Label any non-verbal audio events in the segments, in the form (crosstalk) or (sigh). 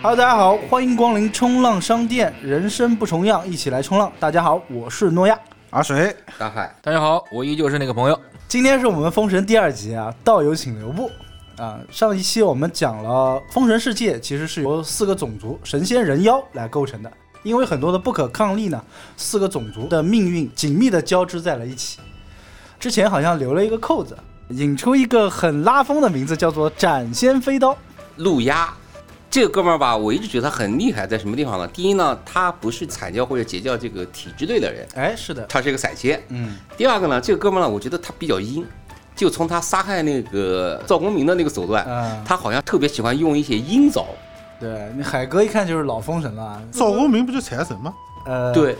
Hello，大家好，欢迎光临冲浪商店，人生不重样，一起来冲浪。大家好，我是诺亚。阿水，大海，大家好，我依旧是那个朋友。今天是我们封神第二集啊，道友请留步啊。上一期我们讲了封神世界其实是由四个种族神仙人妖来构成的，因为很多的不可抗力呢，四个种族的命运紧密的交织在了一起。之前好像留了一个扣子，引出一个很拉风的名字，叫做斩仙飞刀。路压。这个哥们儿吧，我一直觉得他很厉害，在什么地方呢？第一呢，他不是阐教或者截教这个体制队的人，哎，是的，他是一个散切。嗯，第二个呢，这个哥们儿呢，我觉得他比较阴，就从他杀害那个呃赵公明的那个手段，啊，他好像特别喜欢用一些阴招。对，那海哥一看就是老封神了啊。赵公明不就财神吗？呃，对，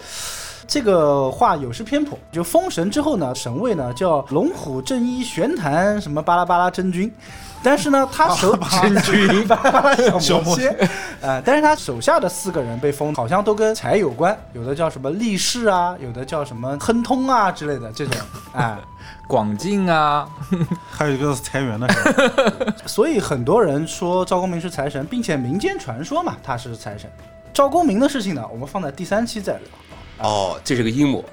这个话有失偏颇。就封神之后呢，神位呢叫龙虎正一玄坛什么巴拉巴拉真君，但是 (laughs) 呢，他手真君 (laughs) 巴拉巴拉小魔仙，呃，但是他手下的四个人被封，好像都跟财有关，有的叫什么力士啊，有的叫什么亨通啊之类的这种，哎、广进啊，还有一个是财源的是吧， (laughs) 所以很多人说赵公明是财神，并且民间传说嘛，他是财神。赵公明的事情呢，我们放在第三期再聊。啊哦，这是个阴谋。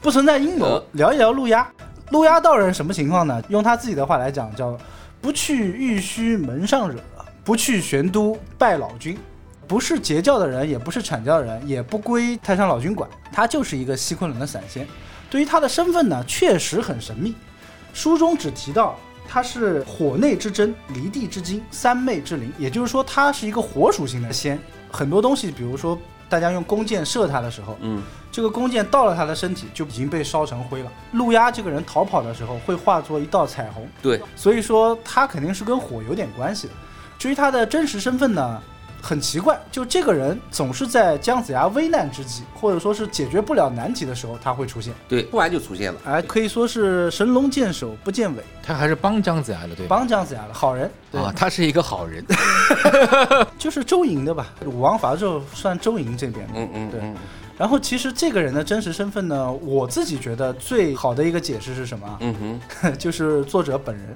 不存在阴谋呃。聊一聊路压，路压道人什么情况呢？用他自己的话来讲，叫不去玉虚门上惹，不去玄都拜老君。不是截教的人，也不是阐教的人，也不归太上老君管，他就是一个西昆仑的散仙。对于他的身份呢，确实很神秘。书中只提到他是火内之真，离地之精，三昧之灵，也就是说他是一个火属性的仙。很多东西，比如说大家用弓箭射他的时候，嗯，这个弓箭到了他的身体，就已经被烧成灰了。路压这个人逃跑的时候会化作一道彩虹，对，所以说他肯定是跟火有点关系的。至于他的真实身份呢，很奇怪，就这个人总是在姜子牙危难之际，或者说是解决不了难题的时候，他会出现，对，突然就出现了。哎，可以说是神龙见首不见尾，啊他还是帮姜子牙的，对吧？帮姜子牙的好人。对，啊，他是一个好 (laughs) 人。就是周莹的吧，武王伐纣算周莹这边的。嗯嗯，对嗯然后其实这个人的真实身份呢，我自己觉得最好的一个解释是什么啊？嗯 (laughs) 哼，就是作者本人，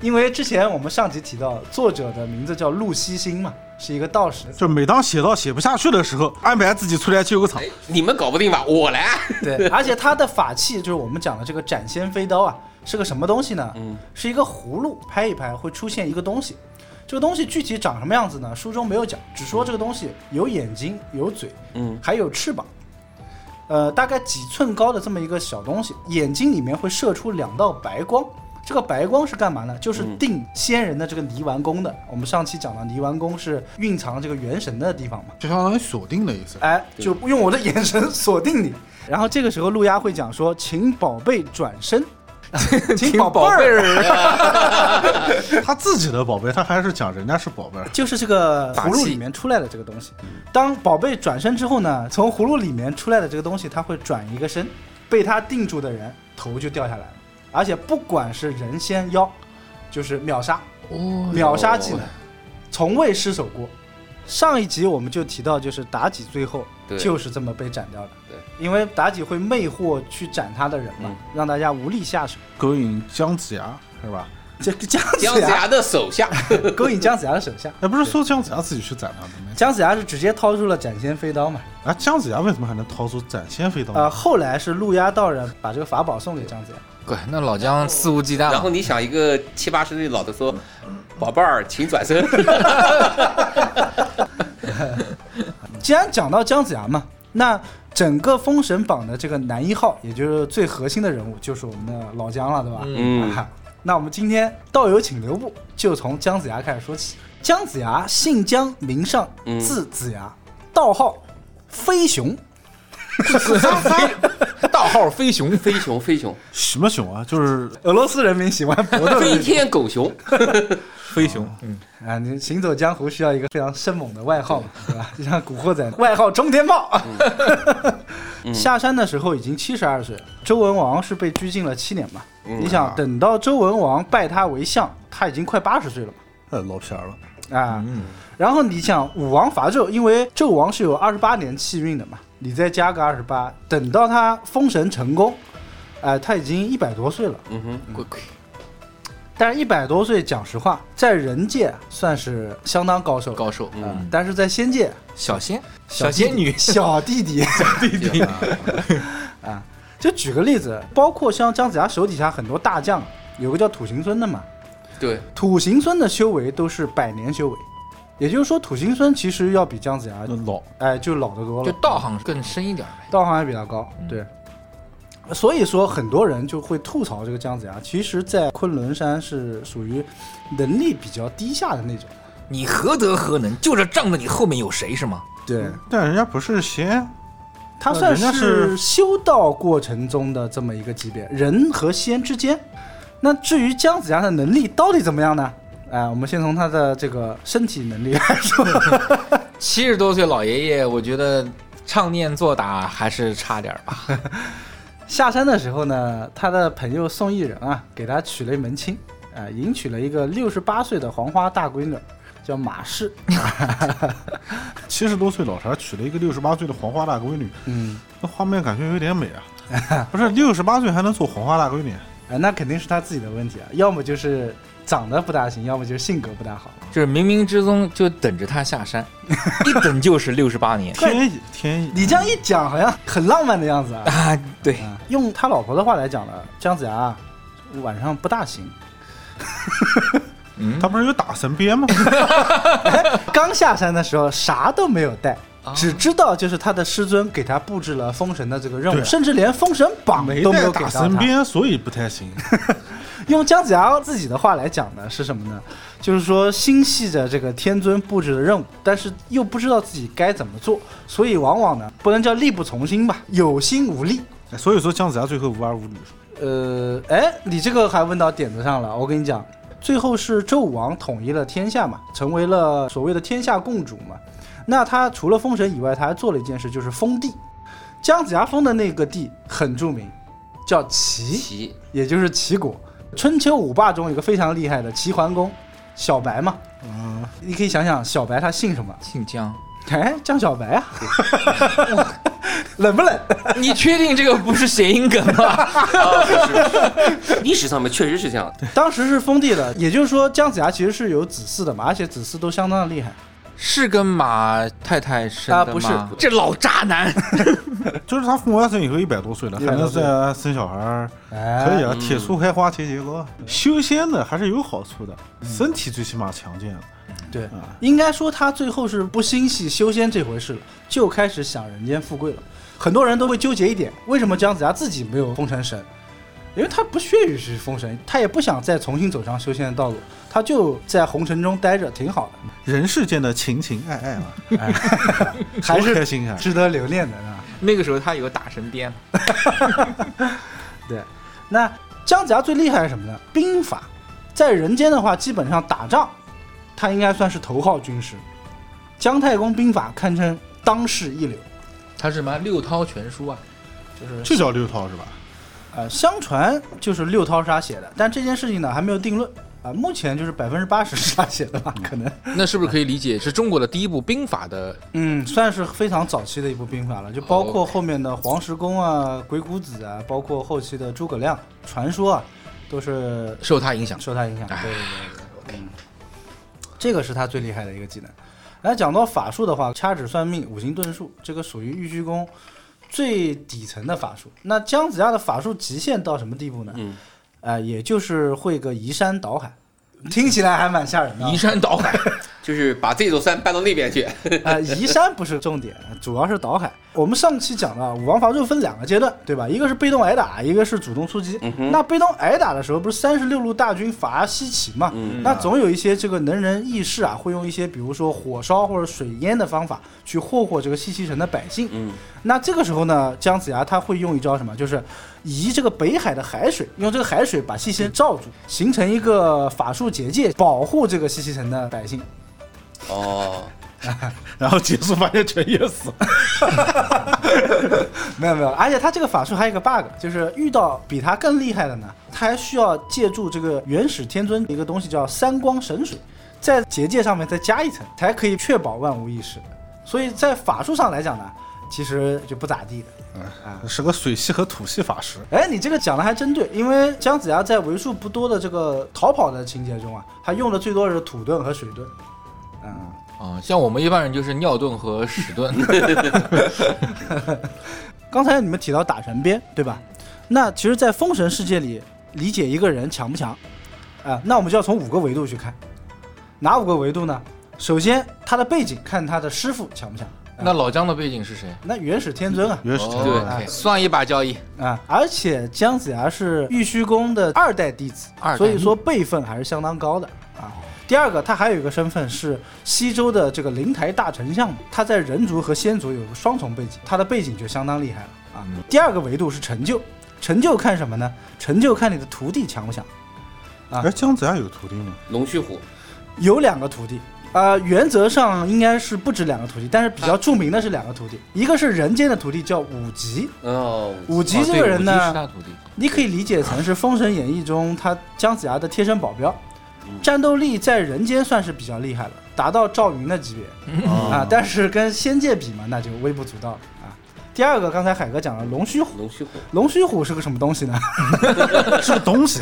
因为之前我们上集提到，作者的名字叫陆西星嘛，是一个道士。就每当写到写不下去的时候，安排自己出来救个场。你们搞不定吧？我来。 (laughs) (laughs) 对，而且他的法器就是我们讲的这个斩仙飞刀啊，是个什么东西呢？嗯，是一个葫芦，拍一拍会出现一个东西。这个东西具体长什么样子呢？书中没有讲，只说这个东西有眼睛、有嘴，嗯，还有翅膀。呃，大概几寸高的这么一个小东西，眼睛里面会射出两道白光。这个白光是干嘛呢？就是嗯定仙人的这个泥丸宫的。我们上期讲到泥丸宫是蕴藏这个元神的地方嘛。就相当于锁定的意思。哎，就用我的眼神锁定你。然后这个时候，路亚会讲说：“请宝贝转 (laughs) 身，请宝贝儿。儿，他自己的宝贝，他还是讲人家是宝贝儿”。就是这个法葫芦器里面出来的这个东西。当宝贝转身之后呢，从葫芦里面出来的这个东西，它会转一个身，被它定住的人头就掉下来了。而且不管是人仙妖，就是秒杀，哦秒杀技能，从未失手过。上一集我们就提到，就是妲己最后对就是这么被斩掉的，因为妲己会魅惑去斩他的人嘛嗯，让大家无力下手。勾引姜子牙是吧？这个姜姜子子牙牙的手下。 (laughs) 勾引姜子牙的手下，哎，不是说姜子牙自己去斩他的吗？姜子牙是直接掏出了斩仙飞刀嘛，哎，姜子牙为什么还能掏出斩仙飞刀呢？呃，后来是路压道人把这个法宝送给姜子牙，对，那老姜肆无忌啊惮啊然了后。你想，一个七八十岁的老头说：“宝贝儿，请转身。既然讲到姜子牙嘛，那整个封神榜的这个男一号，也就是最核心的人物，就是我们的老姜了，对吧？” (laughs) 嗯，啊那我们今天道友请留步，就从姜子牙开始说起。姜子牙姓姜名尚，嗯字子牙，道号飞熊。 (laughs) 盗号飞熊，飞熊，飞熊，什么熊啊？就是俄罗斯人民喜欢搏斗飞的天狗熊。 (laughs) 飞熊，嗯，啊，你行走江湖需要一个非常生猛的外号 (laughs) 嘛，对吧？就像古惑仔，外号冲天炮。(laughs) 嗯下山的时候已经七十二岁了，周文王是被拘禁了七年嘛。嗯你想，等到周文王拜他为相，他已经快八十岁了嘛。哎老片儿了，啊，然后你想武王伐纣，因为纣王是有二十八年气运的嘛，你再加个二十八，等到呃他封神成功，哎、他已经一百多岁了。嗯哼，鬼鬼，但是，一百多岁，讲实话，在人界算是相当高手了，高手，啊嗯，但是在仙界，小仙，小，小仙女 (laughs) 小弟弟对吧啊，就举个例子，包括像姜子牙手底下很多大将，有个叫土行孙的嘛，对，土行孙的修为都是百年修为，也就是说，土行孙其实要比姜子牙，嗯老哎，就老得多就了，道行更深一点呗。道行还比他高，嗯对。所以说，很多人就会吐槽这个姜子牙，其实，在昆仑山是属于能力比较低下的那种。你何德何能？就这仗着你后面有谁是吗？对，但人家不是仙，他呃嗯算人家是是修道过程中的这么一个级别，人和仙之间。那至于姜子牙的能力到底怎么样呢？哎、我们先从他的这个身体能力来 (laughs) 说。七十多岁老爷爷，我觉得唱念做打还是差点儿吧。下山的时候呢，他的朋友宋义人啊，给他娶了一门亲，啊、迎娶了一个六十八岁的黄花大闺女儿，叫马氏。七十多岁老啥娶了一个六十八岁的黄花大闺女，嗯，那画面感觉有点美啊。不是六十八岁还能做黄花大闺女，哎、那肯定是他自己的问题啊，要么就是长得不大行，要么就是性格不大好。就是冥冥之中就等着他下 (laughs) 山，一等就是六十八年天意天意。你这样一讲，好像很浪漫的样子啊。(laughs) (laughs) 啊！对，啊，用他老婆的话来讲呢，姜子牙啊晚上不大行，嗯他，不是有打神 (laughs) 鞭吗？刚下山的时候啥都没有带哦啊。只知道就是他的师尊给他布置了封神的这个任务，对啊甚至连封神榜没都没带有给打到神他。鞭，所以不太行。用姜子牙自己的话来讲呢，是什么呢？就是说心系着这个天尊布置的任务，但是又不知道自己该怎么做，所以往往呢不能叫力不从心吧，有心无力。哎所以说姜子牙最后无儿无女，呃，哎，你这个还问到点子上了。我跟你讲，最后是纣武王统一了天下嘛，成为了所谓的天下共主嘛。那他除了封神以外，他还做了一件事，就是封地。姜子牙封的那个地很著名，叫齐，齐也就是齐国。春秋五霸中有一个非常厉害的齐桓公，小白嘛。嗯，你可以想想，小白他姓什么？姓姜，哎，江小白啊， (laughs) 冷不冷？你确定这个不是谐音梗 (laughs) 吗？历史上面确啊实是这样，当时是封地的，也就是说姜子牙其实是有子嗣的嘛，而且子嗣都相当的厉害。是跟马太太生啊的吗？不是这老渣男，就是他父母要是以后一百多岁了，还100多能岁再生小孩儿，哎，可以啊，嗯铁树开花，节节高。修仙呢还是有好处的，身体最起码强健了。对啊，应该说他最后是不心系修仙这回事了，就开始想人间富贵了。很多人都会纠结一点，为什么姜子牙自己没有封成神？因为他不屑于是封神，他也不想再重新走上修仙的道路，他就在红尘中待着，挺好人世间的情情爱爱嘛，哎 (laughs) 的，还多开是心啊！值得留恋的呢。那个时候他有打神鞭，对，那姜子牙最厉害是什么呢？兵法，在人间的话，基本上打仗，他应该算是头号军师。姜太公兵法堪称当世一流，他是什么六韬全书啊？就是就叫六套是吧？呃，相传就是六韬是他写的，但这件事情呢还没有定论啊、目前就是百分之八十是他写的吧，可能，那是不是可以理解是中国的第一部兵法的？嗯，算是非常早期的一部兵法了，就包括后面的黄石公啊、鬼谷子啊，包括后期的诸葛亮，传说啊，都是受他影响，受他影响。对对对对对，嗯这个是他最厉害的一个技能。哎，讲到法术的话，掐指算命、五行遁术，这个属于玉虚宫最底层的法术。那姜子牙的法术极限到什么地步呢？嗯，呃，也就是会个移山倒海，听起来还蛮吓人的啊移。山倒海， (laughs) 就是把这座山搬到那边去，呃，移山不是重点，主要是倒海。我们上期讲了，武王伐纣分两个阶段，对吧？一个是被动挨打，一个是主动出击。嗯哼那被动挨打的时候，不是三十六路大军伐西岐嘛？嗯那总有一些这个能人异士啊，会用一些比如说火烧或者水淹的方法去霍霍这个西岐城的百姓。嗯，那这个时候呢，姜子牙他会用一招什么？就是移这个北海的海水，用这个海水把西岐城罩住，形成一个法术结界，保护这个西岐城的百姓。哦，然后结束发现全淹死了，没有没有，而且他这个法术还有一个 bug，就是遇到比他更厉害的呢，他还需要借助这个原始天尊一个东西叫三光神水，在结界上面再加一层，才可以确保万无一失。所以在法术上来讲呢，其实就不咋地的。哎， (laughs) 是个水系和土系法师，哎，你这个讲的还真对，因为姜子牙在为数不多的这个逃跑的情节中啊，他用的最多的是土遁和水遁。嗯，啊，像我们一般人就是尿遁和屎遁， (laughs) 刚才你们提到打神鞭，对吧？那其实，在封神世界里，理解一个人强不强，啊、那我们就要从五个维度去看。哪五个维度呢？首先，他的背景，看他的师傅强不强。那老姜的背景是谁？那元始天尊啊，原始天哦尊哎算一把交易。啊，而且姜子牙是玉虚宫的二代弟子，二代所以说辈分还是相当高的啊。第二个，他还有一个身份是西周的这个灵台大丞相，他在人族和仙族有个双重背景，他的背景就相当厉害了啊。嗯第二个维度是成就，成就看什么呢？成就看你的徒弟强不强。啊哎，姜子牙有徒弟吗？龙须虎，有两个徒弟，呃，原则上应该是不止两个徒弟，但是比较著名的是两个徒弟，一个是人间的徒弟叫武吉，哦，武吉哦这对个人呢，武吉是他徒弟。你可以理解成是《封神演义》中他姜子牙的贴身保镖，战斗力在人间算是比较厉害了，达到赵云的级别哦啊，但是跟仙界比嘛，那就微不足道了啊。第二个，刚才海哥讲了龙须虎，龙须虎，龙须虎是个什么东西呢？是个东西，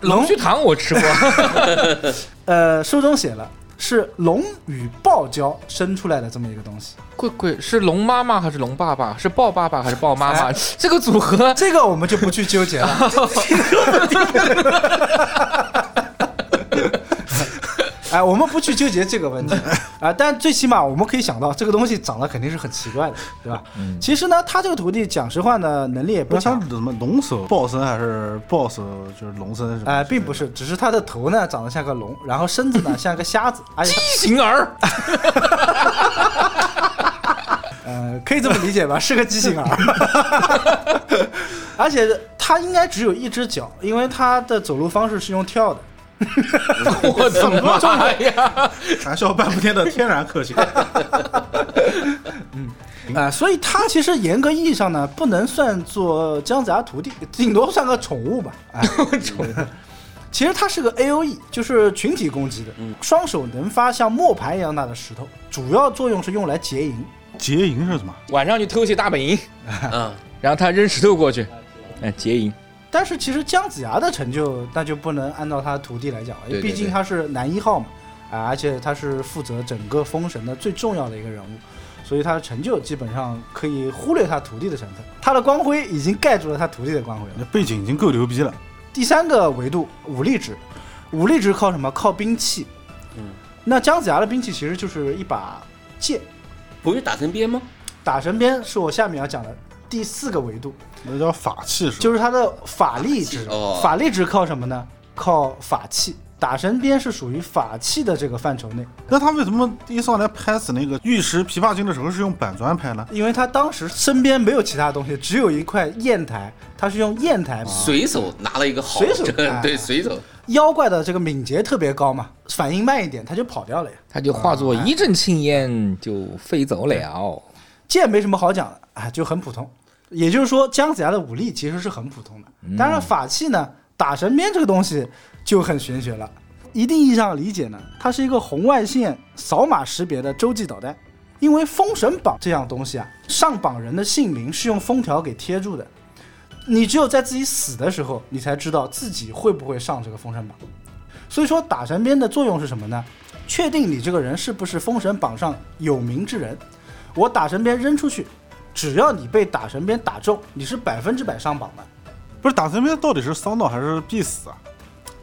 龙须糖 (laughs) 我吃过，呃，书中写了。是龙与豹交生出来的这么一个东西，贵贵是龙妈妈还是龙爸爸？是豹爸爸还是豹妈哎妈？这个组合这个我们就不去纠结了。哎，我们不去纠结这个问题啊，但最起码我们可以想到，这个东西长得肯定是很奇怪的，对吧？其实呢，他这个徒弟讲实话呢，能力也不那他强，怎么龙首豹身还是豹首就是龙身什么？哎、并不，是，只是他的头呢长得像个龙，然后身子呢像个瞎子，哎而且畸形儿，呃，可以这么理解吧， (laughs) 是个畸形儿， (laughs) 而且他应该只有一只脚，因为他的走路方式是用跳的。我的妈呀！谈笑半步天的天然 (laughs) 克星。啊、所以他其实严格意义上呢，不能算作姜子牙徒弟，顶多算个宠物吧。啊、 (laughs) 宠物其实他是个 A O E，就是群体攻击的，嗯双手能发像磨盘一样大的石头，主要作用是用来结营。结营是什么？晚上去偷窃大本营，嗯，然后他扔石头过去，哎，劫营。但是其实姜子牙的成就，那就不能按照他徒弟来讲了，因为对对毕竟对他是男一号嘛，啊，而且他是负责整个封神的最重要的一个人物，所以他的成就基本上可以忽略他徒弟的成分，他的光辉已经盖住了他徒弟的光辉了。那背景已经够牛逼了，第三个维度，武力值，武力值靠什么？靠兵器。嗯，那姜子牙的兵器其实就是一把剑，不是打成鞭吗？打神鞭是我下面要讲的第四个维度，那叫法器是吧？就是他的法力值。哦法力值靠什么呢？靠法器。打神鞭是属于法器的这个范畴内，那他为什么一上来拍死那个玉石琵琶精的时候是用板砖拍呢？因为他当时身边没有其他东西，只有一块砚台，他是用砚台嘛。随手拿了一个好，啊随手哎对，随手，妖怪的这个敏捷特别高嘛，反应慢一点他就跑掉了呀。他就化作一阵青烟就飞走了。剑没什么好讲的啊，就很普通。也就是说，姜子牙的武力其实是很普通的。当然，法器呢，打神鞭这个东西就很玄学了。一定意义上理解呢，它是一个红外线扫码识别的洲际导弹。因为封神榜这样东西啊，上榜人的姓名是用封条给贴住的。你只有在自己死的时候，你才知道自己会不会上这个封神榜。所以说，打神鞭的作用是什么呢？确定你这个人是不是封神榜上有名之人。我打神鞭扔出去，只要你被打神鞭打中，你是百分之百上榜的。不是打成鞭到底是伤到还是必死啊？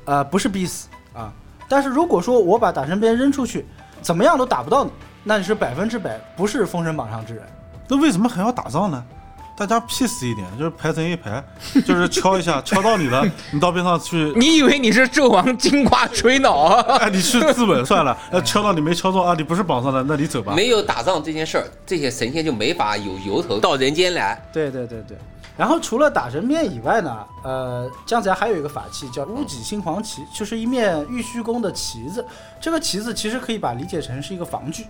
呃，不是必死啊。但是如果说我把打神鞭扔出去，怎么样都打不到你，那你是百分之百不是封神榜上之人。那为什么还要打仗呢？大家 peace 一点，就是排成一排，就是敲一下， (laughs) 敲到你了，你到边上去，你以为你是纣王金瓜锤脑啊？哎，你去自刎算了。那敲到你没敲中啊，你不是榜上的，那你走吧。没有打仗这件事儿，这些神仙就没法有由头到人间来。对对对对。然后除了打神鞭以外呢，呃，姜子牙还有一个法器叫乌脊星黄旗，就是一面玉虚宫的旗子。这个旗子其实可以把理解成是一个防具。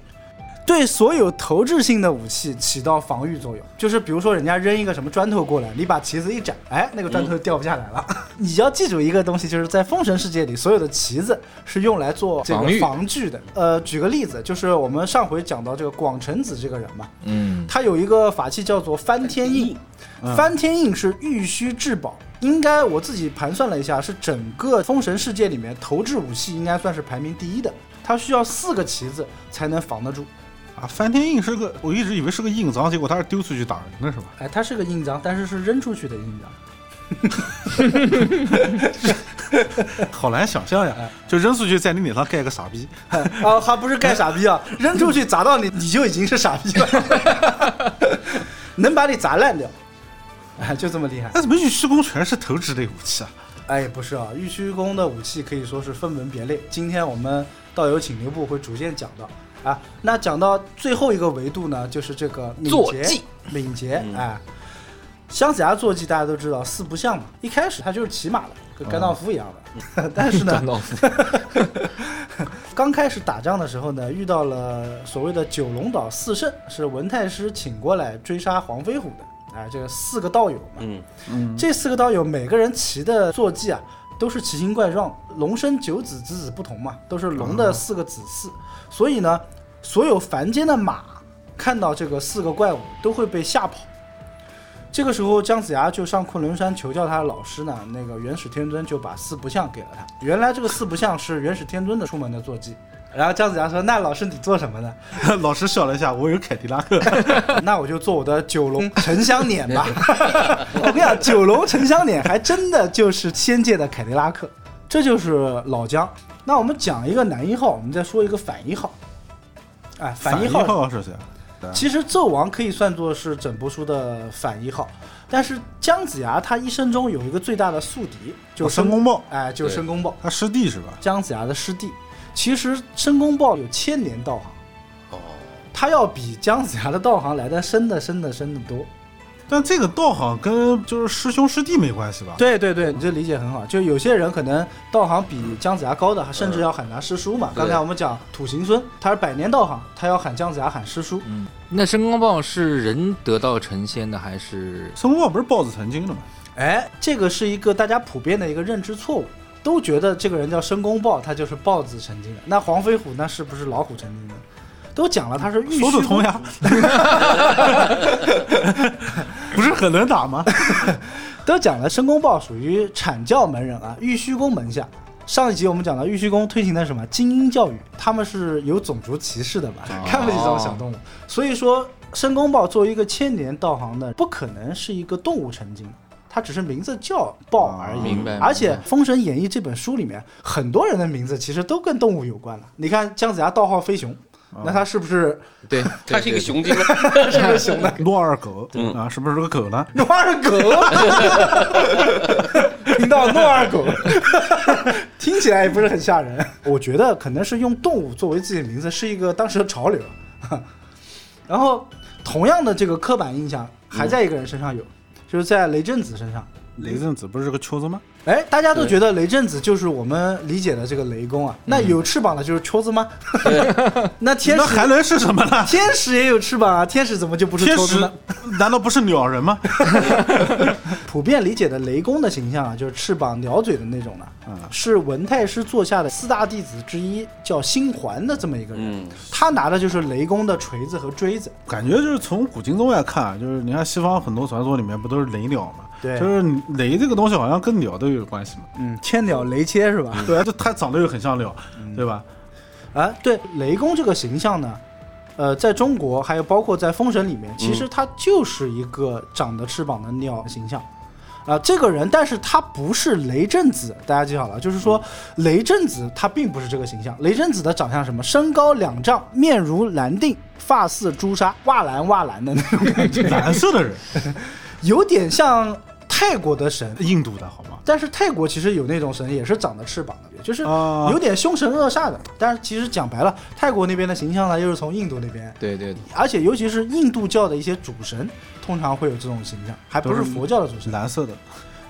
对所有投掷性的武器起到防御作用。就是比如说人家扔一个什么砖头过来，你把旗子一展，哎，那个砖头掉不下来了。 (laughs) 你要记住一个东西，就是在封神世界里，所有的旗子是用来做这防个御防具的。呃，举个例子，就是我们上回讲到这个广成子这个人嘛， (laughs) 嗯，他有一个法器叫做翻天印，嗯翻天印是玉虚至宝，应该我自己盘算了一下，是整个封神世界里面投掷武器应该算是排名第一的。它需要四个旗子才能防得住。啊，翻天印是个，我一直以为是个印章，结果他是丢出去打人的是吧？ (laughs) 哎，它是个印章，但是是扔出去的印章。 (laughs) 好难想象哎呀，就扔出去在你脸上盖个傻逼，啊，还不是盖傻逼 (laughs) 啊，扔出去砸到你，你就已经是傻逼了， (laughs) 能把你砸烂掉。哎，就这么厉害。那怎么玉虚宫全是投掷类武器啊？ (laughs) 哎，不是啊，玉虚宫的武器可以说是分门别类。今天我们道友请留步会逐渐讲到啊。那讲到最后一个维度呢，就是这个敏坐捷骑，嗯敏捷哎。姜子牙坐骑大家都知道四不像嘛，一开始他就是骑马的，跟甘道夫一样的。嗯 (laughs) 但 (laughs) 是呢战，斗服刚开始打仗的时候呢，遇到了所谓的九龙岛四圣，是文太师请过来追杀黄飞虎的。哎，这个四个道友嘛，嗯，这四个道友每个人骑的坐骑啊，都是奇形怪状，龙生九子，子子不同嘛，都是龙的四个子嗣。所以呢，所有凡间的马看到这个四个怪物都会被吓跑。这个时候，姜子牙就上昆仑山求教他的老师呢，那个元始天尊就把四不像给了他。原来这个四不像是元始天尊的出门的坐骑。然后姜子牙说：“那老师你做什么呢？老师笑了一下，我有凯迪拉克，那我就做我的九龙沉香碾吧。 (laughs) 我跟你讲，九龙沉香碾还真的就是仙界的凯迪拉克，这就是老姜。那我们讲一个男一号，我们再说一个反一号。哎，反一一号号是谁啊？其实纣王可以算作是整部书的反一号，但是姜子牙他一生中有一个最大的宿敌，就哦是申公豹，哎，就是申公豹，他师弟是吧？姜子牙的师弟。其实申公豹有千年道行，哦，他要比姜子牙的道行来的深的深的深的多。但这个道行跟就是师兄师弟没关系吧？对对对，你这理解很好。就有些人可能道行比姜子牙高的，甚至要喊他师叔嘛。对刚才我们讲土行孙，他是百年道行，他要喊姜子牙喊师叔。那申公豹是人得道成仙的，还是申公豹不是豹子成精的吗？哎，这个是一个大家普遍的一个认知错误，都觉得这个人叫申公豹，他就是豹子成精的。那黄飞虎那是不是老虎成精的？都讲了，他是玉说得虚通宫，呀， (laughs) 不是很能 (laughs) 打吗？都讲了，申公豹属于阐教门人啊，玉虚宫门下。上一集我们讲到玉虚宫推行的是什么精英教育，他们是有种族歧视的嘛，哦看不起这种小动物。所以说，申公豹作为一个千年道行的，不可能是一个动物成精的，它只是名字叫豹而已。哦明白？而且明《白封神演义》这本书里面，很多人的名字其实都跟动物有关了。你看姜子牙道号飞熊，那他是不是对，他是一个对雄精，是不是熊呢？洛二狗嗯啊，是不是个狗呢？诺二 (laughs) 狗，听到诺二 (laughs) 狗，听起来也不是很吓人。我觉得可能是用动物作为自己的名字是一个当时的潮流。 (laughs) 然后，同样的这个刻板印象还在一个人身上有，就是在雷震子身上。雷震子不是个瘸子吗？哎，大家都觉得雷震子就是我们理解的这个雷公啊，那有翅膀的就是秋子吗？ (laughs) 那天那使还能是什么呢？天使也有翅膀啊，天使怎么就不是天秋子使呢？难道不是鸟人吗？ (laughs) 普遍理解的雷公的形象啊，就是翅膀鸟嘴的那种的，啊，是文太师座下的四大弟子之一，叫星环的这么一个人。嗯，他拿的就是雷公的锤子和锥子，感觉就是从古今中外看，啊就是你看西方很多传说里面不都是雷鸟吗？对就是雷这个东西好像跟鸟都有关系嘛。嗯，千鸟雷切是吧？ (laughs) 对啊，嗯就它长得又很像鸟，对吧？啊，对，雷公这个形象呢，呃，在中国还有包括在《封神》里面，其实他就是一个长着翅膀的鸟形象。啊、这个人，但是他不是雷震子，大家记好了，就是说雷震子他并不是这个形象。雷震子的长相是什么？身高两丈，面如蓝靛，发似朱砂，哇蓝哇蓝的那种感 (laughs) 觉，蓝色的人，有点像泰国的神。印度的好吗？但是泰国其实有那种神也是长着翅膀的，就是 (laughs) 啊有点凶神恶煞的。但是其实讲白了，泰国那边的形象呢，又是从印度那边，对对对而且尤其是印度教的一些主神，通常会有这种形象，还不是佛教的主神。蓝色的，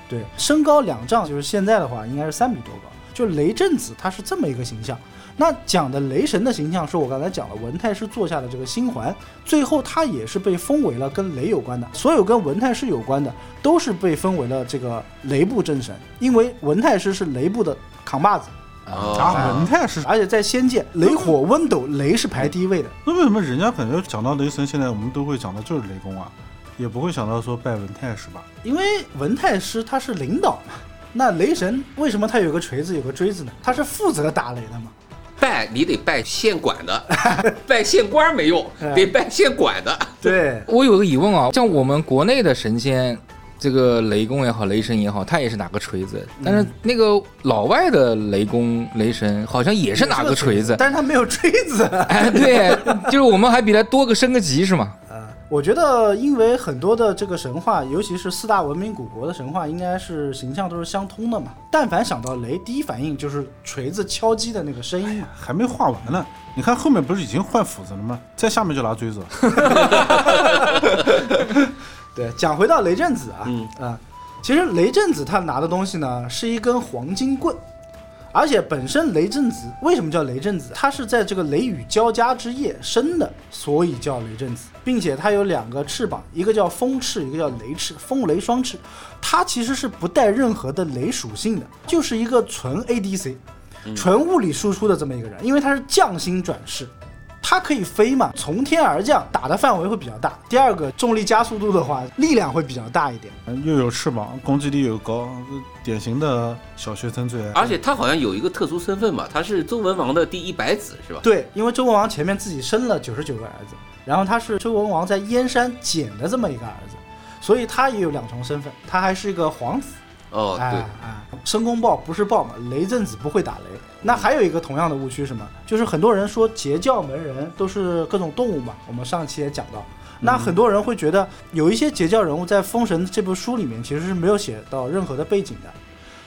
对，身高两丈，就是现在的话应该是三米多高，就雷震子他是这么一个形象。那讲的雷神的形象是我刚才讲了，文太师座下的这个星环，最后他也是被封为了跟雷有关的，所有跟文太师有关的都是被封为了这个雷部正神，因为文太师是雷部的扛把子，啊，哦文太是，而且在仙界雷火温斗雷是排第一位的。那为什么人家感觉讲到雷神，现在我们都会讲到就是雷公啊，也不会想到说拜文太是吧？因为文太师他是领导嘛，那雷神为什么他有个锤子有个锥子呢？他是负责打雷的嘛。拜你得拜县管的， (laughs) 拜县官没用，嗯得拜县管的。对，我有个疑问啊，像我们国内的神仙，这个雷公也好，雷神也好，他也是拿个锤子，但是那个老外的雷公、雷神好像也是拿个锤子。但是他没有锥子。 (laughs) 哎，对，就是我们还比他多个升个级是吗？啊，我觉得因为很多的这个神话，尤其是四大文明古国的神话，应该是形象都是相通的嘛。但凡想到雷，第一反应就是锤子敲击的那个声音嘛。还没画完呢，你看后面不是已经换斧子了吗？在下面就拿锥子了。对，讲回到雷震子啊，嗯啊，其实雷震子他拿的东西呢是一根黄金棍，而且本身雷震子为什么叫雷震子？它是在这个雷雨交加之夜生的，所以叫雷震子，并且它有两个翅膀，一个叫风翅，一个叫雷翅，风雷双翅。它其实是不带任何的雷属性的，就是一个纯 ADC，纯物理输出的这么一个人，因为他是匠心转世。它可以飞嘛，从天而降，打的范围会比较大。第二个，重力加速度的话，力量会比较大一点。嗯又有翅膀，攻击力又高，典型的小学生最爱。啊而且他好像有一个特殊身份吧，他是周文王的第一百子是吧？对，因为周文王前面自己生了九十九个儿子，然后他是周文王在燕山捡的这么一个儿子，所以他也有两重身份，他还是一个皇子。哦，哎对，哎，申公豹不是豹嘛，雷震子不会打雷。那还有一个同样的误区是什么？就是很多人说截教门人都是各种动物嘛，我们上期也讲到。那很多人会觉得有一些截教人物在《封神》这部书里面其实是没有写到任何的背景的，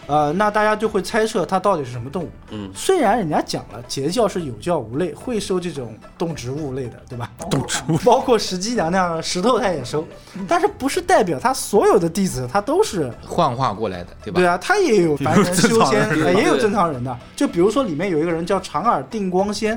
呃，那大家就会猜测它到底是什么动物。嗯，虽然人家讲了截教是有教无类，会收这种动植物类的，对吧？动植物，包括石矶娘娘、石头她也收，但是不是代表她所有的弟子她都是幻化过来的，对吧？对啊，他也有凡人修仙，也有正常人哎对也有正常人的。就比如说里面有一个人叫长耳定光仙，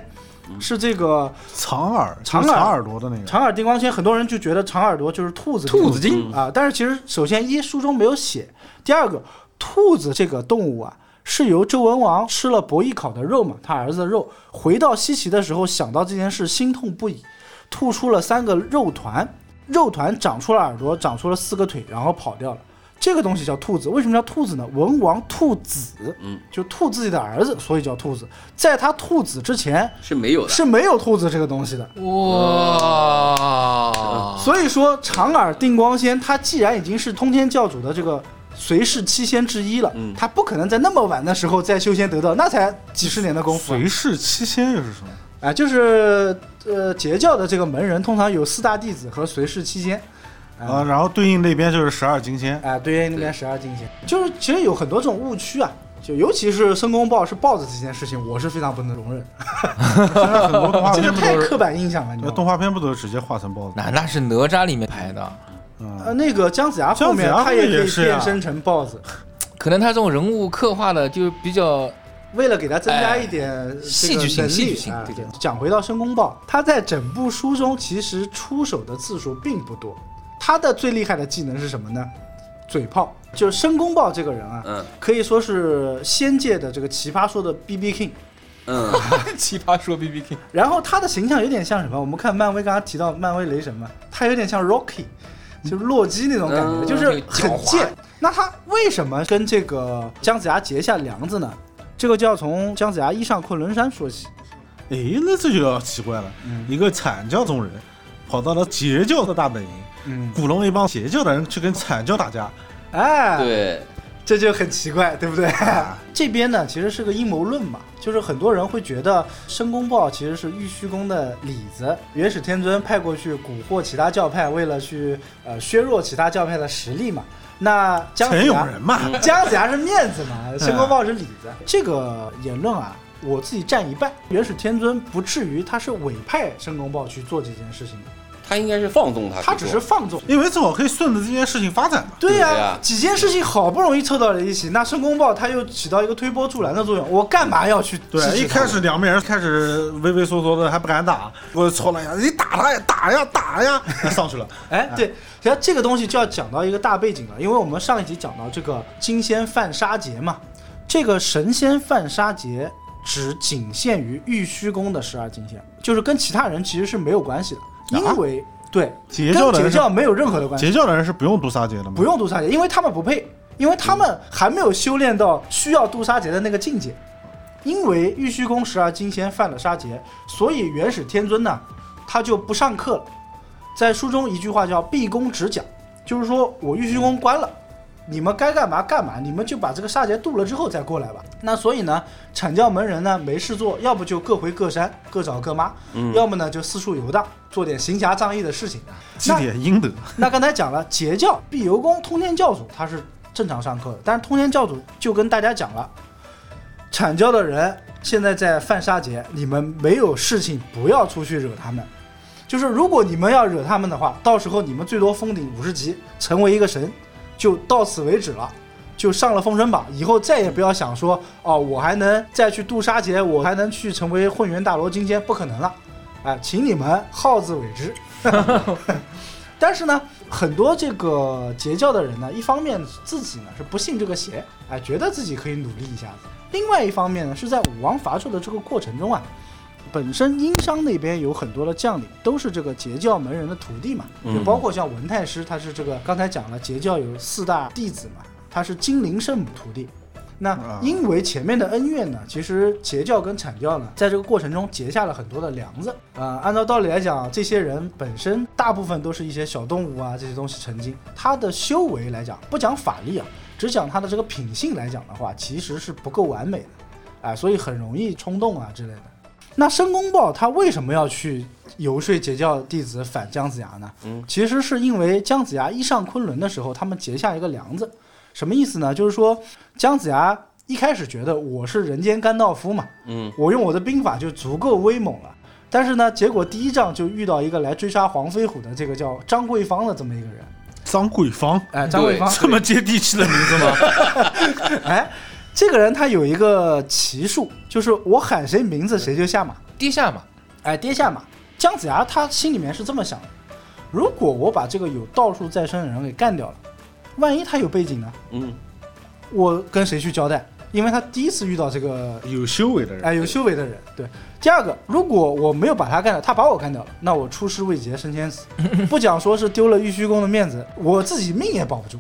是这个长耳，长就是耳长耳朵的那个，长耳定光仙，很多人就觉得长耳朵就是兔子，嗯兔子精啊。但是其实首先一书中没有写，第二个兔子这个动物啊。是由周文王吃了伯邑考的肉嘛，他儿子的肉，回到西岐的时候想到这件事，心痛不已，吐出了三个肉团，肉团长出了耳朵，长出了四个腿，然后跑掉了。这个东西叫兔子，为什么叫兔子呢？文王兔子，嗯，就兔自己的儿子，所以叫兔子。在他兔子之前是没有的。是没有兔子这个东西的，哇！所以说长耳定光仙，他既然已经是通天教主的这个随侍七仙之一了，嗯他不可能在那么晚的时候再修仙得道，那才几十年的功夫啊随侍七仙又是什么？啊！就是呃，截教的这个门人通常有四大弟子和随侍七仙，啊啊，然后对应那边就是十二金 (laughs) 仙，啊，对应那边十二进仙，就是其实有很多这种误区啊，就尤其是申公豹是豹子这件事情，我是非常不能容忍，现在很多动画这个片不太都是，刻板印象了，你知那道动吗？画片不都是直接画成豹子？那那是哪吒里面拍的，呃，嗯，那个姜子牙后面姜子牙他也可也以是啊变身成豹子，可能他这种人物刻画的就比较为了给他增加一点这个哎戏剧性能力戏剧性啊对对讲回到申公豹，他在整部书中其实出手的次数并不多，他的最厉害的技能是什么呢？嘴炮，就是申公豹这个人啊，嗯可以说是仙界的这个奇葩说的 B B King。嗯， (laughs) (laughs) 奇葩说 B B King 然后他的形象有点像什么？我们看漫威，刚刚提到漫威雷神嘛，他有点像 Rocky，就是洛基那种感觉，嗯就是很贱那个狡。那他为什么跟这个姜子牙结下梁子呢？这个就要从姜子牙一上昆仑山说起。哎，那这就要奇怪了，嗯一个阐教中人跑到了截教的大本营，嗯，鼓弄一帮截教的人去跟阐教打架，哎，对，啊这就很奇怪，对不对？ (laughs) 这边呢，其实是个阴谋论嘛，就是很多人会觉得申公豹其实是玉虚宫的里子，元始天尊派过去蛊惑其他教派，为了去呃削弱其他教派的实力嘛。那姜子陈牙永仁嘛，姜子牙是面子嘛，申公豹是里子。这个言论啊，我自己占一半。元始天尊不至于他是委派申公豹去做这件事情的，他应该是放纵他去做，他只是放纵。因为正好可以顺着这件事情发展嘛。对呀、对呀几件事情好不容易凑到了一起，那申公豹它又起到一个推波助澜的作用。我干嘛要去支持他？对，一开始两边人开始畏畏缩缩的，还不敢打，我就戳了一下，你打他呀，打呀，打呀，上去了。哎，对，其实这个东西就要讲到一个大背景了，因为我们上一集讲到这个金仙犯杀节嘛，这个神仙犯杀节只仅限于玉虚宫的十二金仙，就是跟其他人其实是没有关系的，啊因为、对跟截教的截人是，教没有任何的关系，截教的人是不用毒杀节的吗？不，用杜杀节，因为他们不配，因为他们还没有修炼到需要杜杀节的那个境界。因为玉虚宫十二金仙犯了杀节，所以元始天尊呢，他就不上课了。在书中一句话叫“闭宫止讲”，就是说我玉虚宫关了，你们该干嘛干嘛，你们就把这个杀节渡了之后再过来吧。那所以呢，阐教门人呢没事做，要不就各回各山，各找各妈，嗯要么呢就四处游荡，做点行侠仗义的事情。积点阴德。 (laughs) 那刚才讲了，截教、碧游宫、通天教主他是正常上课的，但是通天教主就跟大家讲了，阐教的人现在在犯杀节，你们没有事情不要出去惹他们。就是如果你们要惹他们的话，到时候你们最多封顶五十级，成为一个神，就到此为止了。就上了封神榜，以后再也不要想说哦，我还能再去渡杀节，我还能去成为混元大罗金仙，不可能了。哎，请你们好自为之。但是呢，很多这个截教的人呢，一方面自己呢是不信这个邪，哎，觉得自己可以努力一下子；另外一方面呢，是在武王伐纣的这个过程中啊，本身殷商那边有很多的将领都是这个截教门人的徒弟嘛，嗯就包括像文太师，他是这个刚才讲了，截教有四大弟子嘛，他是金陵圣母徒弟。那啊因为前面的恩怨呢，其实截教跟阐教呢，在这个过程中结下了很多的梁子。呃，按照道理来讲，这些人本身大部分都是一些小动物啊，这些东西成精。他的修为来讲，不讲法力啊，只讲他的这个品性来讲的话，其实是不够完美的，啊、所以很容易冲动啊之类的。那申公豹他为什么要去游说截教弟子反姜子牙呢？嗯，其实是因为姜子牙一上昆仑的时候，他们结下一个梁子，什么意思呢？就是说姜子牙一开始觉得我是人间甘道夫嘛，嗯我用我的兵法就足够威猛了。但是呢，结果第一仗就遇到一个来追杀黄飞虎的这个叫张桂芳的这么一个人，张桂芳，哎，张桂芳，这么接地气的名字吗？ (laughs) 哎，这个人他有一个骑术，就是我喊谁名字谁就下马，跌下嘛，哎，跌下马。姜子牙他心里面是这么想的：如果我把这个有道术在身的人给干掉了，万一他有背景呢？嗯，我跟谁去交代？因为他第一次遇到这个有修为的人，哎有修为的人。对，第二个，如果我没有把他干掉，他把我干掉了，那我出师未捷身先死，不讲说是丢了玉虚宫的面子，我自己命也保不住。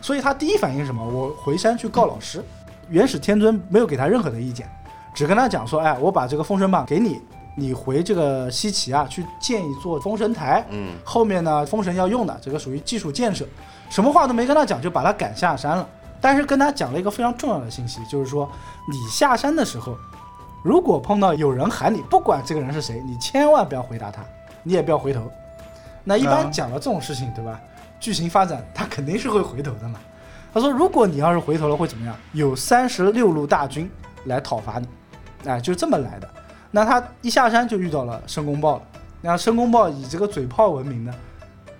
所以他第一反应是什么？我回山去告老师。元始天尊没有给他任何的意见，只跟他讲说，哎，我把这个封神榜给你，你回这个西岐啊去建一座封神台，嗯，后面呢，封神要用的这个属于基础建设，什么话都没跟他讲，就把他赶下山了。但是跟他讲了一个非常重要的信息，就是说你下山的时候，如果碰到有人喊你，不管这个人是谁，你千万不要回答他，你也不要回头。那一般啊讲了这种事情，对吧？剧情发展，他肯定是会回头的嘛。他说，如果你要是回头了，会怎么样？有三十六路大军来讨伐你，哎，就这么来的。那他一下山就遇到了申公豹了。那申公豹以这个嘴炮闻名的，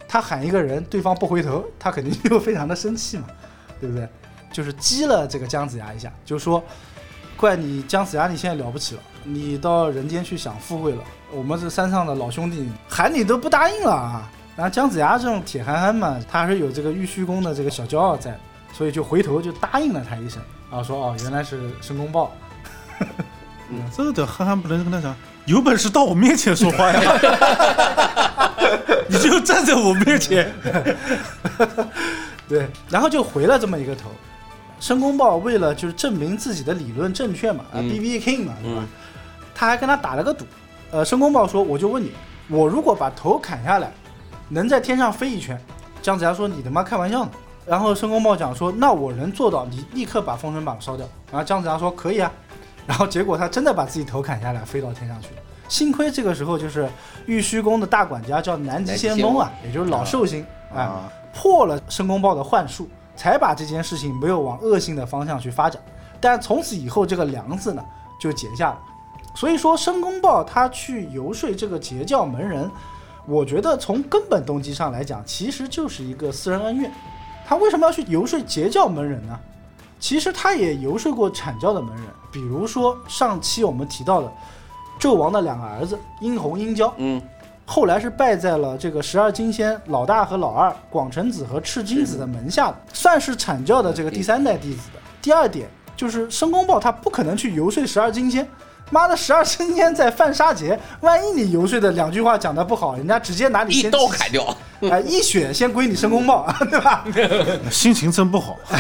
他喊一个人，对方不回头，他肯定就非常的生气嘛，对不对？就是激了这个姜子牙一下，就说怪你姜子牙，你现在了不起了，你到人间去享富贵了。我们这山上的老兄弟喊你都不答应了啊！然后姜子牙这种铁憨憨嘛，他还是有这个玉虚宫的这个小骄傲在，所以就回头就答应了他一声，啊，说哦，原来是申公豹。这个得憨憨不能跟他讲，有本事到我面前说话呀，你就站在我面前。对，然后就回了这么一个头。申公豹为了就是证明自己的理论正确嘛，啊嗯，B B King 嘛，对吧？嗯他还跟他打了个赌。呃，申公豹说：“我就问你，我如果把头砍下来，能在天上飞一圈？”姜子牙说：“你他妈开玩笑呢！”然后申公豹讲说：“那我能做到，你立刻把封神榜烧掉。”然后姜子牙说：“可以啊。”然后结果他真的把自己头砍下来，飞到天上去了。幸亏这个时候就是玉虚宫的大管家叫南极南极仙仙翁翁啊，也就是老寿星啊。哎啊，破了申公豹的幻术，才把这件事情没有往恶性的方向去发展。但从此以后，这个梁子呢就结下了。所以说，申公豹他去游说这个截教门人，我觉得从根本动机上来讲，其实就是一个私人恩怨。他为什么要去游说截教门人呢？其实他也游说过阐教的门人，比如说上期我们提到的纣王的两个儿子殷红、殷郊，嗯，后来是拜在了这个十二金仙老大和老二广成子和赤金子的门下的，算是阐教的这个第三代弟子的。第二点就是申公豹他不可能去游说十二金仙，妈的十二金仙在犯杀节，万一你游说的两句话讲的不好，人家直接拿你一先刀砍掉。哎、一血先归你申公豹，对 (laughs) 吧？心情真不好，哎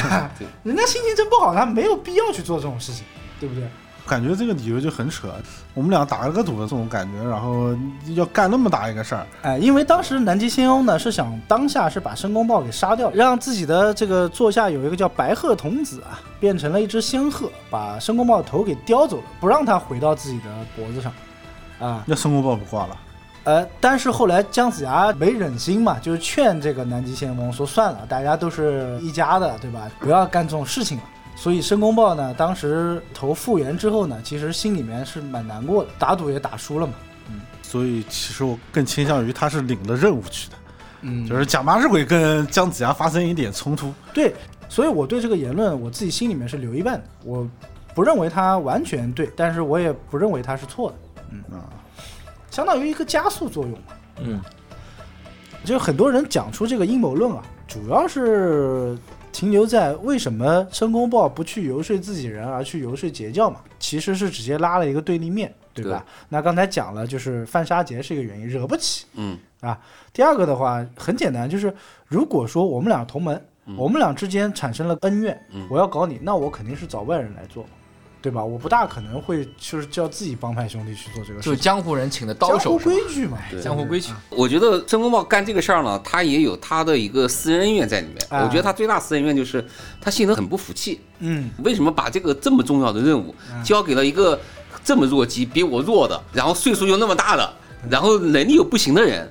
人家心情真不好，他没有必要去做这种事情，对不对？感觉这个理由就很扯。我们俩打了个赌的这种感觉，然后要干那么大一个事儿，哎，因为当时南极仙翁呢是想当下是把申公豹给杀掉，让自己的这个座下有一个叫白鹤童子啊，变成了一只仙鹤，把申公豹的头给叼走了，不让他回到自己的脖子上。啊，要申公豹不挂了。呃，但是后来姜子牙没忍心嘛，就是劝这个南极仙翁说算了，大家都是一家的，对吧？不要干这种事情了。所以申公豹呢，当时投复原之后呢，其实心里面是蛮难过的，打赌也打输了嘛。所以其实我更倾向于他是领了任务去的，嗯，就是假麻日鬼跟姜子牙发生一点冲突，对，所以我对这个言论，我自己心里面是留一半的，我不认为它完全对，但是我也不认为它是错的，啊，相当于一个加速作用嘛。嗯，就很多人讲出这个阴谋论啊，主要是停留在为什么申公豹不去游说自己人，而去游说截教嘛，其实是直接拉了一个对立面，对吧？那刚才讲了，就是范沙杰是一个原因，惹不起，嗯，啊第二个的话很简单，就是如果说我们俩同门，嗯我们俩之间产生了恩怨，嗯我要搞你，那我肯定是找外人来做，对吧？我不大可能会就是叫自己帮派兄弟去做这个就事是情，江湖人请的刀江湖手是吧，规矩嘛，对江湖规矩。嗯我觉得申公豹干这个事儿呢，他也有他的一个私人恩怨在里面。啊我觉得他最大私人恩怨就是他心里很不服气，嗯，为什么把这个这么重要的任务交给了一个这么弱鸡、比我弱的，然后岁数又那么大的，然后能力又不行的人，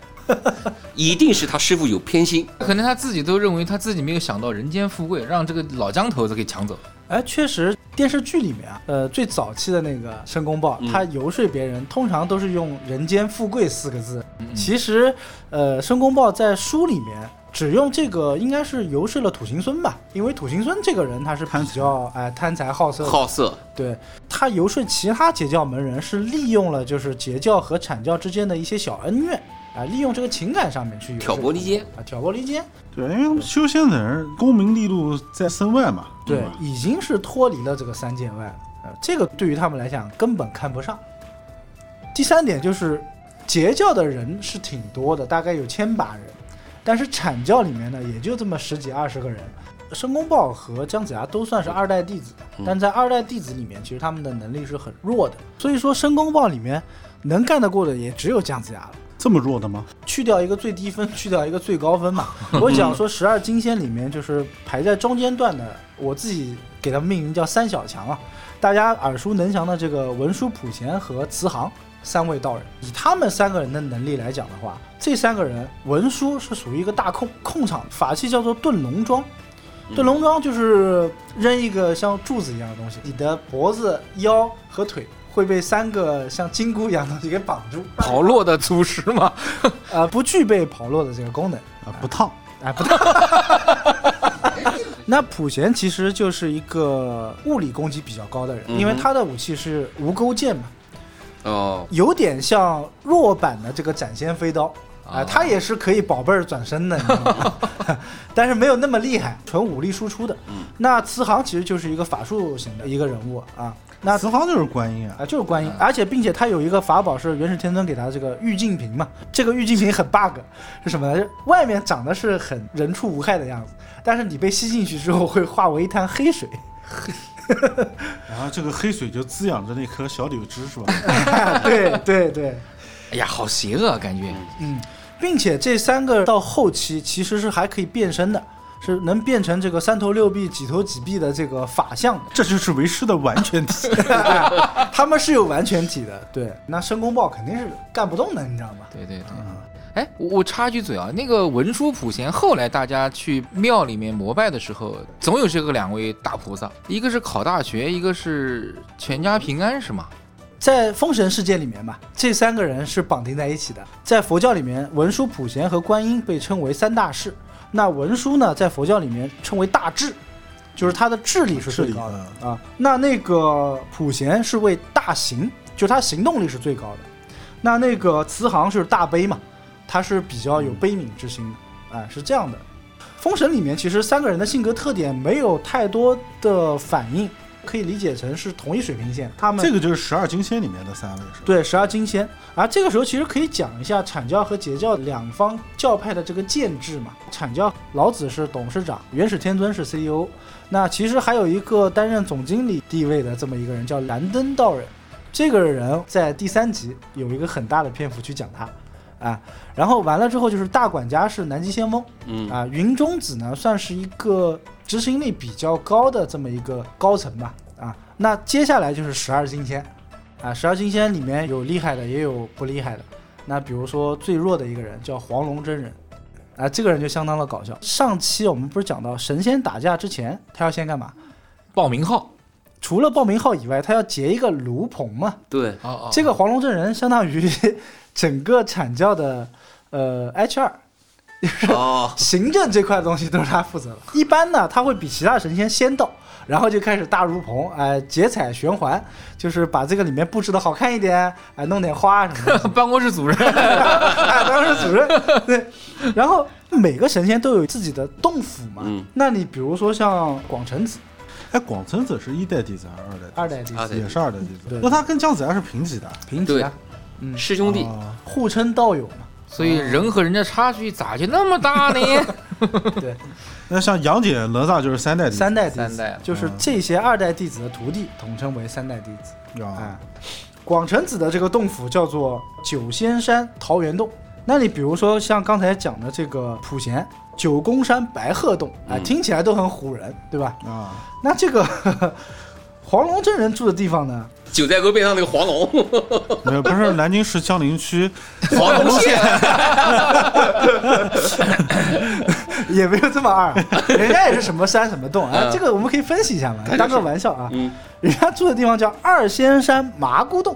一定是他师傅有偏心。可能他自己都认为他自己没有想到人间富贵，让这个老姜头子给抢 (laughs) 走。哎，确实电视剧里面啊，呃，最早期的那个申公豹，嗯他游说别人通常都是用“人间富贵”四个字，嗯其实呃，申公豹在书里面。只用这个应该是游说了土行孙吧，因为土行孙这个人他是比贪财较哎贪财好色的，好色，对他游说其他截教门人是利用了就是截教和阐教之间的一些小恩怨啊，利用这个情感上面去游说挑拨离间啊，挑拨离间，对，因为他们修仙的人功名利禄在身外嘛，对吧，已经是脱离了这个三界外了、呃这个对于他们来讲根本看不上。第三点就是截教的人是挺多的，大概有千把人，但是阐教里面呢也就这么十几二十个人。申公豹和姜子牙都算是二代弟子，嗯但在二代弟子里面，其实他们的能力是很弱的。所以说，申公豹里面能干得过的也只有姜子牙了。这么弱的吗？去掉一个最低分， (laughs) 去掉一个最高分嘛。我讲说十二金仙里面就是排在中间段的，我自己给他们命名叫三小强啊。大家耳熟能详的这个文殊普贤和慈航三位道人，以他们三个人的能力来讲的话，这三个人文殊是属于一个大控控场，法器叫做遁龙桩。遁龙桩就是扔一个像柱子一样的东西，你的脖子、腰和腿会被三个像金箍一样的东西给绑住，跑落的祖师嘛，呃，不具备跑落的这个功能。啊，不烫，哎，不对。那普贤其实就是一个物理攻击比较高的人，嗯哼因为他的武器是无钩剑嘛，哦，有点像弱版的这个斩仙飞刀。啊、啊他也是可以宝贝儿转身的，你知道吗？ (laughs) (laughs) 但是没有那么厉害，纯武力输出的。嗯那慈航其实就是一个法术型的一个人物啊。那慈航就是观音啊，啊，就是观音，而且并且他有一个法宝是元始天尊给他的这个玉净瓶嘛，这个玉净瓶很 bug，是什么呢？外面长得是很人畜无害的样子，但是你被吸进去之后会化为一滩黑水， (laughs) 然后这个黑水就滋养着那棵小柳枝，是吧？ (laughs) 对对对，哎呀，好邪恶啊，感觉。嗯，并且这三个到后期其实是还可以变身的，是能变成这个三头六臂、几头几臂的这个法相的。这就是为师的完全体。他们是有完全体的，对，那申公豹肯定是干不动的，你知道吗？对对对。哎，我我插句嘴啊，那个文殊普贤，后来大家去庙里面膜拜的时候，总有这个两位大菩萨，一个是考大学，一个是全家平安，是吗？在封神世界里面嘛，这三个人是绑定在一起的。在佛教里面，文殊、普贤和观音被称为三大士。那文殊呢，在佛教里面称为大智， (laughs) 就是他的智力是最高 (laughs) 的智啊。那那个普贤是为大行，就是他行动力是最高的。那那个慈航是大悲嘛，他是比较有悲悯之心的，哎，是这样的。封神里面其实三个人的性格特点没有太多的反应，可以理解成是同一水平线。他们啊这个就是十二金仙里面的三位是吧？对，十二金仙。而这个时候其实可以讲一下阐教和截教两方教派的这个建制嘛。阐教老子是董事长，元始天尊是 CEO，那其实还有一个担任总经理地位的这么一个人叫蓝灯道人。这个人在第三集有一个很大的篇幅去讲他，啊，然后完了之后就是大管家是南极仙翁，嗯啊，云中子呢算是一个执行力比较高的这么一个高层吧，啊，那接下来就是十二金仙，啊，十二金仙里面有厉害的，也有不厉害的。那比如说最弱的一个人叫黄龙真人，啊，这个人就相当的搞笑。上期我们不是讲到神仙打架之前，他要先干嘛？报名号，除了报名号以外，他要结一个炉棚嘛。对，哦这个黄龙真人相当于 (laughs) 整个阐教的呃 HR，哦，行政这块东西都是他负责的。 (laughs) 一般呢，他会比其他神仙先到，然后就开始大如棚，哎、结彩悬环，就是把这个里面布置的好看一点，哎、弄点花什么 (laughs) 的。办公室主任，哎，当时主任对，然后每个神仙都有自己的洞府嘛。嗯那你比如说像广成子，哎，广成子是一代弟子还是二代弟子？二代弟二子代也是二代弟子对。那他跟姜子牙是平级的。平级啊，嗯师兄弟，哦互称道友嘛。所以人和人的差距咋就那么大呢？ (laughs) 对，那像杨戬、哪吒就是三代弟子。三代弟三子啊代就是嗯这些二代弟子的徒弟，统称为三代弟子。哎啊，，广成子的这个洞府叫做九仙山桃源洞。那你比如说像刚才讲的这个普贤九宫山白鹤洞，哎，嗯听起来都很唬人，对吧？啊，那这个 (laughs) 黄龙真人住的地方呢， (laughs) 九寨沟边上那个黄龙，没有，不是南京市江宁区，黄龙县，也没有这么 (laughs) 二，人家也是什么山什么洞，哎，嗯这个我们可以分析一下嘛，当个玩笑啊。嗯，人家住的地方叫二仙山麻姑洞，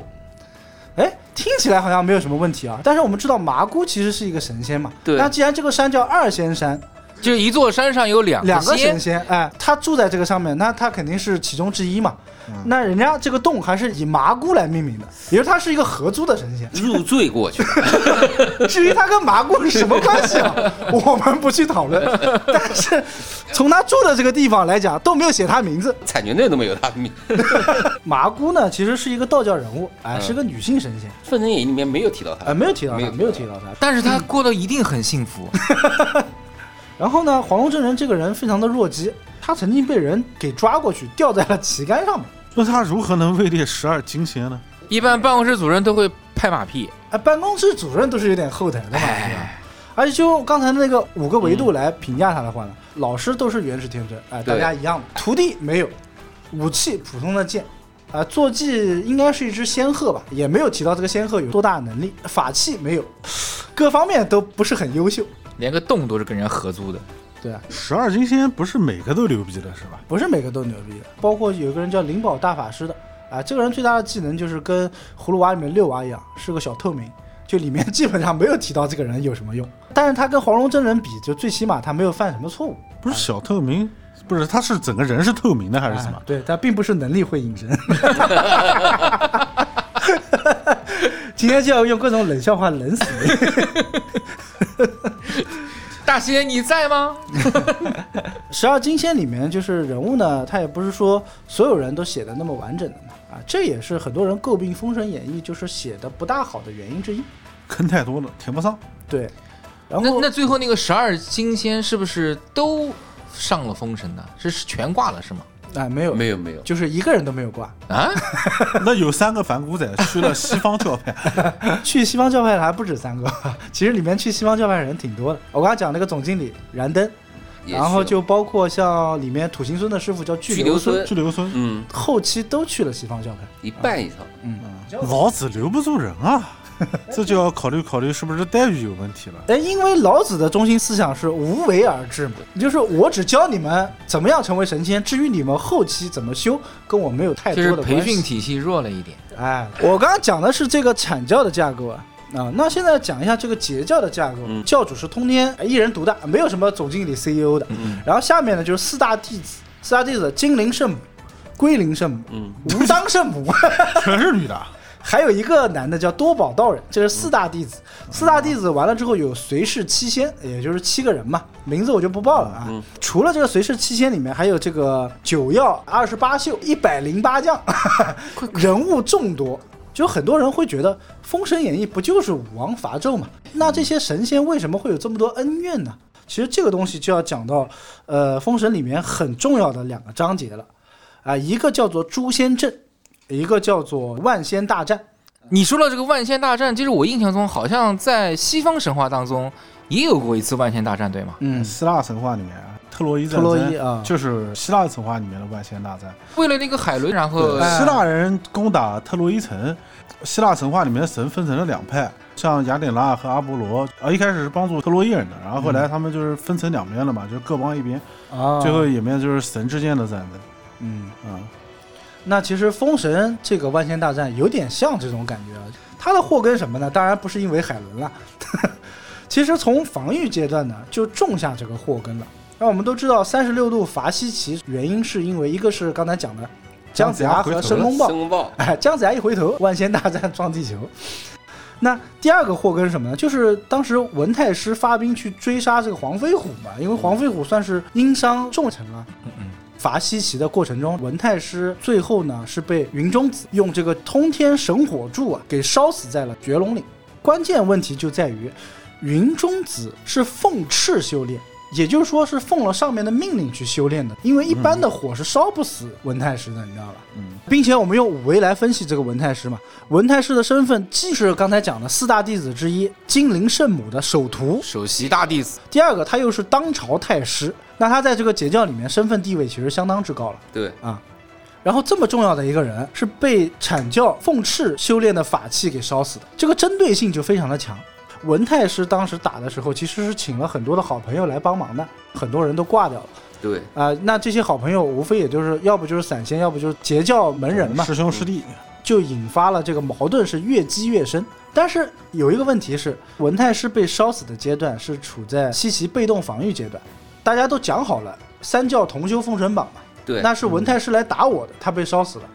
哎，听起来好像没有什么问题啊。但是我们知道麻姑其实是一个神仙嘛，对。那既然这个山叫二仙山，就一座山上有两两个仙神，仙，哎，他住在这个上面，那他肯定是其中之一嘛。那人家这个洞还是以麻姑来命名的，也就是他是一个合租的神仙入赘过去，至于他跟麻姑是什么关系啊，我们不去讨论。但是从他住的这个地方来讲，都没有写他名字。彩拳队都没有他的名。麻姑呢，其实是一个道教人物，哎，嗯是个女性神仙， 《封神演义》里面没有提到他哎，，没有提到没她，有没有提到她。但是他过得一定很幸福。然后呢，黄龙真人这个人非常的弱鸡，他曾经被人给抓过去，吊在了旗杆上面。那他如何能位列十二金仙呢？一般办公室主任都会拍马屁，哎，办公室主任都是有点后台的嘛，是吧？而且就用刚才那个五个维度来评价他的话呢，老师都是原始天真，哎，大对家一样的。徒弟没有，武器普通的剑，啊，坐骑应该是一只仙鹤吧，也没有提到这个仙鹤有多大的能力，法器没有，各方面都不是很优秀。连个洞都是跟人家合租的。对啊，十二金仙不是每个都牛逼的是吧？不是每个都牛逼的，包括有一个人叫灵宝大法师的，啊，这个人最大的技能就是跟葫芦娃里面六娃一样，是个小透明，就里面基本上没有提到这个人有什么用， (laughs) 但是他跟黄龙真人比，就最起码他没有犯什么错误，不是小透明，不是他是整个人是透明的还是什么啊？对，他并不是能力会隐身。 (laughs) 今天就要用各种冷笑话冷死你。大仙你在吗？十二金仙里面就是人物呢，他也不是说所有人都写的那么完整的嘛，啊，这也是很多人诟病《封神演义》就是写的不大好的原因之一。坑太多了，填不上。对，然那后那最后那个十二金仙是不是都上了封神的？是是全挂了是吗？哎没有没有没有，就是一个人都没有挂。 (laughs) 啊，那有三个反骨仔去了西方教 (laughs) 派，去西方教派的还不止三个， (laughs) 其实里面去西方教派的人挺多的。我刚刚讲那个总经理燃灯，也然后去了就包括像里面土行孙的师傅叫去巨留留孙孙，去留孙。嗯后期都去了西方教派。一半以上，嗯，老子留不住人啊！这就要考虑考虑是不是待遇有问 (laughs) 题了。哎，因为老子的中心思想是无为而治嘛，也就是我只教你们怎么样成为神仙，至于你们后期怎么修，跟我没有太就多是的关系。培训体系弱了一点。哎，我刚刚讲的是这个阐教的架构啊。啊，那现在讲一下这个截教的架构。嗯教主是通天哎一人独大，没有什么总经理、CEO 的。嗯然后下面呢就是四大弟子，四大弟子：金陵圣母、龟灵圣母、嗯，吴当圣母，全是女的，还有一个男的叫多宝道人，这是四嗯大弟子。四大弟子完了之后有随侍七仙，也就是七个人嘛，名字我就不报了啊。嗯除了这个随侍七仙里面，还有这个九曜、二十八宿、一百零八将，人物众多。就很多人会觉得《封神演义》不就是武王伐纣嘛？那这些神仙为什么会有这么多恩怨呢？其实这个东西就要讲到，呃，《封神》里面很重要的两个章节了，啊、一个叫做诛仙阵，一个叫做万仙大战。你说到这个万仙大战，其实我印象中好像在西方神话当中也有过一次万仙大战，对吗？嗯，希腊神话里面啊特洛伊特战洛伊争。啊，就是希腊神话里面的万仙大战，为了那个海伦，然后呃哎呃希腊人攻打特洛伊城。希腊神话里面神分成了两派，像雅典娜和阿波罗，啊，一开始是帮助特洛伊人的，然后后来他们就是分成两边了嘛，就是各帮一边，啊，最后一面就是神之间的战争。嗯，嗯，那其实《封神》这个万仙大战有点像这种感觉啊。它的祸根什么呢？当然不是因为海伦了， (laughs) 其实从防御阶段呢就种下这个祸根了。那我们都知道，三十六度伐西岐，原因是因为一个是刚才讲的姜子牙和申公豹申，公豹，哎，姜子牙一回 (laughs) 头，万仙大战撞地球。那第二个祸根是什么呢？就是当时文太师发兵去追杀这个黄飞虎嘛，因为黄飞虎算是殷商重臣了。伐西岐的过程中，文太师最后呢是被云中子用这个通天神火柱啊给烧死在了绝龙岭。关键问题就在于，云中子是奉敕修炼，也就是说是奉了上面的命令去修炼的，因为一般的火是烧不死文太师的，你知道吧？嗯，并且我们用五维来分析这个文太师嘛，文太师的身份既是刚才讲的四大弟子之一金陵圣母的首徒，首席大弟子，第二个他又是当朝太师，那他在这个截教里面身份地位其实相当之高了。对，然后这么重要的一个人是被阐教奉敕修炼的法器给烧死的，这个针对性就非常的强。文太师当时打的时候，其实是请了很多的好朋友来帮忙的，很多人都挂掉了对，啊、那这些好朋友无非也就是要不就是散仙，要不就是截教门人嘛，师兄师弟，就引发了这个矛盾是越积越深。但是有一个问题是，文太师被烧死的阶段是处在西岐被动防御阶段，大家都讲好了，三教同修封神榜嘛，对，那是文太师来打我的，他被烧死了。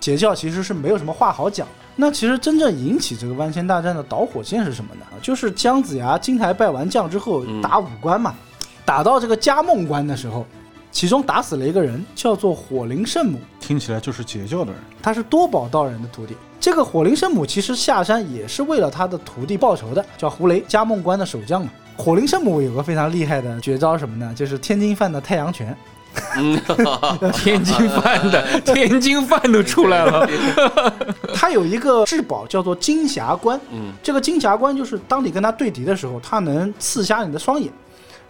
截教其实是没有什么话好讲的。那其实真正引起这个万仙大战的导火线是什么呢？就是姜子牙金台拜完将之后嗯打五关嘛，打到这个嘉梦关的时候，其中打死了一个人，叫做火灵圣母。听起来就是截教的人。他是多宝道人的徒弟。这个火灵圣母其实下山也是为了他的徒弟报仇的，叫胡雷，嘉梦关的守将嘛。火灵圣母有个非常厉害的绝招什么呢？就是天津饭的太阳拳。嗯，天津 (laughs) 饭的天津饭都出来了，他有一个至宝叫做金霞关，嗯，这个金霞关就是当你跟他对敌的时候，他能刺瞎你的双眼，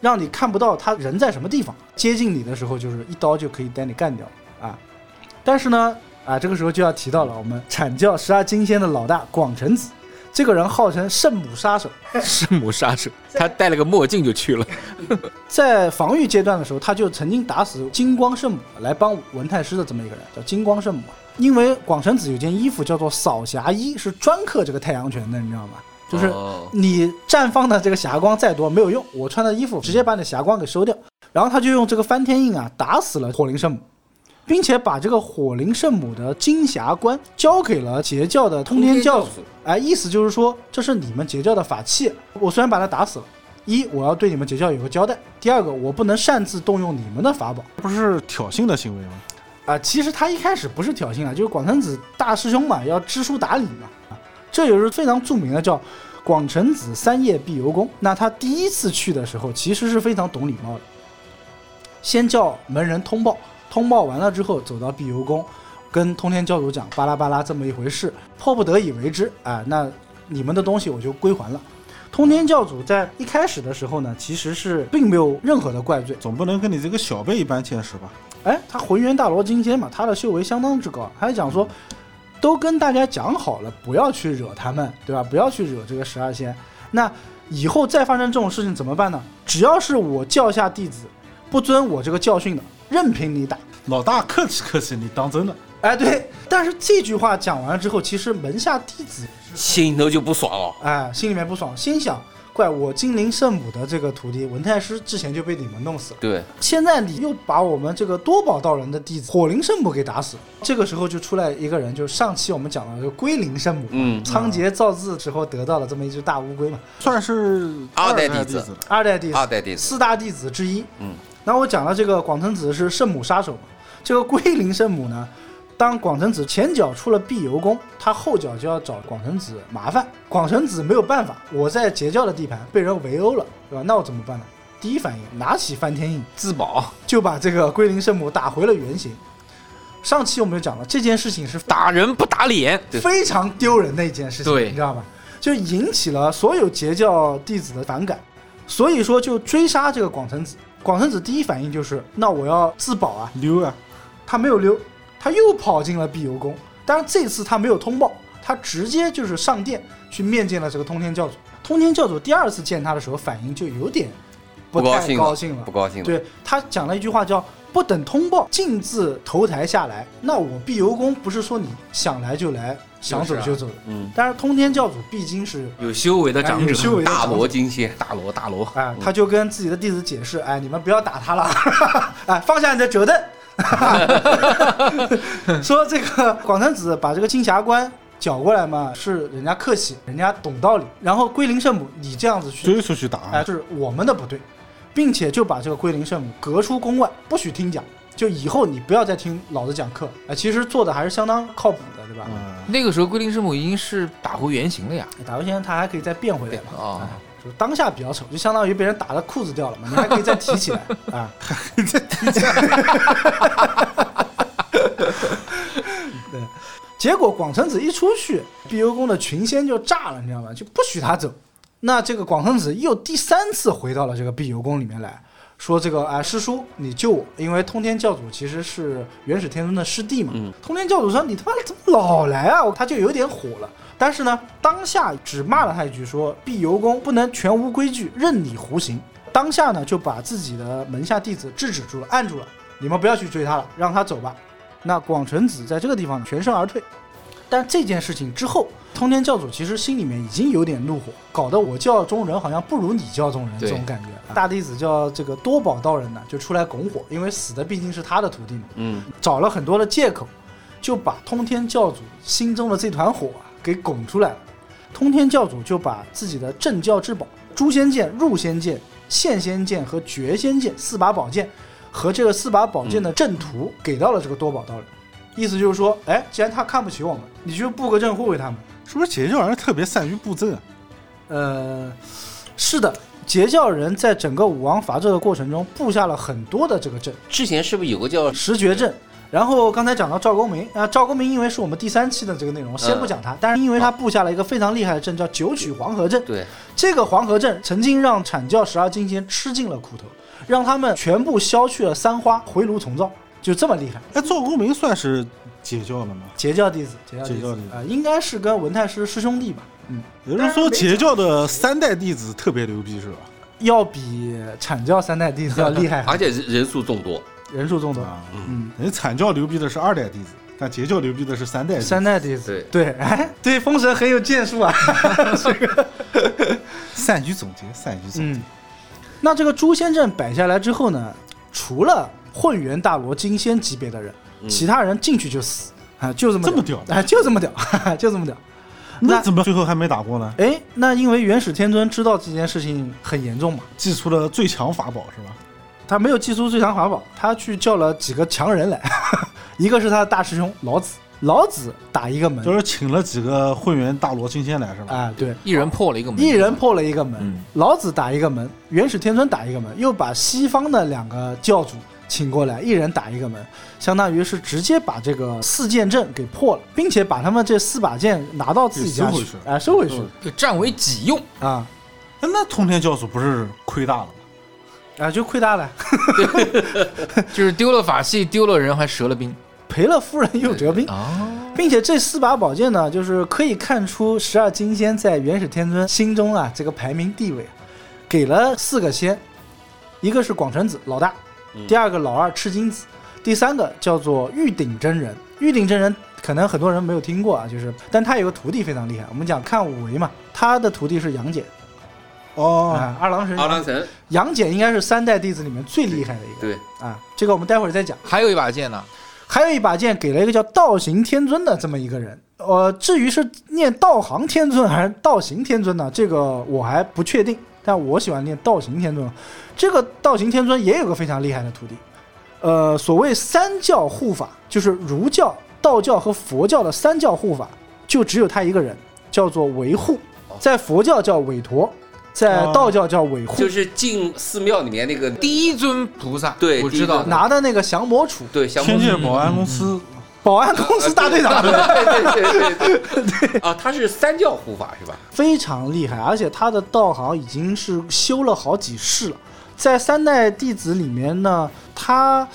让你看不到他人在什么地方。接近你的时候，就是一刀就可以đem你干掉啊！但是呢，啊，这个时候就要提到了我们阐教十二金仙的老大广成子，这个人号称圣母杀手，圣母杀手，他戴了个墨镜就去 (laughs) 了。在防御阶段的时候，他就曾经打死金光圣母来帮文太师的这么一个人，叫金光圣母。因为广成子有件衣服叫做扫霞衣，是专克这个太阳拳的，你知道吗？就是哦你绽放的这个霞光再多没有用，我穿的衣服直接把你霞光给收掉。然后他就用这个翻天印啊打死了火灵圣母，并且把这个火灵圣母的金霞关交给了截教的通天教主。哎，意思就是说这是你们截教的法器，我虽然把他打死了。一，我要对你们截教有个交代；第二个，我不能擅自动用你们的法宝不是挑衅的行为吗？啊、其实他一开始不是挑衅啊，就是广成子大师兄嘛，要知书达理嘛。啊这也是非常著名的叫广成子三夜必游宫。那他第一次去的时候，其实是非常懂礼貌的，先叫门人通报，通报完了之后走到碧游宫，跟通天教主讲巴拉巴拉这么一回事，迫不得已为之啊、那你们的东西我就归还了。通天教主在一开始的时候呢，其实是并没有任何的怪罪。总不能跟你这个小辈一般见识吧？哎，他浑元大罗金仙嘛，他的修为相当之高。他还讲说，都跟大家讲好了，不要去惹他们，对吧？不要去惹这个十二仙。那以后再发生这种事情怎么办呢？只要是我教下弟子不遵我这个教训的，任凭你打。老大客气客气，你当真了？哎，对。但是这句话讲完了之后，其实门下弟子心头就不爽哦了。哎心里面不爽，心想：怪我金陵圣母的这个徒弟文太师之前就被你们弄死了。对，现在你又把我们这个多宝道人的弟子火灵圣母给打死了，这个时候就出来一个人，就是上期我们讲的这个归灵圣母，嗯仓颉造字时候得到了这么一只大乌龟嘛，算是二代弟弟子了二代弟子，二代弟子四大弟子之一。嗯，那我讲到这个广成子是圣母杀手嘛，这个归灵圣母呢，当广成子前脚出了碧游宫，他后脚就要找广成子麻烦。广成子没有办法，我在截教的地盘被人围殴了，对吧？那我怎么办呢？第一反应拿起翻天印，自保，就把这个龟灵圣母打回了原形。上期我们就讲了，这件事情是打人不打脸，对非常丢人的一件事情，对你知道吧？就引起了所有截教弟子的反感，所以说就追杀这个广成子。广成子第一反应就是，那我要自保啊！溜啊，他没有溜，他又跑进了碧游宫。但是这次他没有通报，他直接就是上殿去面见了这个通天教主。通天教主第二次见他的时候，反应就有点不太兴高了兴了，，不高兴了。对他讲了一句话叫“不等通报，径自投台下来”。那我碧游宫不是说你想来就来，想走就走的。嗯，但是啊通天教主毕竟是有修为的长哎有者，修为的大长者罗金仙，大罗大罗，哎，他就跟自己的弟子解释：“哎，你们不要打他了， (laughs) 哎，放下你的折凳。” (laughs) 说这个广成子把这个金霞关搅过来嘛，是人家客气，人家懂道理。然后龟灵圣母，你这样子去追出去打。哎，是我们的不对，并且就把这个龟灵圣母革出宫外，不许听讲，就以后你不要再听老子讲课。哎，其实做的还是相当靠谱的，对吧？嗯，那个时候龟灵圣母已经是打回原形了呀，哎打回先生他还可以再变回来嘛，哎啊，就当下比较丑，就相当于被人打的裤子掉了嘛，你还可以再提起来啊。 (laughs) 对，结果广成子一出去，碧游宫的群仙就炸了，你知道吗？就不许他走。那这个广成子又第三次回到了这个碧游宫里面来，说这个啊，师叔，你救我，因为通天教主其实是元始天尊的师弟嘛。嗯通天教主说你他妈怎么老来啊？他就有点火了。但是呢，当下只骂了他一句说碧游宫不能全无规矩，任你胡行。当下呢就把自己的门下弟子制止住了，按住了，你们不要去追他了，让他走吧。那广成子在这个地方全身而退。但这件事情之后，通天教主其实心里面已经有点怒火，搞得我教中人好像不如你教中人这对种感觉。啊大弟子叫这个多宝道人呢，就出来拱火，因为死的毕竟是他的徒弟嘛，嗯，找了很多的借口，就把通天教主心中的这团火啊给拱出来了。通天教主就把自己的镇教之宝诛仙剑、入仙剑、现仙剑和绝仙剑四把宝剑和这个四把宝剑的阵图给到了这个多宝道人，意思就是说，哎，既然他看不起我们，你就布个阵护卫他们。是不是姐这玩意儿特别善于布阵啊？呃，是的，截教人在整个武王伐纣的过程中布下了很多的这个阵，之前是不是有个叫十绝呃阵。然后刚才讲到赵公明啊，赵公明因为是我们第三期的这个内容，嗯先不讲他，但是因为他布下了一个非常厉害的阵，叫九曲黄河阵。对，这个黄河阵曾经让阐教十二金仙吃尽了苦头，让他们全部消去了三花，回炉重造，就这么厉害。哎，赵公明算是解救了吗？截教弟子，截教弟截子教啊弟、子应该是跟文太师师兄弟吧，嗯，也就是说，截教的三代弟子特别牛逼是吧？要比阐教三代弟子要厉 (laughs) 害而且人人数众多，人数众多，啊，嗯，人家阐教牛逼的是二代弟子，但截教牛逼的是三代弟子。三代弟子对，对，哎，对封神很有建 (laughs) 树啊，这个，善于总结，善于总结。嗯，那这个诛仙阵摆下来之后呢，除了混元大罗金仙级别的人，其他人进去就死啊，就这么这么屌啊，就这么屌，哈哈 (laughs) 就这么屌，那怎么最后还没打过呢？哎，那因为元始天尊知道这件事情很严重嘛，祭出了最强法宝是吧？他没有祭出最强法宝，他去叫了几个强人来， (laughs) 一个是他的大师兄老子，老子打一个门，就是请了几个混元大罗金仙来是吧？啊，对，一人破了一个门，一人破了一个门，嗯老子打一个门，元始天尊打一个门，又把西方的两个教主请过来，一人打一个门，相当于是直接把这个四剑阵给破了，并且把他们这四把剑拿到自己家给收去回去，哎、收回去了就占为己用，啊哎那通天教主不是亏大了吗？啊，就亏大了，就是丢了法器，丢了人，还折了兵赔了夫人又折兵。啊。并且这四把宝剑呢，就是可以看出十二金仙在元始天尊心中啊这个排名地位，给了四个仙，一个是广成子老大，第二个老二赤金子，第三个叫做玉鼎真人。玉鼎真人可能很多人没有听过啊，就是，但他有个徒弟非常厉害，我们讲看五维嘛，他的徒弟是杨戬哦，啊，二郎神二嗯郎神，杨戬应该是三代弟子里面最厉害的一个对，啊，这个我们待会儿再讲。还有一把剑呢，还有一把剑给了一个叫道行天尊的这么一个人。呃，至于是念道行天尊还是道行天尊呢？这个我还不确定，但我喜欢念道行天尊。这个道行天尊也有个非常厉害的徒弟。呃，所谓三教护法，就是儒教、道教和佛教的三教护法，就只有他一个人，叫做维护，哦在佛教叫韦陀，在道教叫韦护，就是进寺庙里面那个第第一尊菩萨，对我知道第一尊拿的那个降魔杵，对降魔天杵界保安公司保安公司大队长。啊 (laughs) 对对对对对啊，他是三教护法是吧？非常厉害，而且他的道行已经是修了好几世了。在三代弟子里面呢，他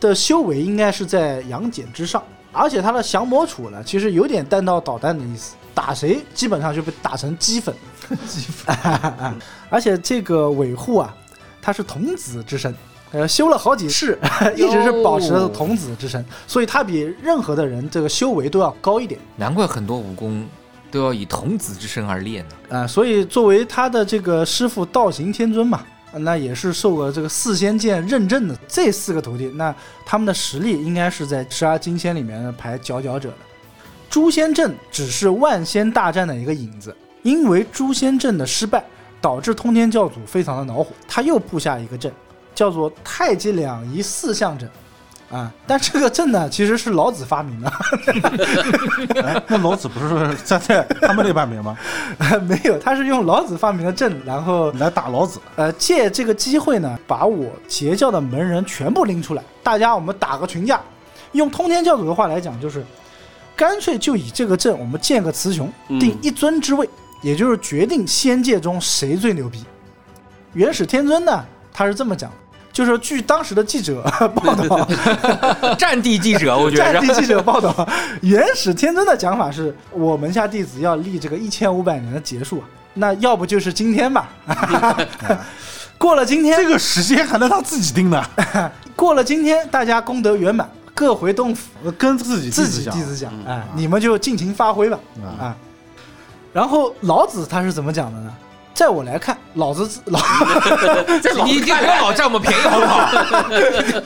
的修为应该是在杨戬之上，而且他的降魔杵呢，其实有点弹道导弹的意思，打谁基本上就被打成齑粉。而且这个韦护啊，他是童子之身，呃，修了好几世，一直是保持着童子之身，所以他比任何的人这个修为都要高一点。难怪很多武功都要以童子之身而练呢。啊、所以作为他的这个师傅道行天尊嘛，那也是受过这个四仙剑认证的这四个徒弟，那他们的实力应该是在十二金仙里面排佼佼者的。诛仙阵只是万仙大战的一个影子，因为诛仙阵的失败，导致通天教主非常的恼火，他又布下一个阵，叫做太极两仪四象阵。啊、但这个阵呢，其实是老子发明的，嗯哎，那老子不是站在他们那半边吗？ (laughs) 没有，他是用老子发明的阵，然后来打老子，呃，借这个机会呢，把我截教的门人全部拎出来，大家我们打个群架。用通天教主的话来讲，就是干脆就以这个阵，我们建个雌雄，嗯定一尊之位，也就是决定仙界中谁最牛逼。元始天尊呢，他是这么讲的，就是据当时的记者 (laughs) 报道，战地记者，我觉战得地记 (laughs) 者报道，元始天尊的讲法是我门下弟子要立这个一千五百年的结束，啊那要不就是今天吧。 (laughs) 过了今天，这个时间还能他自己定的， (laughs) 过了今天，大家功德圆满，各回洞府，跟自己自己讲嗯弟子讲，哎，你们就尽情发挥吧，啊。然后老子他是怎么讲的呢？在我来看，老子自老 (laughs) 这老你你不要老占我们便宜好不好？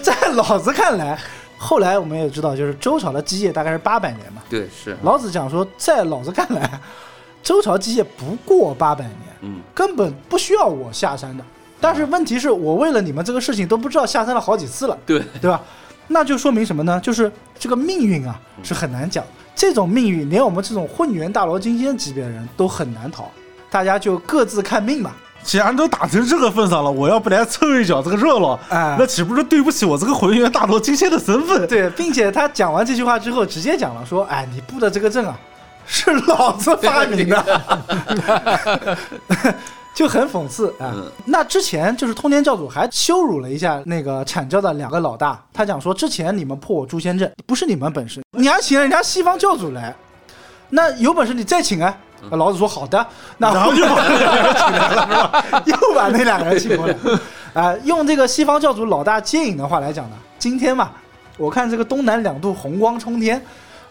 在老子看来，后来我们也知道，就是周朝的基业大概是八百年嘛。对是，老子讲说，在老子看来， (laughs) 周朝基业不过八百年，嗯，根本不需要我下山的。但是问题是我为了你们这个事情都不知道下山了好几次了，对，对吧？那就说明什么呢？就是这个命运啊是很难讲，这种命运连我们这种混元大罗金仙级别的人都很难逃，大家就各自看命吧。既然都打成这个份上了，我要不来凑一脚这个热闹，哎那岂不是对不起我这个浑元大罗金仙的身份？对，并且他讲完这句话之后，直接讲了说：“哎，你布的这个阵啊，是老子发明的，就很讽刺啊。嗯那之前就是通天教主还羞辱了一下那个阐教的两个老大，他讲说之前你们破我诛仙阵不是你们本事，你还请人家西方教主来，那有本事你再请啊。”啊老子说好的，那然后就把这个人请来了，是吧？ (laughs) 又把那两个人请过来。啊、用这个西方教主老大接引的话来讲呢，今天嘛，我看这个东南两度红光冲天，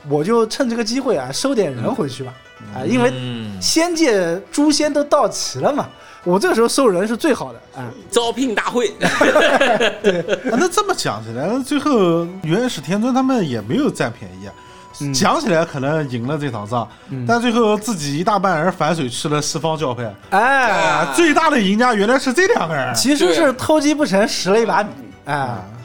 我就趁这个机会啊，收点人回去吧。啊、因为嗯，仙界诸仙都到齐了嘛，我这个时候收人是最好的啊、招聘大 (laughs) 会， (laughs) 啊那这么讲起来，那最后元始天尊他们也没有占便宜啊。嗯讲起来可能赢了这场仗，但最后自己一大半人反水去了西方教派。哎，啊，最大的赢家原来是这两个人。其实是偷鸡不成蚀了一把米啊。嗯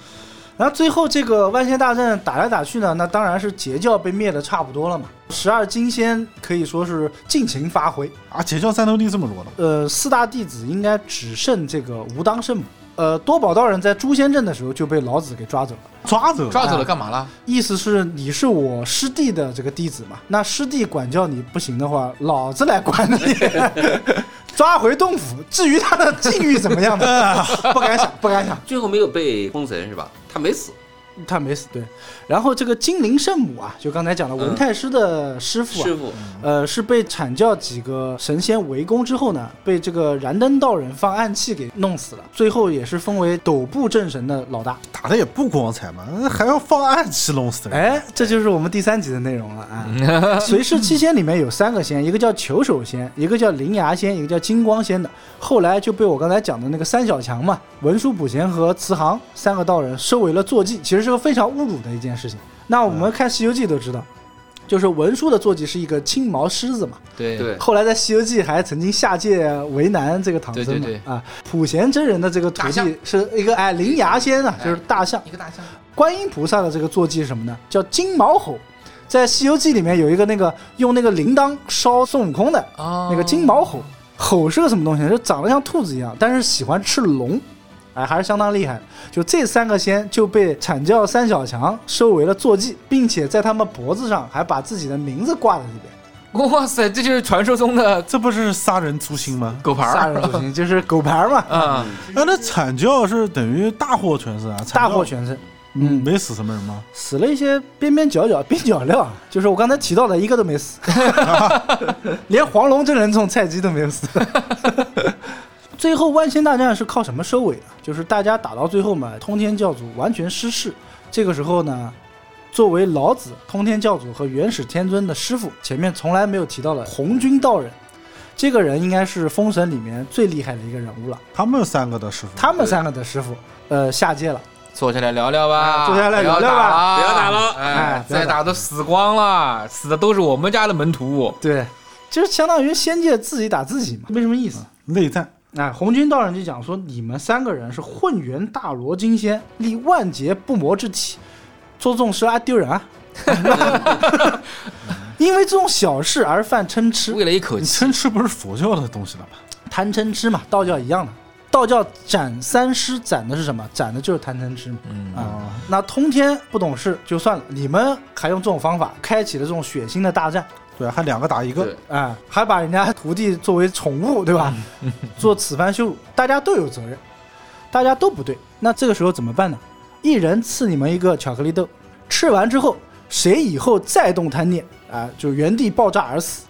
然后最后这个万仙大阵打来打去呢，那当然是截教被灭的差不多了嘛。十二金仙可以说是尽情发挥，啊，截教战斗力这么弱的，呃，四大弟子应该只剩这个吴当圣母。呃，多宝道人在诛仙阵的时候就被老子给抓走了，抓走了。抓走了干嘛啦？意思是你是我师弟的这个弟子嘛，那师弟管教你不行的话，老子来管你， (laughs) 抓回洞府。至于他的境遇怎么样呢？不敢想，不敢想。最后没有被封神是吧？他没死，他没死，对。然后这个金陵圣母啊，就刚才讲的文太师的师傅、啊，师傅，嗯呃，是被阐教几个神仙围攻之后呢，被这个燃灯道人放暗器给弄死了，最后也是封为斗部正神的老大。打的也不光彩嘛，那还要放暗器弄死人。哎，这就是我们第三集的内容了嗯啊。随侍七仙里面有三个仙，一个叫求首仙，一个叫灵牙仙，一个叫金光仙的。后来就被我刚才讲的那个三小强嘛，文殊普贤和慈航三个道人收为了坐骑，其实是个非常侮辱的一件事情。那我们看《西游记》都知道，就是文殊的坐骑是一个青毛狮子嘛，对对，后来在《西游记》还曾经下界为难这个唐僧嘛对对啊，普贤真人的这个徒大象弟是一个哎灵牙仙啊，哎就是大象。一个大象，观音菩萨的这个坐骑是什么呢？叫金毛猴，在《西游记》里面有一个那个用那个铃铛烧孙悟空的啊那个金毛猴，吼是个什么东西呢？就长得像兔子一样，但是喜欢吃龙，哎，还是相当厉害的。就这三个仙就被阐教三小强收为了坐骑，并且在他们脖子上还把自己的名字挂在里边。哇塞，这就是传说中的 (laughs) 这不是杀人诛心吗？狗牌杀儿人不行，就是狗牌儿嘛，啊！嗯啊，那阐教是等于大获全胜啊！阐教大获全胜。嗯，嗯，没死什么人吗？死了一些边边角 (laughs) 角、边角料，就是我刚才提到的，一个都没 (laughs) 死，连黄龙真人这种菜鸡都没有死。 (laughs) 最后万仙大战是靠什么收尾的？就是大家打到最后嘛，通天教主完全失势。这个时候呢，作为老子、通天教主和元始天尊的师傅，前面从来没有提到的红军道人，这个人应该是封神里面最厉害的一个人物了。他们三个的师傅，他们三个的师傅，呃，下界了。坐下来聊聊吧，哎坐下来聊聊吧吧，不要打了哎哎，不要打再打都死光了，死的都是我们家的门徒。对，就是相当于仙界自己打自己嘛，没什么意思。内战哎，红军道人就讲说，你们三个人是混元大罗金仙，立万劫不磨之体，做这种事啊丢人 (laughs) 啊！因为这种小事而犯嗔痴，为了一口你气嗔痴不是佛教的东西了吧？贪嗔痴嘛，道教一样的。道教斩三尸斩的是什么？斩的就是贪嗔痴嘛。嗯啊，那通天不懂事就算了，你们还用这种方法开启了这种血腥的大战，对，啊还两个打一个，对，哎、还把人家徒弟作为宠物，对吧？ (laughs) 做此番羞辱，大家都有责任，大家都不对。那这个时候怎么办呢？一人赐你们一个巧克力豆，吃完之后，谁以后再动贪念啊、就原地爆炸而死。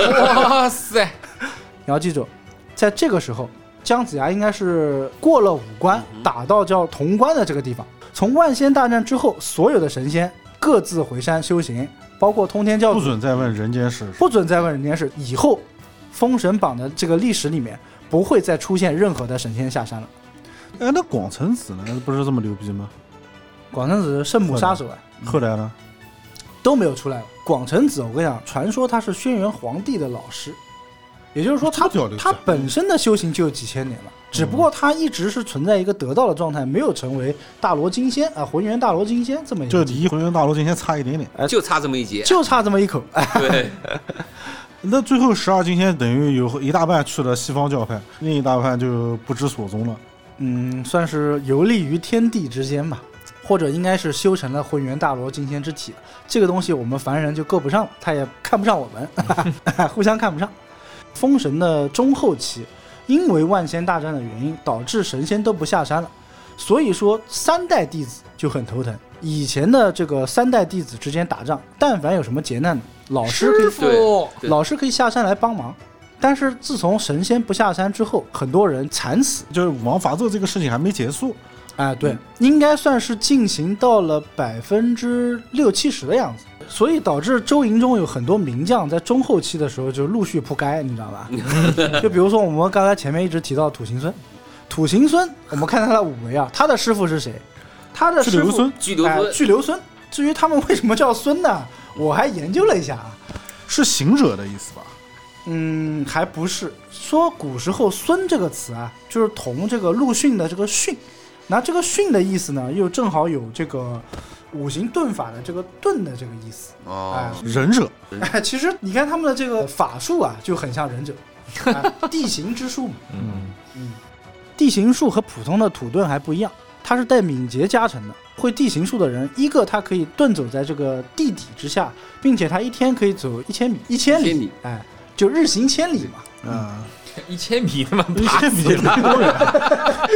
哇塞，你要记住，在这个时候，姜子牙应该是过了五关，打到叫潼关的这个地方。从万仙大战之后，所有的神仙各自回山修行，包括通天教主不准再问人间世事。不准再问人间事。以后，封神榜的这个历史里面不会再出现任何的神仙下山了。哎，那广成子呢？不是这么牛逼吗？广成子圣母杀手啊，后来呢？都没有出来。广成子，我跟你讲，传说他是轩辕皇帝的老师，也就是说他哦这么屌的他本身的修行就有几千年了，嗯只不过他一直是存在一个得道的状态，没有成为大罗金仙啊，浑元大罗金仙这么一就个，离浑元大罗金仙差一点点。就差这么一节，就差这么一口。哎，对，那最后十二金仙等于有一大半去了西方教派，另一大半就不知所踪了。嗯，算是游历于天地之间吧。或者应该是修成了混元大罗金仙之体了，这个东西我们凡人就够不上了，他也看不上我们， (laughs) 互相看不上。封神的中后期，因为万仙大战的原因，导致神仙都不下山了，所以说三代弟子就很头疼。以前的这个三代弟子之间打仗，但凡有什么劫难，老师可以对对老师可以下山来帮忙。但是自从神仙不下山之后，很多人惨死，就是武王伐纣这个事情还没结束，哎，对，应该算是进行到了百分之六七十的样子，所以导致周营中有很多名将在中后期的时候就陆续扑街，你知道吧？就比如说我们刚才前面一直提到土行孙，土行孙，我们看他的五维啊，他的师傅是谁？他的去师留傅孙巨留哎孙，巨留孙。至于他们为什么叫孙呢？我还研究了一下啊，是行者的意思吧？嗯，还不是说古时候“孙”这个词啊，就是同这个陆逊的这个“逊”，那这个“逊”的意思呢，又正好有这个五行遁法的这个“遁”的这个意思。哎哦，忍者哎， (laughs) 其实你看他们的这个法术啊，就很像 (laughs) 忍者，哎地形之术嘛。嗯，地形术和普通的土遁还不一样，它是带敏捷加成的。会地形术的人，一个他可以遁走在这个地底之下，并且他一天可以走一千米，一千里，千里哎，就日行千里嘛。啊，一千米他妈一爬千米死了，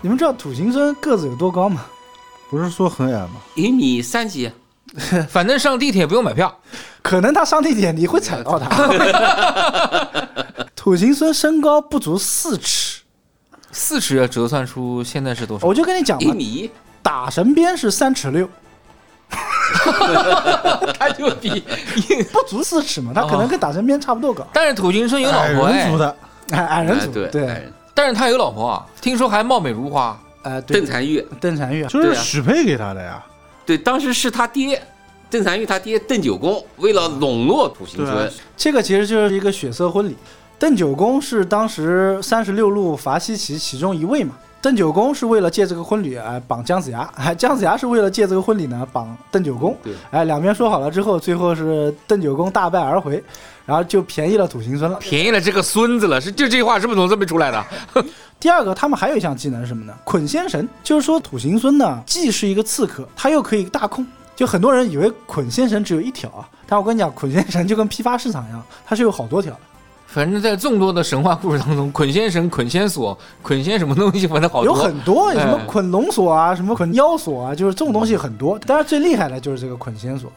你们知道土行孙个子有多高吗？不是说很矮吗？一米三啊几，反正上地铁不用买票， (laughs) 可能他上地铁你会踩到他。 (laughs) 土行孙身高不足四尺，四尺要折算出现在 (laughs) 是多少我？就跟你讲一嘛，米一，打神鞭是三尺 (laughs) 六，他就比不足四尺嘛，他哦可能跟打神鞭差不多高。 (laughs) 但是土行孙有老矮婆人哎族，的，矮矮人族哎对矮对，人但是他有老婆啊，听说还貌美如花。呃，对邓婵玉，邓婵玉啊，就是对啊许配给他的呀。对，当时是他爹。邓婵玉他爹邓九公为了笼络土行对孙啊，这个其实就是一个血色婚礼。邓九公是当时三十六路伐西岐其中一位嘛。邓九公是为了借这个婚礼哎绑姜子牙，哎姜子牙是为了借这个婚礼呢绑邓九公。啊对，哎两边说好了之后，最后是邓九公大败而回，然后就便宜了土行孙了。便宜了这个孙子了，是就这话是不是从这边出来的？第二个，他们还有一项技能是什么呢？捆仙绳，就是说土行孙呢既是一个刺客，他又可以大控。就很多人以为捆仙绳只有一条啊，但我跟你讲，捆仙绳就跟批发市场一样，它是有好多条的。反正，在众多的神话故事当中，捆仙绳、捆仙索、捆仙什么东西，反正好有多。很多，有什么哎嗯捆龙索啊，什么捆腰索啊，就是这种东西很多。但是最厉害的就是这个捆仙索。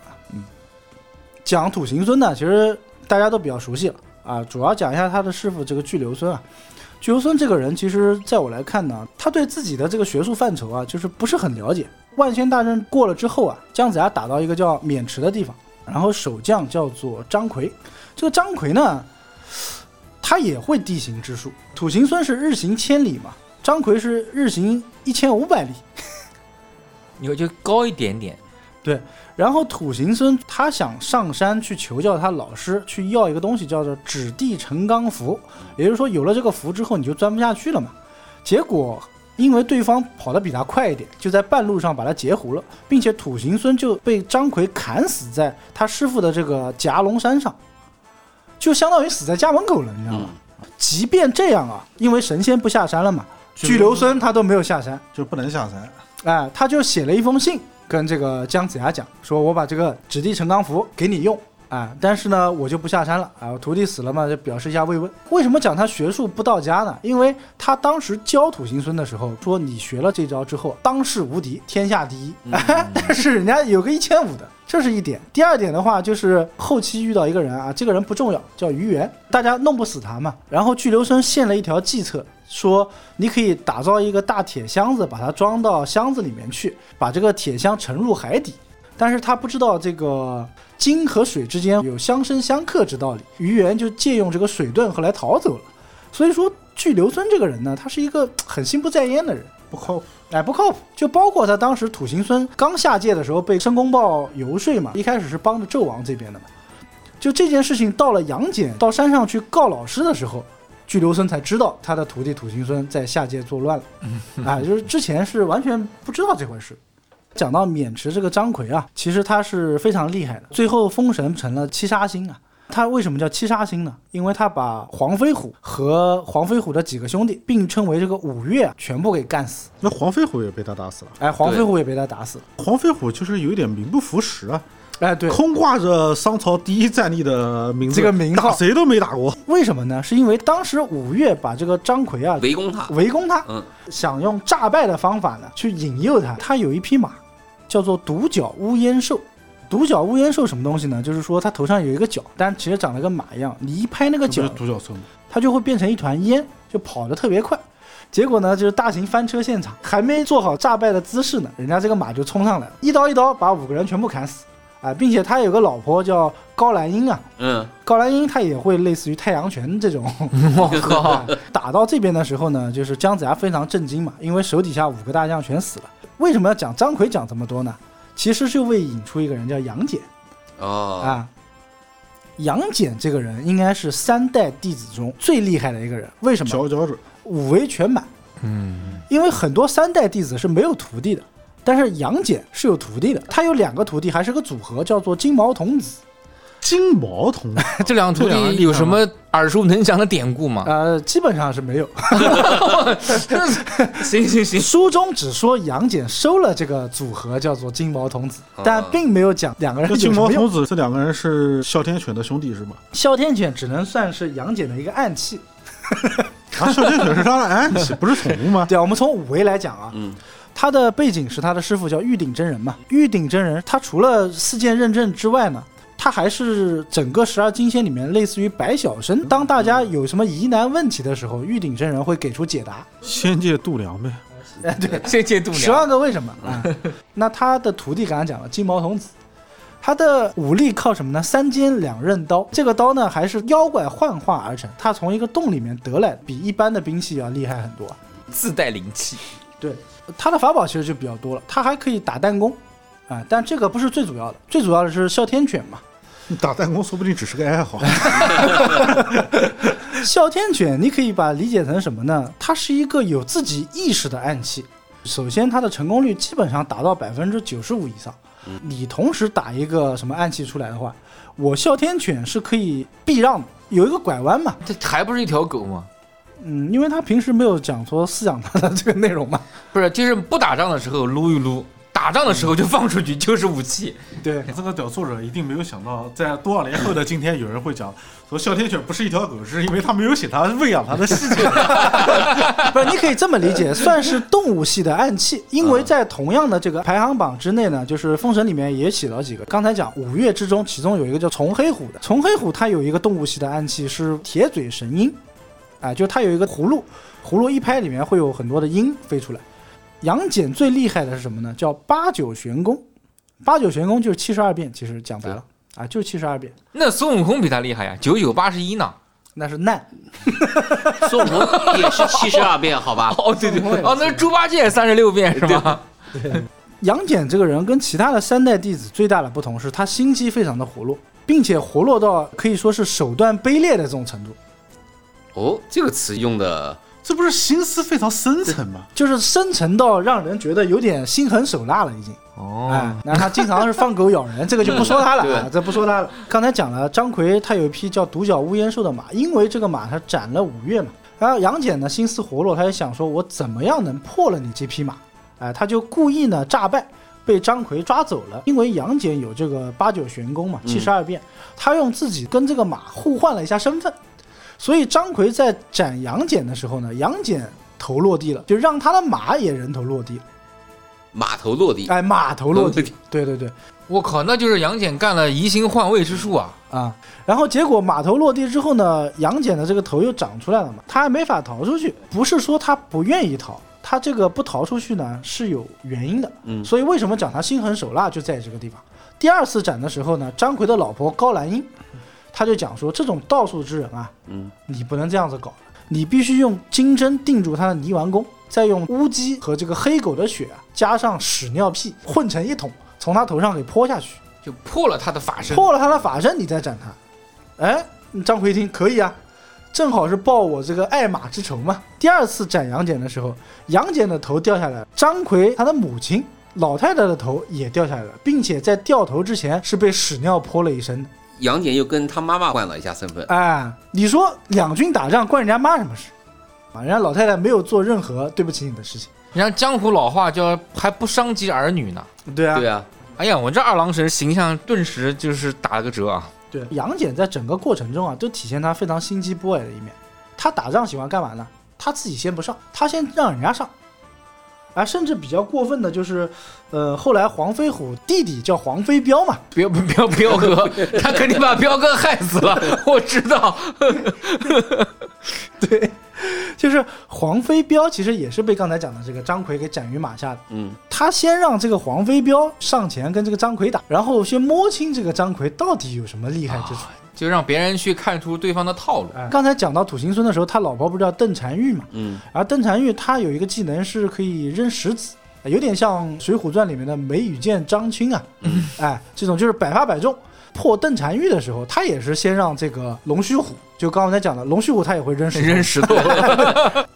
讲土行孙呢，其实大家都比较熟悉了啊，主要讲一下他的师傅这个巨留孙啊。巨留孙这个人，其实在我来看呢，他对自己的这个学术范畴啊，就是不是很了解。万仙大阵过了之后啊，姜子牙打到一个叫渑池的地方，然后守将叫做张奎。这个张奎呢，他也会地形之术。土行孙是日行千里嘛，张奎是日行一千五百里，有就高一点点，然后土行孙他想上山去求教他老师，去要一个东西叫做指地成钢符，也就是说有了这个符之后你就钻不下去了嘛。结果因为对方跑得比他快一点，就在半路上把他截胡了，并且土行孙就被张奎砍死在他师傅的这个夹龙山上，就相当于死在家门口了，你知道吗？即便这样啊，因为神仙不下山了嘛，巨留孙他都没有下山。就不能下山，哎，他就写了一封信跟这个姜子牙讲，说我把这个指地成钢符给你用。啊，但是呢，我就不下山了啊！我徒弟死了嘛，就表示一下慰问。为什么讲他学术不到家呢？因为他当时教土行孙的时候说，你学了这招之后，当世无敌，天下第一。 (laughs) 但是人家有个一千五的，这是一点。第二点的话，就是后期遇到一个人啊，这个人不重要，叫于元，大家弄不死他嘛。然后巨留孙献了一条计策，说你可以打造一个大铁箱子，把它装到箱子里面去，把这个铁箱沉入海底。但是他不知道这个金和水之间有相生相克之道理，于元就借用这个水遁后来逃走了。所以说，巨留孙这个人呢，他是一个很心不在焉的人，不靠谱。哎，不靠谱。就包括他当时土行孙刚下界的时候被申公豹游说嘛，一开始是帮着纣王这边的嘛。就这件事情到了杨戬到山上去告老师的时候，巨留孙才知道他的徒弟土行孙在下界作乱了。啊，就是之前是完全不知道这回事。讲到渑池这个张奎啊，其实他是非常厉害的，最后封神成了七杀星啊。他为什么叫七杀星呢？因为他把黄飞虎和黄飞虎的几个兄弟并称为这个五岳啊，全部给干死。那黄飞虎也被他打死了。哎，黄对飞虎也被他打死了。黄飞虎就是有一点名不符实啊，哎，对，空挂着商朝第一战力的名字，这个名打号谁都没打过。为什么呢？是因为当时五岳把这个张奎啊嗯围攻他，围攻他，嗯，想用诈败的方法呢去引诱他。他有一匹马，叫做独角乌烟兽。独角乌烟兽什么东西呢？就是说它头上有一个角，但其实长得跟马一样。你一拍那个这角不是，独角兽吗？它就会变成一团烟，就跑得特别快。结果呢，就是大型翻车现场，还没做好诈败的姿势呢，人家这个马就冲上来了，一刀一刀把五个人全部砍死啊、并且他有个老婆叫高兰英啊，嗯，高兰英她也会类似于太阳拳这种。 (laughs) 我靠！打到这边的时候呢，就是姜子牙非常震惊嘛，因为手底下五个大将全死了。为什么要讲张奎讲这么多呢？其实是为引出一个人叫杨戬哦，啊。杨戬这个人应该是三代弟子中最厉害的一个人，为什么？佼佼者，五维全满。嗯，因为很多三代弟子是没有徒弟的，但是杨戬是有徒弟的，他有两个徒弟，还是个组合，叫做金毛童子。金毛 (laughs) 童子这两个徒这两个厉弟害有吗什么耳熟能详的典 (laughs) 故吗？ (laughs) 呃，基本上是没有。行行行，书中只说杨戬收了这个组合叫做金毛童子，但啊并没有讲两个人这有什金么毛用童子这两个人是哮天犬的兄弟是吗？哮天犬只能算是杨戬的一个暗器。啊，哮天犬是他的，哎，你不是宠物吗？ (laughs) 对啊，我们从五维来讲啊，嗯，他的背景是他的师傅叫玉鼎真人嘛。玉鼎真人他除了四剑认证之外呢，他还是整个十二金仙里面类似于白晓生。当大家有什么疑难问题的时候，玉鼎真人会给出解答。仙界度量呗，哎，对，这届度十万个为什么啊？那他的徒弟刚刚讲了金毛童子，他的武力靠什么呢？三尖两刃刀，这个刀呢还是妖怪幻化而成，他从一个洞里面得来，比一般的兵器要厉害很多。自带灵气，对，他的法宝其实就比较多了，他还可以打弹弓，啊、但这个不是最主要的，最主要的是哮天犬嘛。打弹弓说不定只是个 (laughs) 爱好。哮天犬，你可以把它理解成什么呢？它是一个有自己意识的暗器。首先，它的成功率基本上达到百分之九十五以上。你同时打一个什么暗器出来的话，我哮天犬是可以避让的，有一个拐弯嘛。这还不是一条狗吗？嗯，因为他平时没有讲说饲养它的这个内容嘛。不是，就是不打仗的时候撸一撸，打仗的时候就放出去，就是武器。对，这个屌作者一定没有想到，在多少年后的今天，有人会讲说哮天犬不是一条狗，是因为他没有写他喂养他的细节。不是，你可以这么理解，算是动物系的暗器，因为在同样的这个排行榜之内呢，就是《封神》里面也写了几个。刚才讲五岳之中，其中有一个叫重黑虎的，重黑虎它有一个动物系的暗器是铁嘴神鹰，啊，就它有一个葫芦，葫芦一拍里面会有很多的鹰飞出来。杨戬最厉害的是什么呢？叫八九玄功，八九玄功就是七十二变，其实讲白了啊，就是七十二变，那孙悟空比他厉害呀，九九八十一呢。那是难。孙悟空也是七十二变，好吧？ (laughs) 哦，对对孙悟空也对，是哦，那猪八戒三十六变是吧？杨戬这个人跟其他的三代弟子最大的不同是，他心机非常的活络，并且活络到可以说是手段卑劣的这种程度，哦，这个词用的这不是心思非常深沉吗？就是深沉到让人觉得有点心狠手辣了已经。哎哦，，那他经常是放狗咬人，这个就不说他了啊对，这不说他了。刚才讲了，张奎他有一匹叫独角乌烟兽的马，因为这个马他斩了五岳嘛。然后杨戬呢心思活络，他就想说，我怎么样能破了你这匹马？哎，他就故意呢诈败，被张奎抓走了。因为杨戬有这个八九玄功嘛，七十二变，他用自己跟这个马互换了一下身份，所以张奎在斩杨戬的时候呢，杨戬头落地了，就让他的马也人头落地，马头落地，哎，马头落落地地，对对对。我靠，那就是杨戬干了移形换位之术啊！啊，然后结果码头落地之后呢，杨戬的这个头又长出来了嘛，他还没法逃出去。不是说他不愿意逃，他这个不逃出去呢是有原因的。嗯所以为什么讲他心狠手辣就在这个地方？第二次斩的时候呢，张奎的老婆高兰英，他就讲说，这种道术之人啊，嗯，你不能这样子搞，你必须用金针定住他的泥丸宫，再用乌鸡和这个黑狗的血啊加上屎尿屁混成一桶，从他头上给泼下去。就破了他的法身。破了他的法身，你再斩他。哎，张奎一听可以啊，正好是报我这个爱马之仇嘛。第二次斩杨戬的时候，杨戬的头掉下来了，张奎他的母亲老太太的头也掉下来了，并且在掉头之前是被屎尿泼了一身的。杨戬又跟他妈妈换了一下身份，哎，你说两军打仗关人家妈什么事？啊，人家老太太没有做任何对不起你的事情。人家江湖老话叫还不伤及儿女呢。对啊对啊，哎呀，我这二郎神形象顿时就是打了个折啊！对，杨戬在整个过程中啊，都体现他非常心机 boy 的一面。他打仗喜欢干嘛呢？他自己先不上，他先让人家上。啊，甚至比较过分的就是，呃，后来黄飞虎弟弟叫黄飞彪嘛， (laughs) 彪彪彪哥， (laughs) 他肯定把彪哥害死了， (laughs) 我知道。对，就是黄飞彪其实也是被刚才讲的这个张奎给斩于马下的。嗯，他先让这个黄飞彪上前跟这个张奎打，然后先摸清这个张奎到底有什么厉害之处。就让别人去看出对方的套路。啊哎刚才讲到土行孙的时候，他老婆不是叫邓婵玉嘛？嗯，而邓婵玉她有一个技能是可以扔石子，有点像《水浒传》里面的梅雨剑张青啊，哎，这种就是百发百中。破邓婵玉的时候，他也是先让这个龙须虎，就刚才讲的龙须虎，他也会扔石头。扔石 (laughs) 头，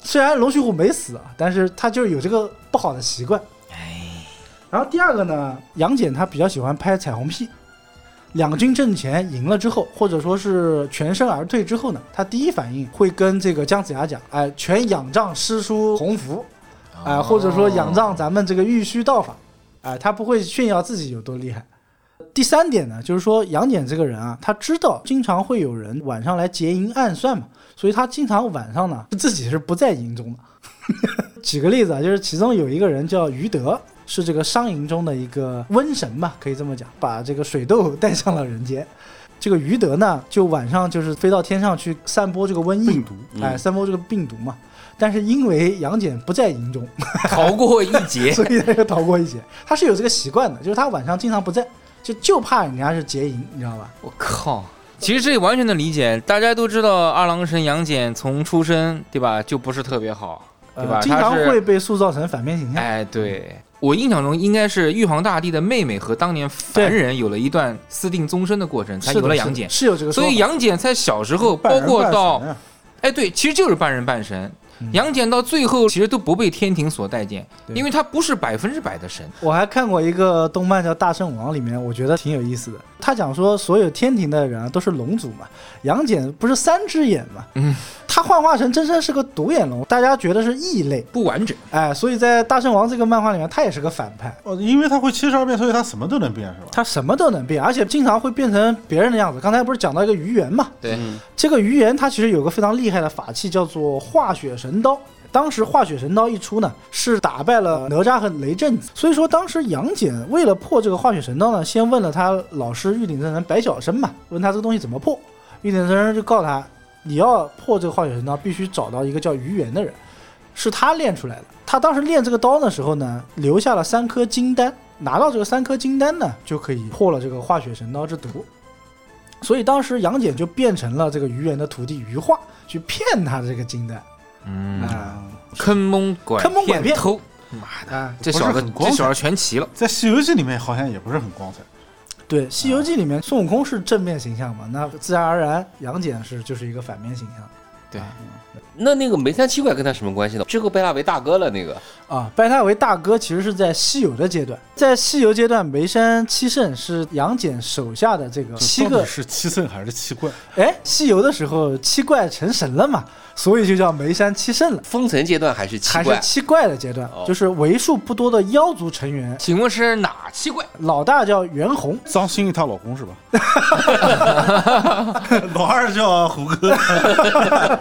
虽然龙须虎没死啊，但是他就是有这个不好的习惯。然后第二个呢，杨戬他比较喜欢拍彩虹屁。两军阵前赢了之后，或者说是全身而退之后呢，他第一反应会跟这个姜子牙讲：“哎、全仰仗师叔洪福，哎、或者说仰仗咱们这个玉虚道法。哎，他不会炫耀自己有多厉害。第三点呢，就是说杨戬这个人啊，他知道经常会有人晚上来劫营暗算嘛，所以他经常晚上呢自己是不在营中的， (laughs) 举个例子啊，就是其中有一个人叫于德，是这个商营中的一个瘟神吧，可以这么讲，把这个水痘带上了人间。这个于德呢，就晚上就是飞到天上去散播这个瘟疫病，毒，哎，嗯散播这个病毒嘛。但是因为杨戬不在营中，逃过一劫。所以他就逃过一劫。他是有这个习惯的，就是他晚上经常不在，就就怕人家是劫营，你知道吧？我靠！其实这也完全能理解，大家都知道二郎神杨戬从出身对吧，就不是特别好，对吧？呃，经他常是会被塑造成反面形象。哎，对我印象中应该是玉皇大帝的妹妹和当年凡人有了一段私定终身的过程，才是的有了是杨的戬。是有这个说所法，以杨戬在小时候，包括到哦哎，对，其实就是半人半神嗯。杨戬到最后其实都不被天庭所待见，对因为他不是百分之百的神。我还看过一个动漫叫《大圣王》，里面我觉得挺有意思的。他讲说，所有天庭的人啊都是龙族嘛，杨戬不是三只眼嘛，嗯，他幻化成真身是个独眼龙，大家觉得是异类，不完整，哎，所以在《大圣王》这个漫画里面，他也是个反派，哦，因为他会七十二变，所以他什么都能变，是吧？他什么都能变，而且经常会变成别人的样子。刚才不是讲到一个鱼圆嘛，对嗯这个鱼圆它其实有个非常厉害的法器，叫做化雪神刀。当时化雪神刀一出呢，是打败了哪吒和雷震子。所以说，当时杨戬为了破这个化雪神刀呢，先问了他老师玉鼎真人白晓生嘛，问他这个东西怎么破。玉鼎真人就告诉他，你要破这个化雪神刀，必须找到一个叫鱼圆的人，是他练出来的。他当时练这个刀的时候呢，留下了三颗金丹，拿到这个三颗金丹呢，就可以破了这个化雪神刀之毒。所以当时杨戬就变成了这个鱼人的徒弟鱼化，去骗他的这个金丹嗯，啊坑蒙拐坑蒙拐骗偷，啊！这不是小子很光这彩小子全齐了。在《西游记》里面好像也不是很光彩，对，《西游记》里面孙悟空是正面形象嘛，那自然而然杨戬是就是一个反面形象对，那那个梅山七怪跟他什么关系呢？最后拜他为大哥了，那个啊。拜他为大哥其实是在西游的阶段，在西游阶段，梅山七圣是杨戬手下的这个七到个底是七圣还是七怪？哎，西游的时候七怪成神了嘛，所以就叫梅山七圣了，封神阶段还是七还是怪，七怪的阶段哦，就是为数不多的妖族成员，请问是哪七怪？老大叫袁弘，张馨予她老公 (laughs) 是吧？老二叫胡歌，哎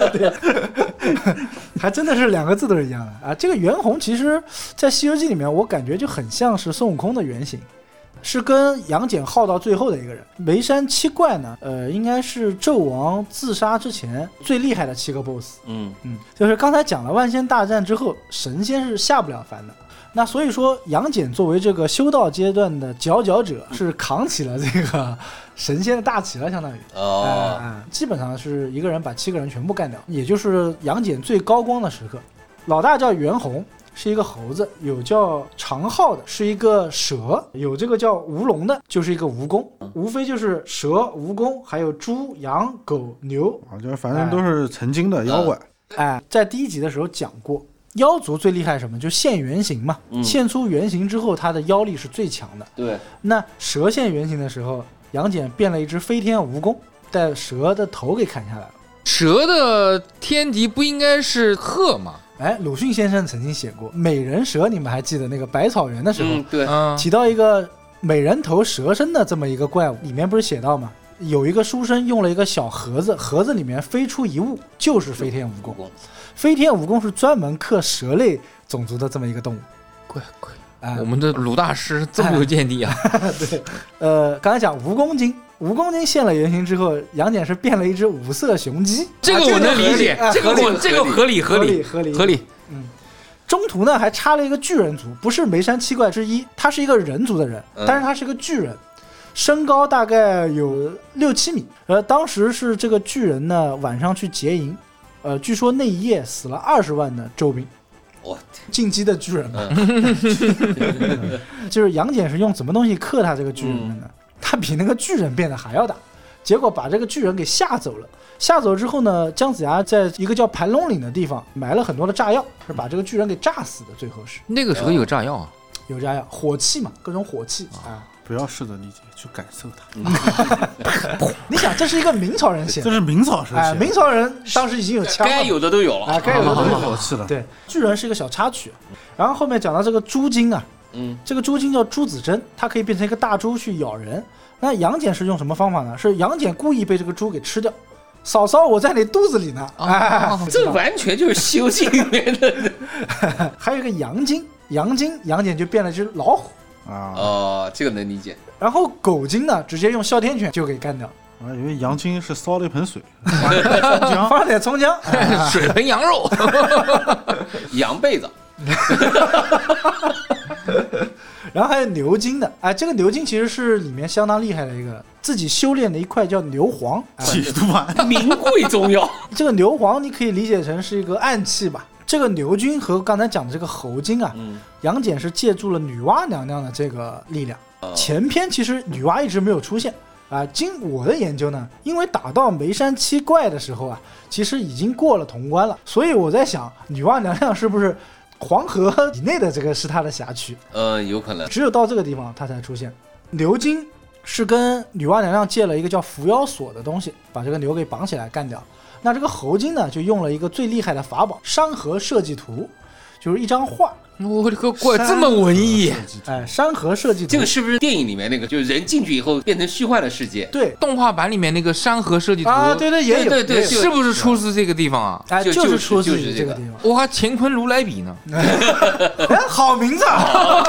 还真的是两个字都是一样的啊。这个袁弘其实，在《西游记》里面，我感觉就很像是孙悟空的原型，是跟杨戬耗到最后的一个人。梅山七怪呢，呃，应该是纣王自杀之前最厉害的七个 BOSS。嗯，嗯，就是刚才讲了万仙大战之后，神仙是下不了凡的。那所以说，杨戬作为这个修道阶段的佼佼者，是扛起了这个神仙的大旗了，相当于。哦，哎，基本上是一个人把七个人全部干掉，也就是杨戬最高光的时刻。老大叫袁弘，是一个猴子；有叫长昊的，是一个蛇；有这个叫吴龙的，就是一个蜈蚣。嗯无非就是蛇、蜈蚣，还有猪、羊、狗、牛。啊，就是反正都是曾经的妖怪。哎，在第一集的时候讲过，妖族最厉害什么？就现原形嘛，嗯现出原形之后，它的妖力是最强的。对，那蛇现原形的时候，杨戬变了一只飞天蜈蚣，带蛇的头给砍下来了。蛇的天敌不应该是鹤吗？哎，鲁迅先生曾经写过《美人蛇》，你们还记得那个百草园的时候，嗯对，嗯，提到一个美人头蛇身的这么一个怪物，里面不是写到吗？有一个书生用了一个小盒子，盒子里面飞出一物，就是飞天蜈蚣。嗯蚣，飞天蜈蚣是专门克蛇类种族的这么一个动物。怪怪，啊、我们的鲁大师这么有见地啊！ (laughs) 对，呃，刚才讲蜈蚣精，蜈蚣精现了原形之后，杨戬是变了一只五色雄鸡，这个我能理解啊，这个合我理这个合理合理合理合理。中途呢还插了一个巨人族，不是梅山七怪之一，他是一个人族的人嗯，但是他是个巨人，身高大概有六七米。呃，当时是这个巨人呢晚上去劫营，呃，据说那一夜死了二十万的周兵。我进击的巨人嘛， (laughs) 就是杨戬是用什么东西克他这个巨人的呢？他比那个巨人变得还要大，结果把这个巨人给吓走了。吓走之后呢，姜子牙在一个叫盘龙岭的地方埋了很多的炸药，是把这个巨人给炸死的。最后是那个时候有炸药啊，有炸药，火器嘛，各种火器啊。不要试着理解，去感受它。你想，这是一个明朝人写 (laughs) 这的，是明朝时期啊哎，的，明朝人当时已经有枪了嘛， (laughs) 该有的都有啊，了，该有的都有。好气了。对，巨人是一个小插曲，然后后面讲到这个猪精啊，嗯，这个猪精叫朱子珍，它可以变成一个大猪去咬人。那杨戬是用什么方法呢？是杨戬故意被这个猪给吃掉。嫂嫂，我在你肚子里呢。哦哎， (laughs) 这完全就是《西游记》里面的还有一个杨精，杨精杨戬就变了只老虎，啊，哦，这个能理解。然后狗精呢，直接用哮天犬就给干掉，我还以为杨青是烧了一盆水，姜放了点葱姜，哎 (laughs) 水盆羊肉，羊被 (laughs) 子，然后还有牛精的，哎，这个牛精其实是里面相当厉害的一个，自己修炼的一块叫牛黄， (laughs) 哎 (laughs) 几度丸，名贵中药。这个牛黄你可以理解成是一个暗器吧。这个牛精和刚才讲的这个猴精啊，嗯，杨戬是借助了女娲娘娘的这个力量。哦前篇其实女娲一直没有出现啊。经我的研究呢，因为打到眉山七怪的时候啊，其实已经过了潼关了，所以我在想，女娲娘娘是不是黄河以内的这个是她的辖区？呃，有可能。只有到这个地方它才出现。牛精是跟女娲娘娘借了一个叫伏妖索的东西，把这个牛给绑起来干掉。那这个猴精呢，就用了一个最厉害的法宝——山河设计图，就是一张画。我的个乖，这么文艺，哎，山河设计图，这个是不是电影里面那个，就是人进去以后变成虚幻的 (laughs) 世界？对动画版里面那个山河设计图啊，对对也有对对对也有就是不是出自这个地方啊？哎，就就是就是出自就于是这这个个地方。我还乾坤如来比呢，哎，好名字 (laughs) 啊！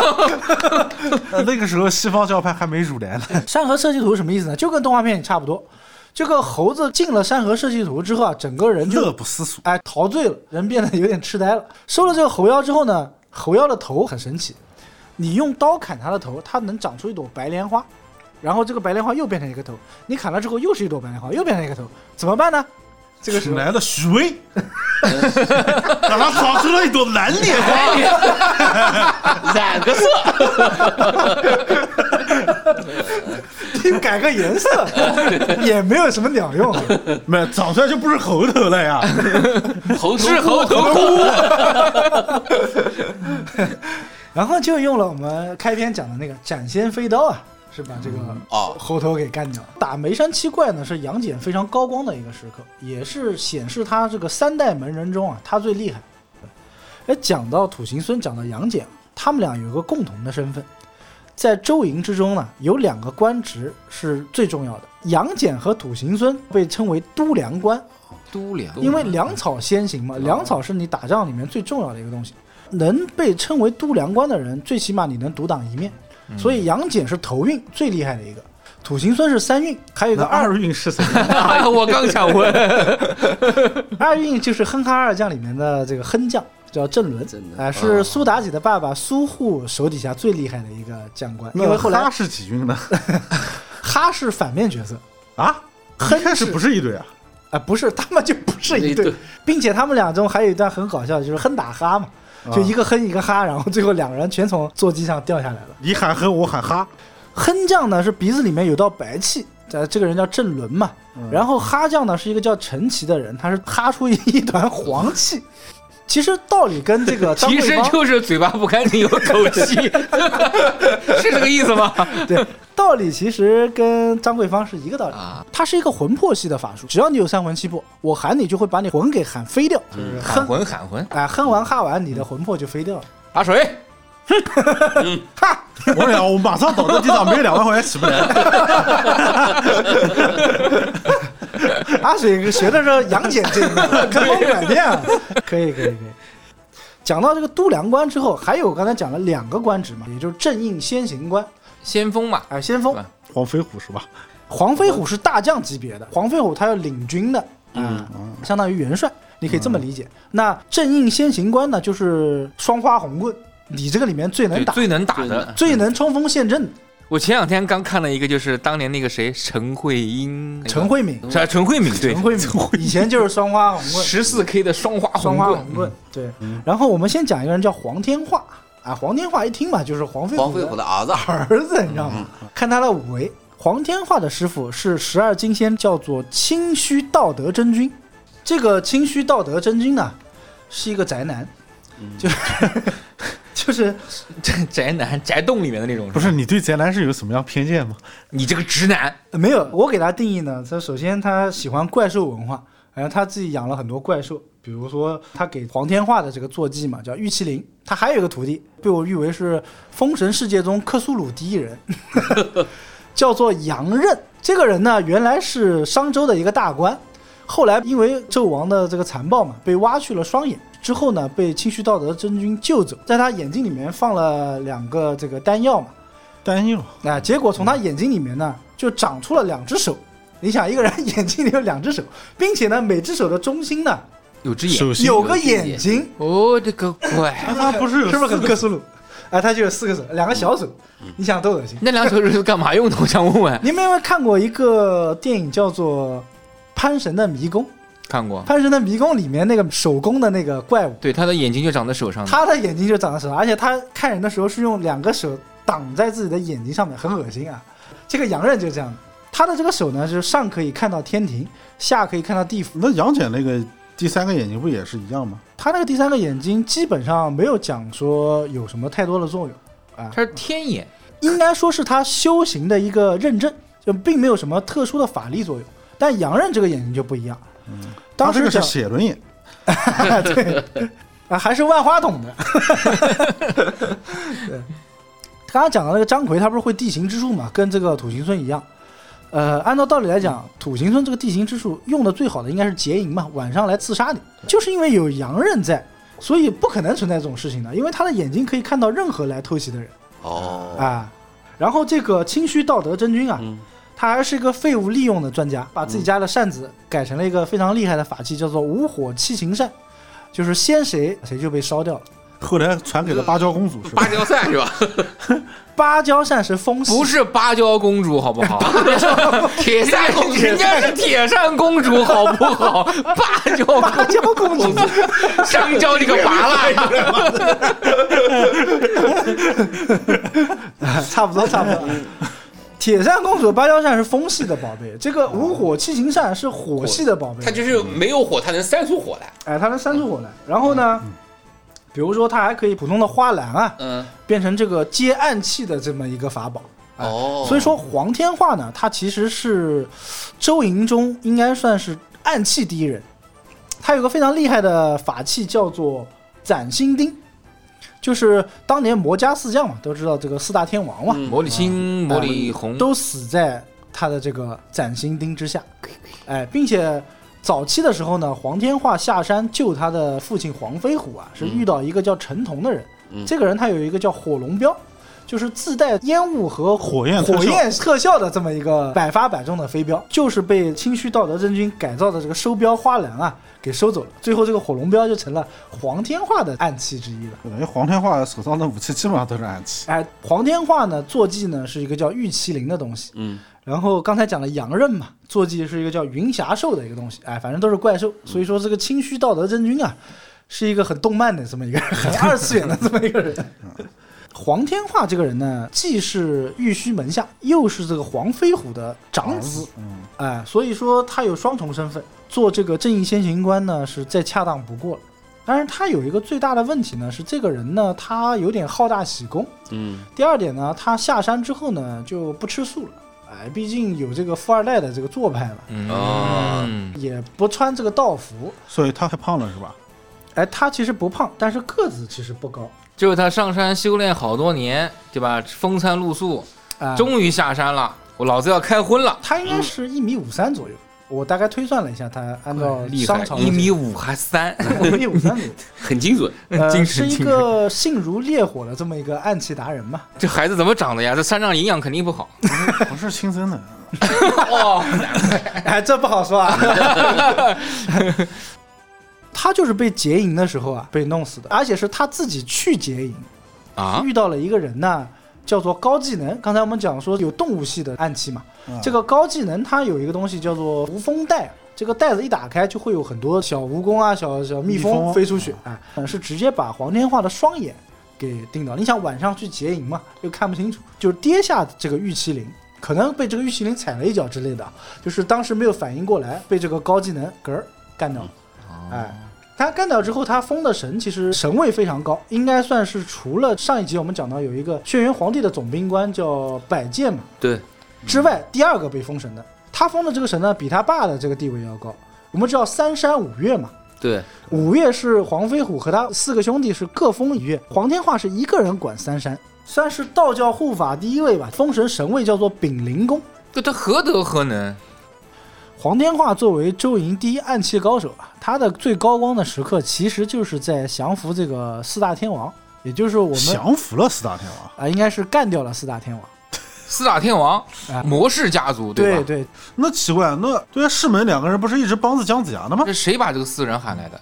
那个时候西方教派还没入来呢，山河设计图什么意思呢？就跟动画片也差不多。这个猴子进了山河设计图之后啊，整个人就乐不思蜀。哎，陶醉了，人变得有点痴呆了。收了这个猴妖之后呢，猴妖的头很神奇，你用刀砍它的头，它能长出一朵白莲花，然后这个白莲花又变成一个头，你砍了之后又是一朵白莲花，又变成一个头，怎么办呢？这个时请候，来了许巍，让他长出了一朵蓝莲花。染个色，你 (laughs) 改个颜色也没有什么鸟用啊。没有，长出来就不是猴头了呀！猴是猴头箍。然后就用了我们开篇讲的那个斩仙飞刀啊，是把这个哦猴头给干掉。打眉山七怪呢，是杨戬非常高光的一个时刻，也是显示他这个三代门人中啊，他最厉害。哎，讲到土行孙，讲到杨戬，他们俩有个共同的身份，在周营之中呢，有两个官职是最重要的。杨戬和土行孙被称为都梁官，都梁，因 (laughs) 为粮草先行嘛，粮草是你打仗里面最重要的一个东西。能被称为都梁官的人，最起码你能独当一面。所以杨戬是头运最厉害的一个，土行孙是三运，还有一那个二 (laughs) 二运是谁？我刚想问，二运就是哼哈二将里面的这个哼将，叫郑伦郑，伦哎、是苏妲己的爸爸苏护手底下最厉害的一个将官，因为那后来他是几运呢？哈是反面角色啊、啊，哼一开始是不是一对啊？不是他们就不是一对对，并且他们俩中还有一段很搞笑，就是哼打哈嘛，就一个哼一个哈，然后最后两个人全从座机上掉下来了。你喊哼，我喊哈，哼将呢是鼻子里面有道白气，呃，这个人叫郑伦嘛。嗯然后哈将呢是一个叫陈奇的人，他是哈出一一团黄 (laughs) 气。其实道理跟这个张其桂实芳就是嘴巴不干净有口气，是这个意思吗？对道理其实跟张桂芳是一个道理。啊，它是一个魂魄系的法术，只要你有三魂七魄，我喊你就会把你魂给喊飞掉，就是喊哼魂喊魂，哎、哼完哈完，你的魂魄就飞掉了。打水，嗯哈，我俩我马上倒在地上，没有两万块钱起不来。阿水学的是杨戬这一面，跟风转变啊，可以可以可以。讲到这个都梁官之后，还有刚才讲了两个官职嘛，也就是正印先行官，先锋嘛，哎，先锋是吧黄飞虎是吧？黄飞虎是大将级别的，黄飞虎他要领军的，嗯啊、相当于元帅，你可以这么理解。那正印先行官呢，就是双花红棍，你这个里面最能嗯对打、最能打最能的打。最能冲锋陷阵的我前两天刚看了一个，就是当年那个谁，陈慧英，那个陈慧敏，是啊陈慧敏，对陈，慧敏以前就是双花红棍，十四 K 的双花双红花棍红，棍。对，嗯然后我们先讲一个人叫黄天化啊，黄天化一听嘛，就是黄飞黄飞虎的的嗯儿子， (laughs) 儿子，你知道吗？看他的武为，黄天化的师傅是十二金仙，叫做清虚道德真君。这个清虚道德真君呢，是一个宅男，嗯就是 (laughs) 就是这宅男宅洞里面的那种，不是是你对宅男是有什么样偏见吗？你这个直男，呃没有，我给他定义呢，他首先他喜欢怪兽文化，然后他自己养了很多怪兽，比如说他给黄天化的这个坐骑嘛，叫玉麒麟，他还有一个徒弟被我誉为是封神世界中克苏鲁第一人， (laughs) 叫做杨任。这个人呢，原来是商周的一个大官，后来因为纣王的这个残暴嘛，被挖去了双眼，之后呢，被清虚道德真君救走，在他眼睛里面放了两个这个丹药嘛，丹药，啊、结果从他眼睛里面呢就长出了两只手。你想一个人眼睛里有两只手，并且呢每只手的中心呢有只眼。手心有个眼睛，我的个乖！哎他不是有是不四是很个嗯克苏鲁？啊，他就有四个手，两个小手，你想多恶心？那两手指头干嘛用的？我想问问。你们有没有看过一个电影叫做《潘神的迷宫》？看过，《潘神的迷宫》里面那个手工的那个怪物，对，他的眼睛就长在手嗯上的。他的眼睛就长在手上，而且他看人的时候是用两个手挡在自己的眼睛上面，很恶心啊。这个洋人就这样，他的这个手呢，就是上可以看到天庭，下可以看到地府。那杨戬那个第三个眼睛不也是一样吗？他那个第三个眼睛基本上没有讲说有什么太多的作用，啊他是天眼，应该说是他修行的一个认证，就并没有什么特殊的法力作用。但洋人这个眼睛就不一样，当嗯他这时个是讲写轮眼， (laughs) 对，啊，还是万花筒的。 (laughs) 对，刚刚讲到那个张奎，他不是会地形之术嘛，跟这个土行孙一样。呃，按照道理来讲，土行孙这个地形之术用的最好的应该是劫营嘛，晚上来刺杀你，就是因为有洋人在，所以不可能存在这种事情的，因为他的眼睛可以看到任何来偷袭的人哦，啊。然后这个清虚道德真君啊，嗯，他还是一个废物利用的专家，把自己家的扇子改成了一个非常厉害的法器，叫做无火七情扇，就是先谁谁就被烧掉了。后来传给了芭蕉公主是吧芭？蕉扇是吧？芭蕉扇是风系，不是芭蕉公主，好不好？ (laughs) 铁扇公主，人家是铁扇公主，好不好？芭蕉公芭蕉 (laughs) 公主， (laughs) 主，香蕉你个拔蜡呀！差不多差不多。铁扇公主、芭蕉扇是风系的宝贝，这个无火七情扇是火系的宝贝。它哦就是没有火，它能扇出火来。哎，它能扇出火来。然后呢，比如说它还可以普通的花篮啊，嗯，变成这个接暗器的这么一个法宝。哎哦，所以说黄天化呢，他其实是周营中应该算是暗器第一人。他有个非常厉害的法器叫做斩星钉，就是当年魔家四将嘛，都知道这个四大天王嘛，嗯魔力青，魔力红，都死在他的这个斩星钉之下。哎，并且早期的时候呢，黄天化下山救他的父亲黄飞虎啊，是遇到一个叫陈彤的人。嗯这个人他有一个叫火龙镖，就是自带烟雾和火焰特效火焰特效的这么一个百发百中的飞镖，就是被清虚道德真君改造的这个收镖花篮啊给收走了。最后这个火龙镖就成了黄天化的暗器之一了。等于黄天化手上的武器基本上都是暗器，哎，黄天化呢，坐骑呢是一个叫玉麒麟的东西，嗯，然后刚才讲了羊刃嘛，坐骑是一个叫云霞兽的一个东西，哎，反正都是怪兽。所以说这个清虚道德真君啊，是一个很动漫的这么一 (laughs) 个人，很二次元的这么一个人。黄天化这个人呢，既是玉虚门下，又是这个黄飞虎的长子，嗯，哎，所以说他有双重身份，做这个正义先行官呢是再恰当不过了。但是他有一个最大的问题呢，是这个人呢，他有点好大喜功。嗯，第二点呢，他下山之后呢就不吃素了，哎，毕竟有这个富二代的这个做派嘛，嗯，也不穿这个道服，所以他太胖了 (laughs) 是吧？哎，他其实不胖，但是个子其实不高就是他上山修炼好多年，对吧？风餐露宿，啊。终于下山了，我老子要开荤了。他应该是一米五三左右，我大概推算了一下，他按照厉害商，朝一米五还三，一米五三 (laughs) 左右，很精准。呃，精是神一精神。个性如烈火的这么一个暗器达人 (laughs) 嘛。这孩子怎么长的呀？这山上营养肯定不 (laughs) 好。不是亲生的，哦，哎，这不好说啊。 (laughs) 他就是被劫营的时候啊，被弄死的，而且是他自己去劫营，啊，遇到了一个人呢，叫做高技能。刚才我们讲说有动物系的暗器嘛，嗯这个高技能它有一个东西叫做无风袋，这个袋子一打开就会有很多小蜈蚣啊、小小蜜蜜蜂蜂飞出去啊，呃是直接把黄天化的双眼给盯到。你想晚上去劫营嘛，又看不清楚，就是跌下这个玉麒麟。可能被这个玉麒麟踩了一脚之类的啊，就是当时没有反应过来，被这个高技能嗝儿干掉了。哎，他干掉之后，他封的神其实神位非常高，应该算是除了上一集我们讲到有一个轩辕皇帝的总兵官叫百剑嘛对，之外，第二个被封神的。他封的这个神呢，比他爸的这个地位要高。我们知道三山五岳嘛，对，五岳是黄飞虎和他四个兄弟是各封一岳，黄天化是一个人管三山，算是道教护法第一位吧。封神神位叫做丙灵公。这他何德何能？黄天化作为周营第一暗器高手啊，他的最高光的时刻其实就是在降服这个四大天王，也就是我们降服了四大天王。啊，应该是干掉了四大天王。四大天王啊，魔氏家族，对吧？对，那奇怪，那对啊，世门两个人不是一直帮着姜子牙的吗？这谁把这个四人喊来的？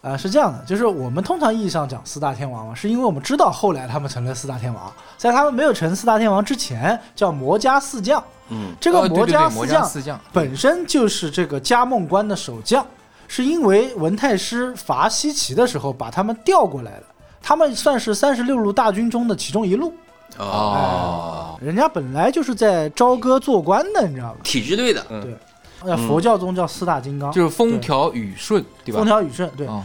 啊、是这样的，就是我们通常意义上讲四大天王嘛，是因为我们知道后来他们成了四大天王，在他们没有成四大天王之前，叫魔家四将。嗯，这个哦对对家对魔四家将四将本身就是这个嘉梦关的守将，是因为文太师伐西岐的时候把他们调过来的，他们算是三十六路大军中的其中一路，哎哦，人家本来就是在朝歌做官的，你知道吧？体制队的，嗯对，那佛教中叫四大金刚，就是风调雨顺，对吧风？调雨顺，对，哦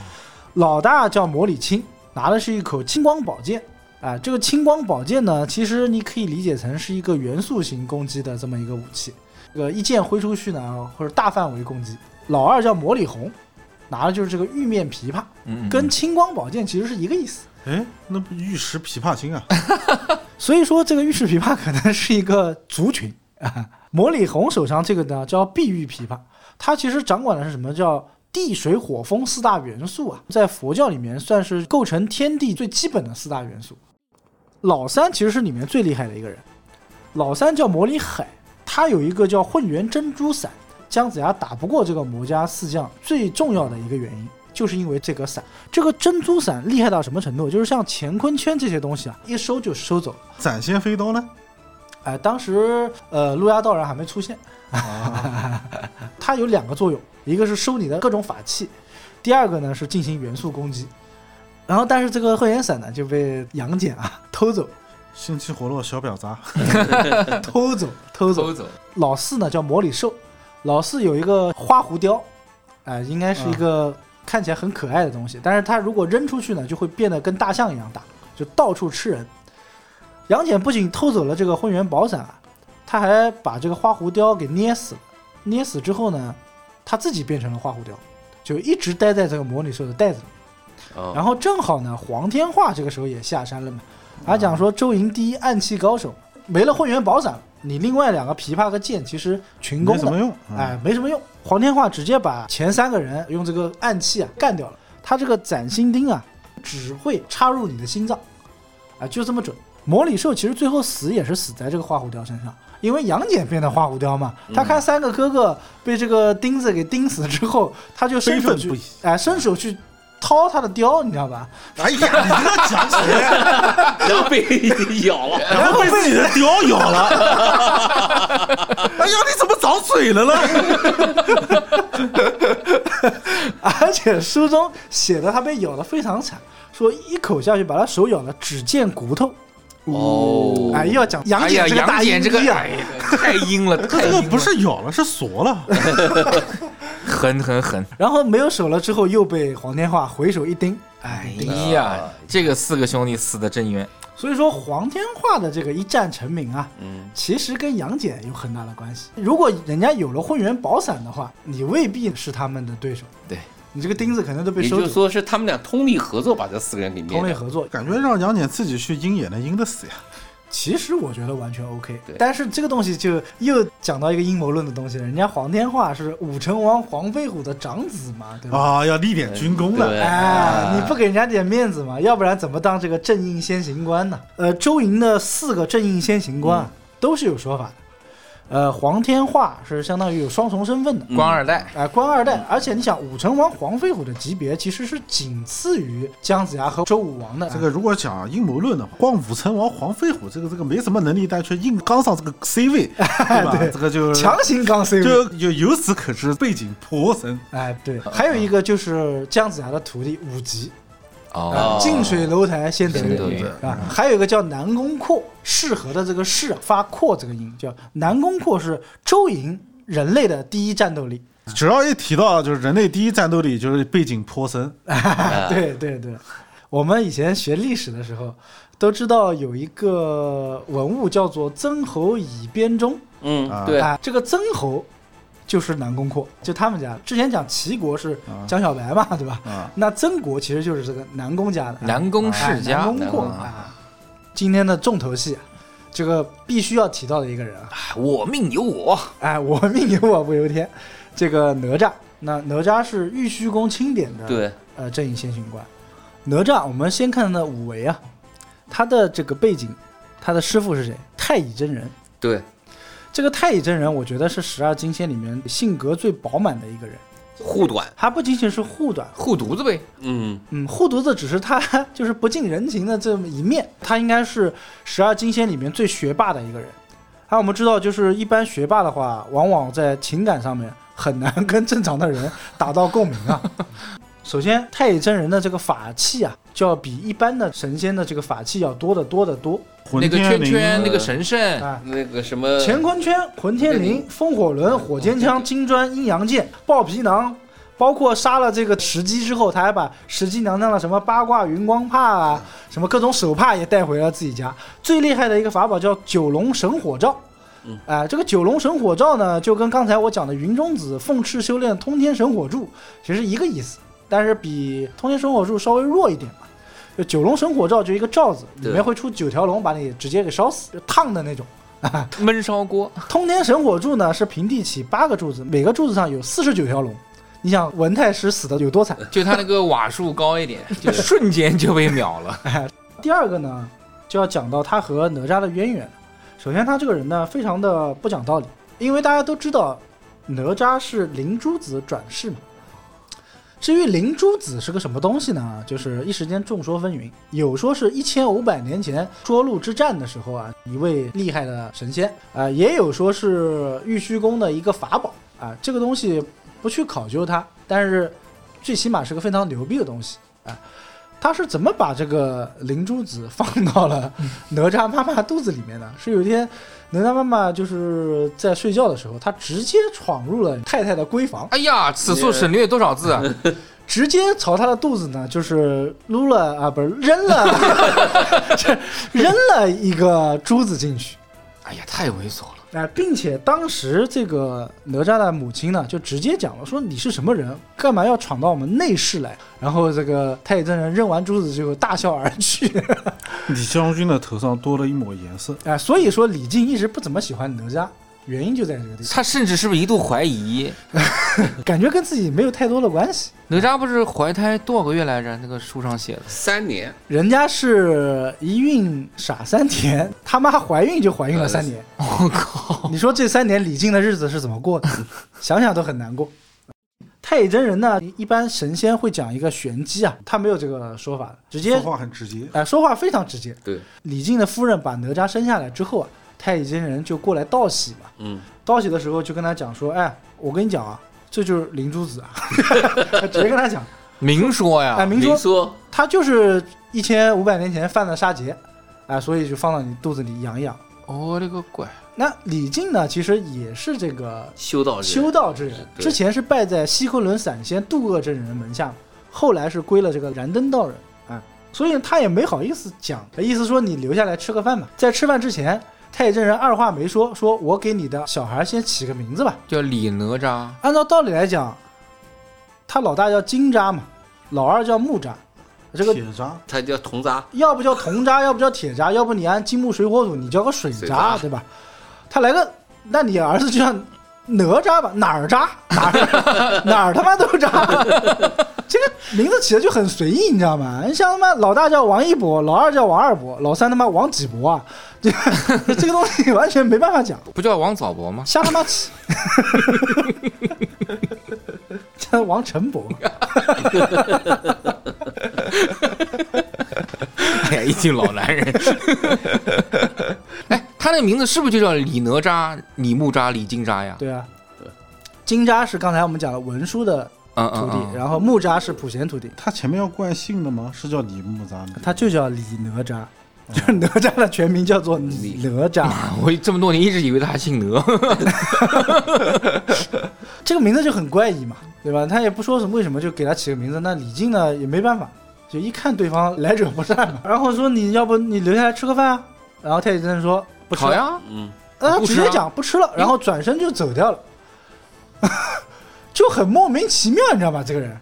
老大叫魔里青，拿的是一口青光宝剑。啊，这个青光宝剑呢，其实你可以理解成是一个元素型攻击的这么一个武器。这个一剑挥出去呢，或者大范围攻击。老二叫魔里红，拿的就是这个玉面琵琶，嗯，嗯跟青光宝剑其实是一个意思。哎，那不玉石琵琶精啊！ (laughs) 所以说，这个玉石琵琶可能是一个族群啊。魔里红手上这个呢叫碧玉琵琶，它其实掌管的是什么叫地水火风四大元素啊，在佛教里面算是构成天地最基本的四大元素。老三其实是里面最厉害的一个人，老三叫魔里海，他有一个叫混元珍珠伞，姜子牙打不过这个魔家四将最重要的一个原因。就是因为这个伞，这个珍珠伞厉害到什么程度？就是像乾坤圈这些东西啊，一收就收走了斩仙飞刀呢？哎，当时呃，路亚道人还没出现， (laughs) 它有两个作用，一个是收你的各种法器，第二个呢是进行元素攻击。然后，但是这个混元伞呢就被杨戬啊偷走，心机活络小婊啊砸，偷走，偷走。走，老四呢叫魔里兽，老四有一个花狐雕，哎、应该是一个看起来很可爱的东西，但是它如果扔出去呢，就会变得跟大象一样大，就到处吃人。杨戬不仅偷走了这个混元宝伞啊，他还把这个花狐雕给捏死了。捏死之后呢，他自己变成了花狐雕，就一直待在这个魔里兽的袋子里。哦然后正好呢，黄天化这个时候也下山了嘛，他讲说周营第一暗器高手，没了混元宝伞，你另外两个琵琶和剑其实群没攻什么的，用。嗯哎，，没什么用。黄天化直接把前三个人用这个暗器啊干掉了，他这个攒心钉啊，只会插入你的心脏，啊，就这么准。魔里兽其实最后死也是死在这个花狐雕身上，因为杨戬变的花狐雕嘛，他看三个哥哥被这个钉子给钉死之后，他就伸悲手愤去不已。哎，伸手去掏他的貂，你知道吧？哎呀，你这个讲起来， (laughs) 然后被咬了，然后被自己的貂 (laughs) 咬了。哎呀，你怎么长嘴了哎呢？ (laughs) 而且书中写的他被咬得非常惨，说一口下去把他手咬了，只见骨头。哦哎，又要讲杨哎呀，戬这个杨大戬阴这个逼啊哎，呀太阴了，他太这阴个了不哎是咬了，是锁了。 (laughs) 狠狠狠。然后没有手了之后又被黄天化回手一钉，哎哎，呀，这个四个兄弟死的真冤。所以说黄天化的这个一战成名啊，嗯，其实跟杨戬有很大的关系。如果人家有了混元宝伞的话，你未必是他们的对手，对，你这个钉子可能都被也收就是走。说是他们俩通力合作把这四个人给灭同类掉。合作，感觉让杨戬自己去阴也能阴得死呀。其实我觉得完全 OK，对但是这个东西就又讲到一个阴谋论的东西了。人家黄天化是武成王黄飞虎的长子嘛，对吧？啊，要立点军功了。对哎，你不给人家点面子嘛，要不然怎么当这个正印先行官呢？呃，周营的四个正印先行官啊都是有说法的。呃，黄天化是相当于有双重身份的，官二代，哎、官二代。而且你想，武成王黄飞虎的级别其实是仅次于姜子牙和周武王的。这个如果讲阴谋论的话，光武成王黄飞虎这个这个没什么能力，但却硬刚上这个 C 位，对吧？这个就强行刚 C 位，就就由此可知背景颇深。哎，嗯对，还有一个就是姜子牙的徒弟武吉，啊哦，近水楼台先得先得月月啊，还有一个叫南宫阔，适合的这个适啊发阔这个音，叫南宫阔是周营人类的第一战斗力。只要一提到就是人类第一战斗力，就是背景颇深。哎对对对，我们以前学历史的时候都知道有一个文物叫做曾侯乙编钟，嗯，啊对，啊，这个曾侯就是南宫阔，就他们家。之前讲齐国是嗯江小白嘛，对吧？啊那曾国其实就是这个南宫家的，南宫世哎家南，宫阔南宫啊。今天的重头戏， (laughs) 这个必须要提到的一个人啊，哎我命由我，哎，我命由我不由天，这个哪吒，那哪吒是玉虚宫钦点的对，呃正义先行观。哪吒，我们先看他的五维啊，他的这个背景，他的师傅是谁？太乙真人。对，这个太乙真人，我觉得是十二金仙里面性格最饱满的一个人。护短，他不仅仅是护短，护犊子呗，嗯，嗯，护犊子只是他 (laughs) 就是不近人情的这么一面，他应该是十二金仙里面最学霸的一个人。啊，我们知道，就是一般学霸的话，往往在情感上面很难 (laughs) 跟正常的人达到共鸣啊。首先，太乙真人的这个法器啊，就要比一般的神仙的这个法器要多得多得多混那个天圈绫圈，呃那个神圣，啊。那个什么，乾坤圈、混天绫、风火轮、火尖枪、金砖、阴阳剑、爆皮囊，包括杀了这个石矶之后，他还把石矶娘娘的什么八卦云光帕啊，什么各种手帕也带回了自己家。最厉害的一个法宝叫九龙神火罩。嗯啊、这个九龙神火罩呢，就跟刚才我讲的云中子凤翅修炼通天神火柱其实一个意思，但是比通天神火柱稍微弱一点嘛。就九龙神火罩就一个罩子，里对面会出九条龙，把你直接给烧死，就烫的那种。焖烧锅，通天神火柱呢是平地起八个柱子，每个柱子上有四十九条龙。你想文太师死的有多惨？就他那个瓦数高一点，就 (laughs) 瞬间就被秒了。第二个呢，就要讲到他和哪吒的渊源了。首先，他这个人呢，非常的不讲道理，因为大家都知道，哪吒是灵珠子转世嘛。至于灵珠子是个什么东西呢？就是一时间众说纷纭，有说是一千五百年前涿鹿之战的时候啊，一位厉害的神仙啊、也有说是玉虚宫的一个法宝啊、这个东西不去考究它，但是最起码是个非常牛逼的东西。呃他是怎么把这个灵珠子放到了哪吒妈妈肚子里面的？是有一天，哪吒妈妈就是在睡觉的时候，他直接闯入了太太的闺房， (laughs) 哎呀，此处省略多少字啊？直接朝她的肚子呢，就是撸了啊，不是扔了， (laughs) 这扔了一个珠子进去。 (laughs) 哎呀，太猥琐了。哎、并且当时这个哪吒的母亲呢，就直接讲了，说你是什么人，干嘛要闯到我们内室来？然后这个太乙真人扔完珠子之后大笑而去。 (laughs) 李香君的头上多了一抹颜色。啊、所以说李靖一直不怎么喜欢哪吒，原因就在这个地方，他甚至是不是一度怀疑 (laughs) 感觉跟自己没有太多的关系。哪吒不是怀胎多少个月来着？那个书上写的。三年，人家是一孕傻三年，他妈怀孕就怀孕了三年。我、靠！你说这三年李靖的日子是怎么过的？想想都很难过。太乙真人呢，一般神仙会讲一个玄机啊，他没有这个说法的，直接说话很直接，哎，说话非常直接。对，李靖的夫人把哪吒生下来之后啊，太乙真人就过来道喜嘛。嗯，道喜的时候就跟他讲说，哎，我跟你讲啊，这就是灵珠子啊， (laughs) 直接跟他讲，明说呀，哎，明您说说，他就是一千五百年前犯的杀劫，啊，所以就放到你肚子里养一养。我哦勒个乖！那李靖呢，其实也是这个修道人，修道之人，对之前是拜在西昆仑散仙渡厄真人的门下，后来是归了这个燃灯道人啊，所以他也没好意思讲，意思说你留下来吃个饭吧。在吃饭之前，太乙真人二话没说，说我给你的小孩先起个名字吧。叫李哪吒，按照道理来讲，他老大叫金吒嘛，老二叫木吒，这个铁渣他叫铜渣，要不叫铜吒，要不叫铁吒，要不你按金木水火土，你叫个水水吒，吒对吧？他来个，那你儿子就叫哪吒吧，哪儿吒，哪儿哪儿他妈都吒，这个名字起的就很随意，你知道吗？你像他妈老大叫王一博，老二叫王二博，老三他妈王几博啊， (laughs) 这这个东西完全没办法讲。不叫王早博吗？ (laughs) 瞎他妈起，叫王晨博，哎呀，一听老男 (laughs) 人。哎，他那名字是不是就叫李哪吒、李木吒、李金吒呀？对啊对，金吒是刚才我们讲的文殊的嗯徒嗯弟，嗯。然后木吒是普贤徒弟，他前面要冠姓的吗？是叫李木吒吗？他就叫李哪吒，(laughs) 嗯就是哪吒的全名叫做李哪吒，我这么多年一直以为他姓哪，这个名字就很怪异嘛，对吧？他也不说是为什么，就给他起个名字。那李靖呢也没办法，就一看对方来者不善嘛，然后说你要不你留下来吃个饭啊？然后太乙真人说不吃好了，呀，嗯，啊，不吃直啊接讲不吃了，然后转身就走掉了， (laughs) 就很莫名其妙，你知道吗？这个人，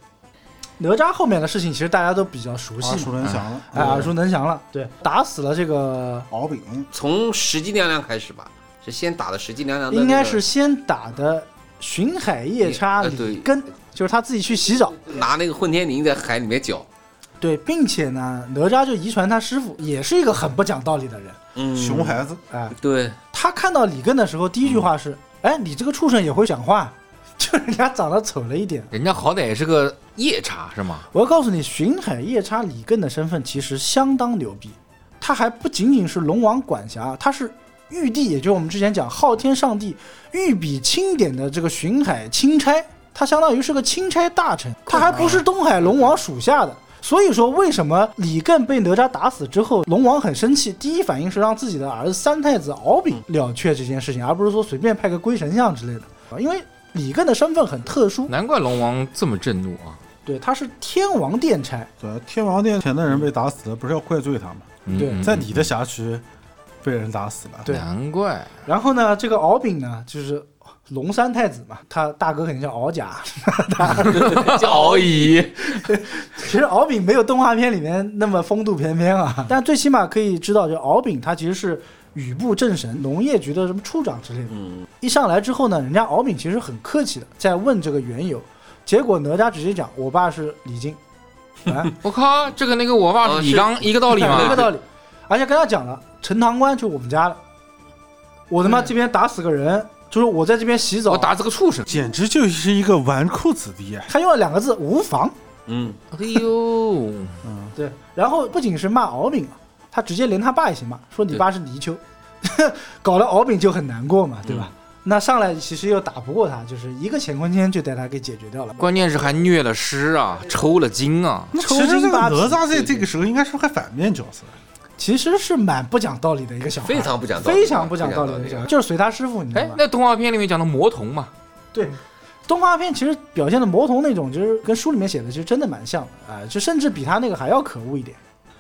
哪吒后面的事情其实大家都比较熟啊耳悉熟嘛，能详了。哎，嗯耳熟能详了。对，打死了这个敖丙，从石矶娘娘开始吧，是先打的石矶娘娘的那个，应该是先打的巡海夜叉呃里对根，就是他自己去洗澡。拿那个混天绫在海里面搅，对，并且呢，哪吒就遗传他师傅，也是一个很不讲道理的人。嗯，熊孩子，哎，对，他看到李根的时候，第一句话是：“哎，你这个畜生也会讲话， (laughs) 就人家长得丑了一点。人家好歹也是个夜叉是吗？”我要告诉你，巡海夜叉李根的身份其实相当牛逼，他还不仅仅是龙王管辖，他是玉帝，也就是我们之前讲昊天上帝御笔钦点的这个巡海钦差，他相当于是个钦差大臣，他还不是东海龙王属下的。所以说，为什么李艮被哪吒打死之后，龙王很生气，第一反应是让自己的儿子三太子敖丙了却这件事情，而不是说随便派个龟神像之类的。啊因为李艮的身份很特殊，难怪龙王这么震怒啊！对，他是天王殿差，对，天王殿前的人被打死了，不是要怪罪他吗？嗯对嗯在你的辖区被人打死了，对难怪然后呢，这个敖丙呢，就是龙三太子嘛，他大哥肯定叫敖甲。 (laughs) 叫敖乙，其实敖丙没有动画片里面那么风度翩翩嗯啊，但最起码可以知道，就敖丙他其实是宇部正神农业局的什么处长之类的。嗯，一上来之后呢，人家敖丙其实很客气的在问这个缘由，结果哪吒直接讲：“我爸是李 (laughs) 靖。”啊，我靠，这跟那个我爸哦是李是刚一个道 (laughs) 理一个嘛。道理。而且跟他讲了，陈塘关就我们家了，我他嗯妈这边打死个人，就是我在这边洗澡，我打这个畜生！简直就是一个纨绔子弟啊！他用了两个字“无妨”。嗯，哎呦，嗯，对，然后不仅是骂敖丙啊，他直接连他爸一起骂，说你爸是泥鳅， (laughs) 搞得敖丙就很难过嘛，对吧？那上来其实又打不过他，就是一个乾坤圈就带他给解决掉了。关键是还虐了尸啊，抽了筋啊！那抽其实这筋个扒皮哪吒在这个时候应该是个反面角色，其实是蛮不讲道理的一个小孩，非常不讲道理，非常不讲道理的一个小孩，就是随他师傅，你知道哎吗，？那动画片里面讲的魔童嘛，对。动画片其实表现的魔童那种，就是跟书里面写的其实真的蛮像的啊、就甚至比他那个还要可恶一点。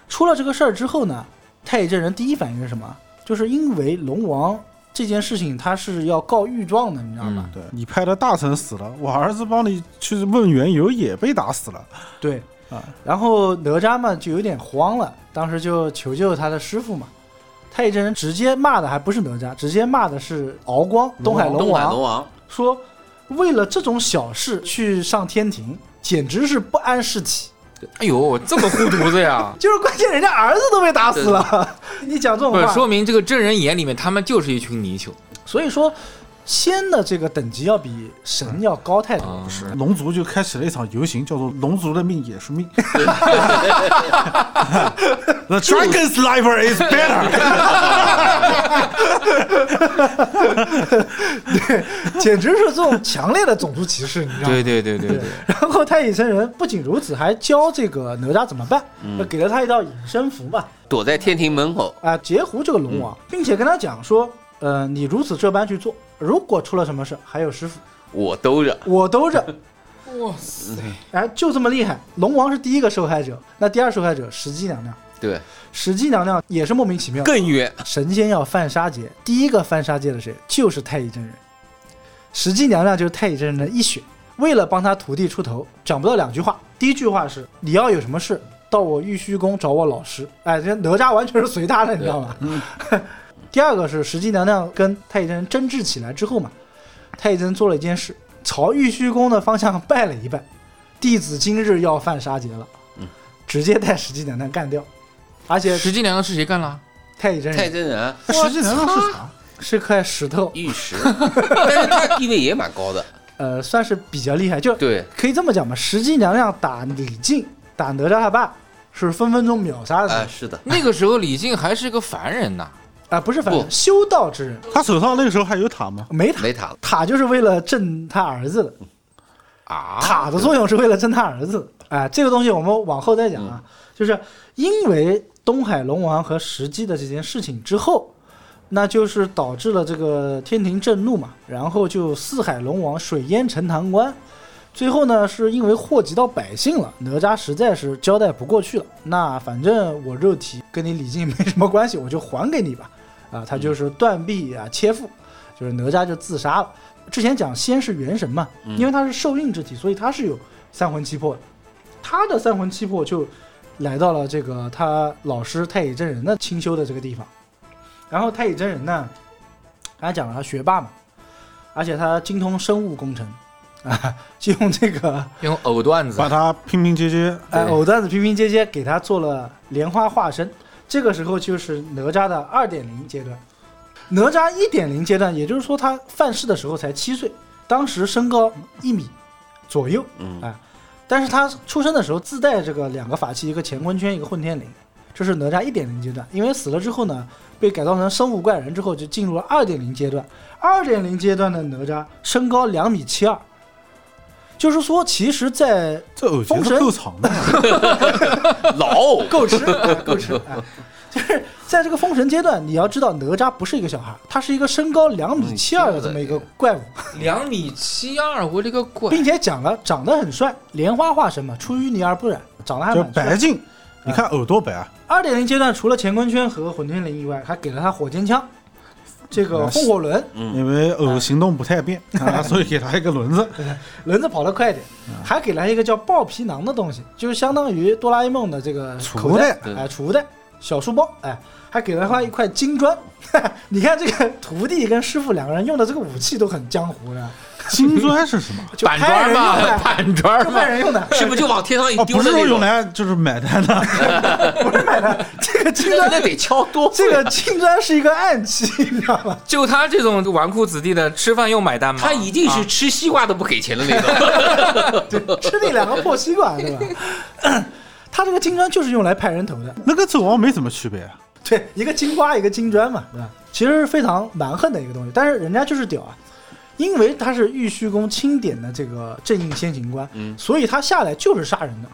出了这个事儿之后呢，太乙真人第一反应是什么？就是因为龙王这件事情他是要告御状的，你知道吗？对你派的大臣死了，我儿子帮你去问缘由也被打死了，对啊。然后哪吒嘛就有点慌了，当时就求救他的师傅嘛。太乙真人直接骂的还不是哪吒，直接骂的是敖光，东海龙东海王龙，王，说为了这种小事去上天庭，简直是不谙世体。！哎呦，这么糊涂子呀 (laughs) 就是关键人家儿子都被打死了， (laughs) 你讲这种不是，话，说明这个真人眼里面他们就是一群泥鳅所以说仙的这个等级要比神要高太多。啊！是龙族就开启了一场游行，叫做“龙族的命也是 (laughs) 命” 。The dragon's life is (laughs) better 。简直是这种强烈的种族歧视，你知道吗？对对对对对，然后太乙真人不仅如此，还教这个哪吒怎么办，嗯那给了他一道隐身符嘛，躲在天庭门口，啊、截胡这个龙嗯王，并且跟他讲说，呃，你如此这般去做，如果出了什么事，还有师傅，我兜着，嗯我兜着。 (laughs) 哇塞！哎，就这么厉害。龙王是第一个受害者，那第二受害者石矶娘娘，对，石矶娘娘也是莫名其妙。更远，神仙要犯杀戒，第一个犯杀戒的谁？就是太乙真人。石矶娘娘就是太乙真人的一血，为了帮他徒弟出头，讲不到两句话。第一句话是：你要有什么事，到我玉虚宫找我老师。哎，这哪吒完全是随他的，你知道吗？ (laughs) 第二个是石矶娘娘跟太乙真人争执起来之后嘛，太乙真人做了一件事，朝玉虚宫的方向拜了一拜，弟子今日要犯杀戒了，直接带石矶娘娘干掉，而且石矶娘娘是谁 (laughs) 干了？太乙真人太真人啊实际难道是啥？是块石头，玉石，但是他地位也蛮高的，呃，算是比较厉害，就对，可以这么讲吧。石矶娘娘打李靖、打哪吒他爸是分分钟秒杀的事啊、情，是的，那个时候李靖还是个凡人呐，啊、不是反正不修道之人，他手上那个时候还有塔吗？没塔没塔了，塔就是为了镇他儿子的，啊，塔的作用是为了镇他儿子的。哎、这个东西我们往后再讲啊，就是因为东海龙王和石矶的这件事情之后。那就是导致了这个天庭震怒嘛，然后就四海龙王水淹陈塘关，最后呢，是因为祸及到百姓了，哪吒实在是交代不过去了。那反正我肉体跟你李靖没什么关系，我就还给你吧。啊，他就是断臂啊切腹，就是哪吒就自杀了。之前讲先是元神嘛，因为他是受印之体，所以他是有三魂七魄的。他的三魂七魄就来到了这个他老师太乙真人的清修的这个地方。然后太乙真人呢，刚才讲了他学霸嘛，而且他精通生物工程啊，就用这个用藕段子 (laughs) 把它拼拼接接，哎对藕段子拼拼接接给他做了莲花化身。这个时候就是哪吒的二点零阶段，哪吒一点零阶段，也就是说他犯事的时候才七岁，当时身高一米左右，嗯但是他出生的时候自带这个两个法器，一个乾坤圈，一个混天绫，这是哪吒一点零阶段。因为死了之后呢，被改造成生物怪人之后，就进入了二点零阶段。二点零阶段的哪吒身高两米七二，就是说，其实，在这藕节封是神够长的，啊老够吃，哎够吃，哎就是在这个封神阶段，你要知道哪吒不是一个小孩，他是一个身高两米七二的这么一个怪物，两米七二，我这个乖！并且讲了长得很帅，莲花化身嘛，出淤泥而不染，长 (laughs) 得还就蛮帅嗯白。净。你看藕多白啊！二点零阶段除了乾坤圈和混天绫以外，还给了他火尖枪，这个风火轮，嗯因为藕行动不太便啊，所以给它一个轮子。轮子跑得快一点，嗯还给了他一个叫爆皮囊的东西，就是相当于哆啦 A 梦的这个储口袋物，袋哎，储物袋、小书包，哎，还给了他一块金砖。 (laughs) 你看这个徒弟跟师傅两个人用的这个武器都很江湖的，金砖是什么？就板拍砖人用吧，的， (laughs) 板砖就拍吧，人用的，是不是就往天上一哦，哎丢不的是那说用种？来就是买单的， (laughs) 这个金 (laughs) 这个砖那得敲多这个金砖是一个暗器，你知道吗？就他这种纨绔子弟的，吃饭用买单吗？他一定是啊吃西瓜都不给钱的那种。吃那两个破西瓜，对吧？ (coughs) 他这个金砖就是用来派人头的，那跟走王没什么区别啊。 (laughs) 对，一个金瓜，一个金砖嘛，对吧？其实是非常蛮横的一个东西，但是人家就是屌啊，因为他是玉虚宫钦点的这个正印先行官，嗯所以他下来就是杀人的。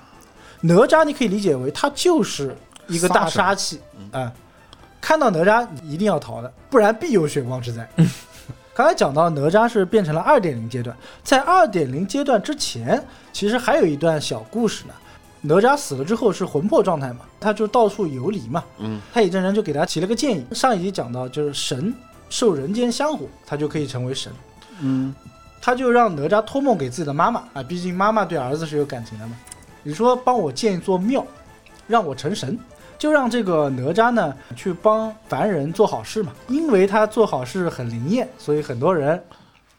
哪吒你可以理解为他就是一个大杀器，啊、看到哪吒你一定要逃的，不然必有血光之灾。刚才讲到哪吒是变成了二点零阶段，在二点零阶段之前，其实还有一段小故事呢。哪吒死了之后是魂魄状态嘛，他就到处游离嘛，嗯，太乙真人就给他提了个建议。上一集讲到，就是神受人间香火，他就可以成为神。嗯，他就让哪吒托梦给自己的妈妈啊，毕竟妈妈对儿子是有感情的嘛。你说帮我建一座庙，让我成神，就让这个哪吒呢去帮凡人做好事嘛。因为他做好事很灵验，所以很多人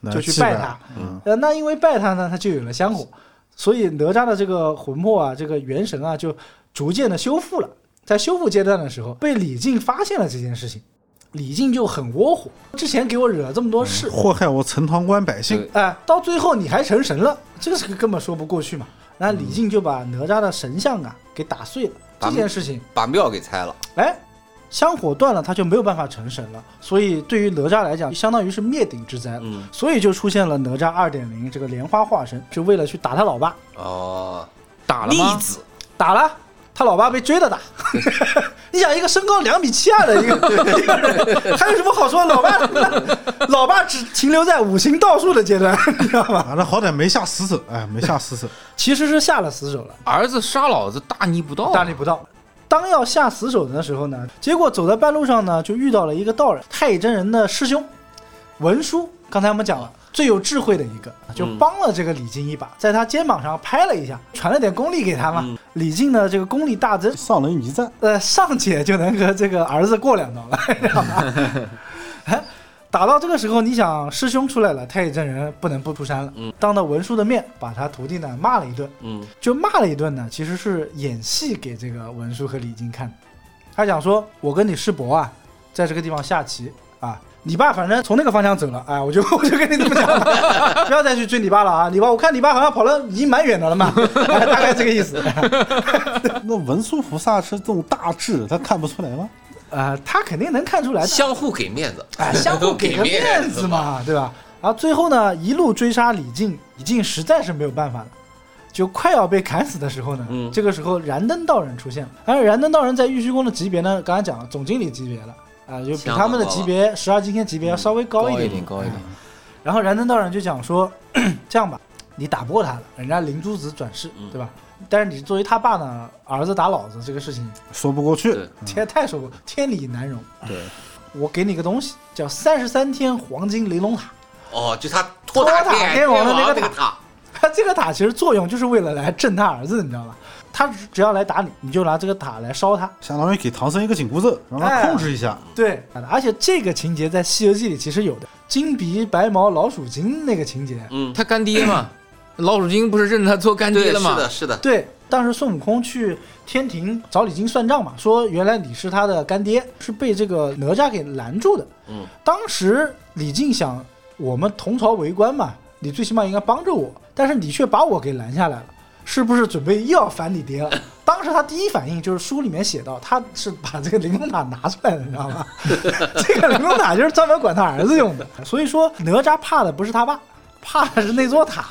那就去基本拜他。嗯，呃，那因为拜他呢，他就有了香火，所以哪吒的这个魂魄啊，这个元神啊，就逐渐的修复了。在修复阶段的时候，被李靖发现了这件事情，李靖就很窝火，之前给我惹了这么多事，祸害我陈塘关百姓对。哎，到最后你还成神了，这个是根本说不过去嘛。那李靖就把哪吒的神像啊给打碎了，把这件事情， (laughs) 把庙给拆了，哎，香火断了，他就没有办法成神了，所以对于哪吒来讲，相当于是灭顶之灾了。嗯，所以就出现了哪吒二点零这个莲花化身，是为了去打他老爸，哦，打了栗吗？子，打了他老爸被追着打。 (laughs) 你想一个身高两米七二的一个一个人，还有什么好说？老爸，老爸只停留在五行道术的阶段，你知道吗？啊，那好歹没下死手，哎，没下死手，其实是下了死手了，儿子杀老子，大逆不道啊。大逆不道。当要下死手的时候呢，结果走在半路上呢，就遇到了一个道人，太乙真人的师兄文殊。刚才我们讲了，最有智慧的一个，就帮了这个李靖一把，在他肩膀上拍了一下，传了点功力给他嘛。李靖呢，这个功力大增， (laughs) 上人一战。呃，尚且就能和这个儿子过两刀了， (laughs) 你知道吗？哎打到这个时候，你想师兄出来了，太乙真人不能不出山了，嗯当着文殊的面把他徒弟呢骂了一顿，嗯就骂了一顿呢，其实是演戏给这个文殊和李靖看的。他讲说：“我跟你师伯啊，在这个地方下棋啊，你爸反正从那个方向走了，哎，我就 (laughs) 我就跟你这么讲了， (laughs) 不要再去追你爸了啊！你爸，我看你爸好像跑了，已经蛮远的了嘛， (laughs) 哎大概这个意思。 (laughs) 那文殊菩萨是这种大智，他看不出来吗？啊，他肯定能看出来的，相互给面子， (laughs) 哎，相互给个面子嘛，对吧？然后最后呢，一路追杀李靖，李靖实在是没有办法了，就快要被砍死的时候呢，嗯这个时候燃灯道人出现了，而燃灯道人在玉虚宫的级别呢，刚才讲了总经理级别了，啊、就比他们的级别十二金仙级别要稍微嗯高一点。嗯点，高一点。然后燃灯道人就讲说， (clears throat) 这样吧，你打不过他了，人家灵珠子转世，对吧？但是你作为他爸呢，儿子打老子这个事情，说不过去。对天太说过，天理难容。对，我给你个东西，叫三十三天黄金雷龙塔。哦，就他托托塔天天王的那个那个塔，他 (laughs) 这个塔其实作用就是为了来震他儿子，你知道吧？他只要来打你，你就拿这个塔来烧他。相当于给唐僧一个紧箍咒，让他控制一下。对，而且这个情节在《西游记》里其实有的，金鼻、白毛、老鼠精那个情节。嗯，他干 (laughs) 爹嘛，老鼠精不是认他做干爹对，了是吗？的，是的，对，当时孙悟空去天庭找李靖算账嘛，说原来你是他的干爹，是被这个哪吒给拦住的。嗯，当时李靖想，我们同朝为官嘛，你最起码应该帮着我，但是你却把我给拦下来了，是不是准备又要反你爹了？ (laughs) 当时他第一反应就是书里面写到，他是把这个玲珑塔拿出来的，你知道吗？ (laughs) 这个玲珑塔就是专门管他儿子用的，所以说哪吒怕的不是他爸，怕的是那座塔。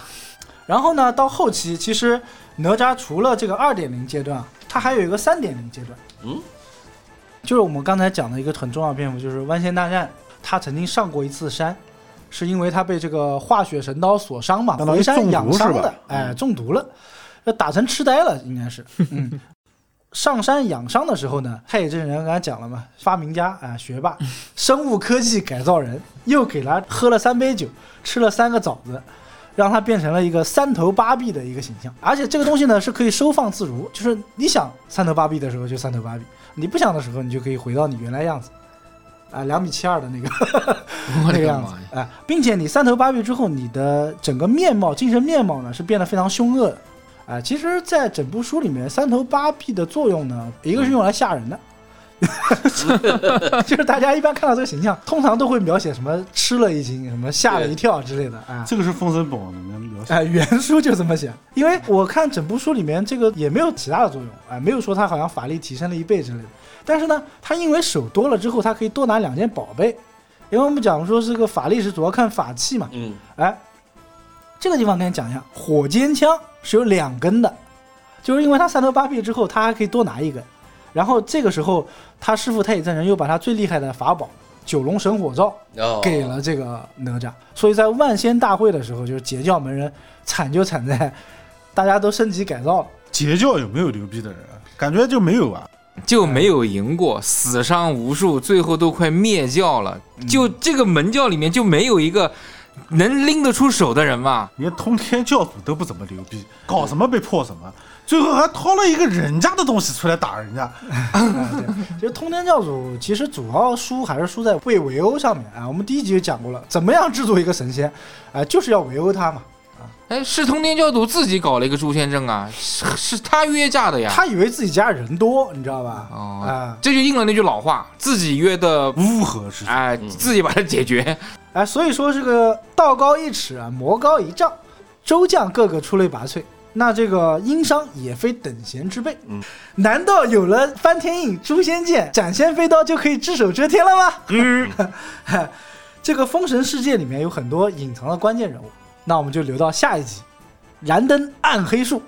然后呢，到后期其实哪吒除了这个二点零阶段啊，它还有一个三点零阶段，嗯，就是我们刚才讲的一个很重要的篇幅，就是弯仙大战，他曾经上过一次山，是因为他被这个化血神刀所伤嘛，相当于回山中毒养伤是的吧，嗯哎，中毒了，要打成痴呆了，应该 (laughs) 是，嗯。上山养伤的时候呢，太乙真人刚才讲了嘛，发明家啊、学霸，生物科技改造人，又给他喝了三杯酒，吃了三个枣子，让它变成了一个三头八臂的一个形象。而且这个东西呢是可以收放自如，就是你想三头八臂的时候就三头八臂，你不想的时候你就可以回到你原来样子，啊、两米七二的那个 (laughs) 我那的个个样子妈呀！啊、并且你三头八臂之后，你的整个面貌、精神面貌呢是变得非常凶恶的。啊、其实，在整部书里面，三头八臂的作用呢，一个是用来吓人的， (laughs) 就是大家一般看到这个形象，通常都会描写什么吃了一惊、什么吓了一跳之类的啊。这个是《封神榜》里面描写。 (laughs) 哎，原书就这么写，因为我看整部书里面这个也没有其他的作用，哎，没有说他好像法力提升了一倍之类的。但是呢，他因为手多了之后，他可以多拿两件宝贝，因为我们讲说这个法力是主要看法器嘛，嗯，哎，这个地方跟你讲一下，火尖枪是有两根的，就是因为他三头八臂之后，他还可以多拿一根。然后这个时候，他师傅太乙真人又把他最厉害的法宝九龙神火罩哦，给了这个哪吒。所以在万仙大会的时候，就是截教门人惨就惨在大家都升级改造了。截教有没有牛逼的人？感觉就没有啊。就没有赢过，死伤无数，最后都快灭教了。就这个门教里面就没有一个能拎得出手的人吧？连通天教主都不怎么牛逼，搞什么被破什么，最后还掏了一个人家的东西出来打人家。啊，对，就是通天教主其实主要输还是输在为围殴上面啊。我们第一集就讲过了，怎么样制作一个神仙啊，就是要围殴他嘛。哎，是通天教主自己搞了一个诛仙阵啊，是是他约架的呀。他以为自己家人多，你知道吧？啊哦啊，这就应了那句老话，自己约的，乌合之众，哎，嗯自己把它解决。哎，所以说这个道高一尺啊，魔高一丈，周将个个出类拔萃。那这个殷商也非等闲之辈，嗯难道有了翻天印、诛仙剑、斩仙飞刀就可以只手遮天了吗？ (laughs) 这个封神世界里面有很多隐藏的关键人物，那我们就留到下一集，燃灯暗黑术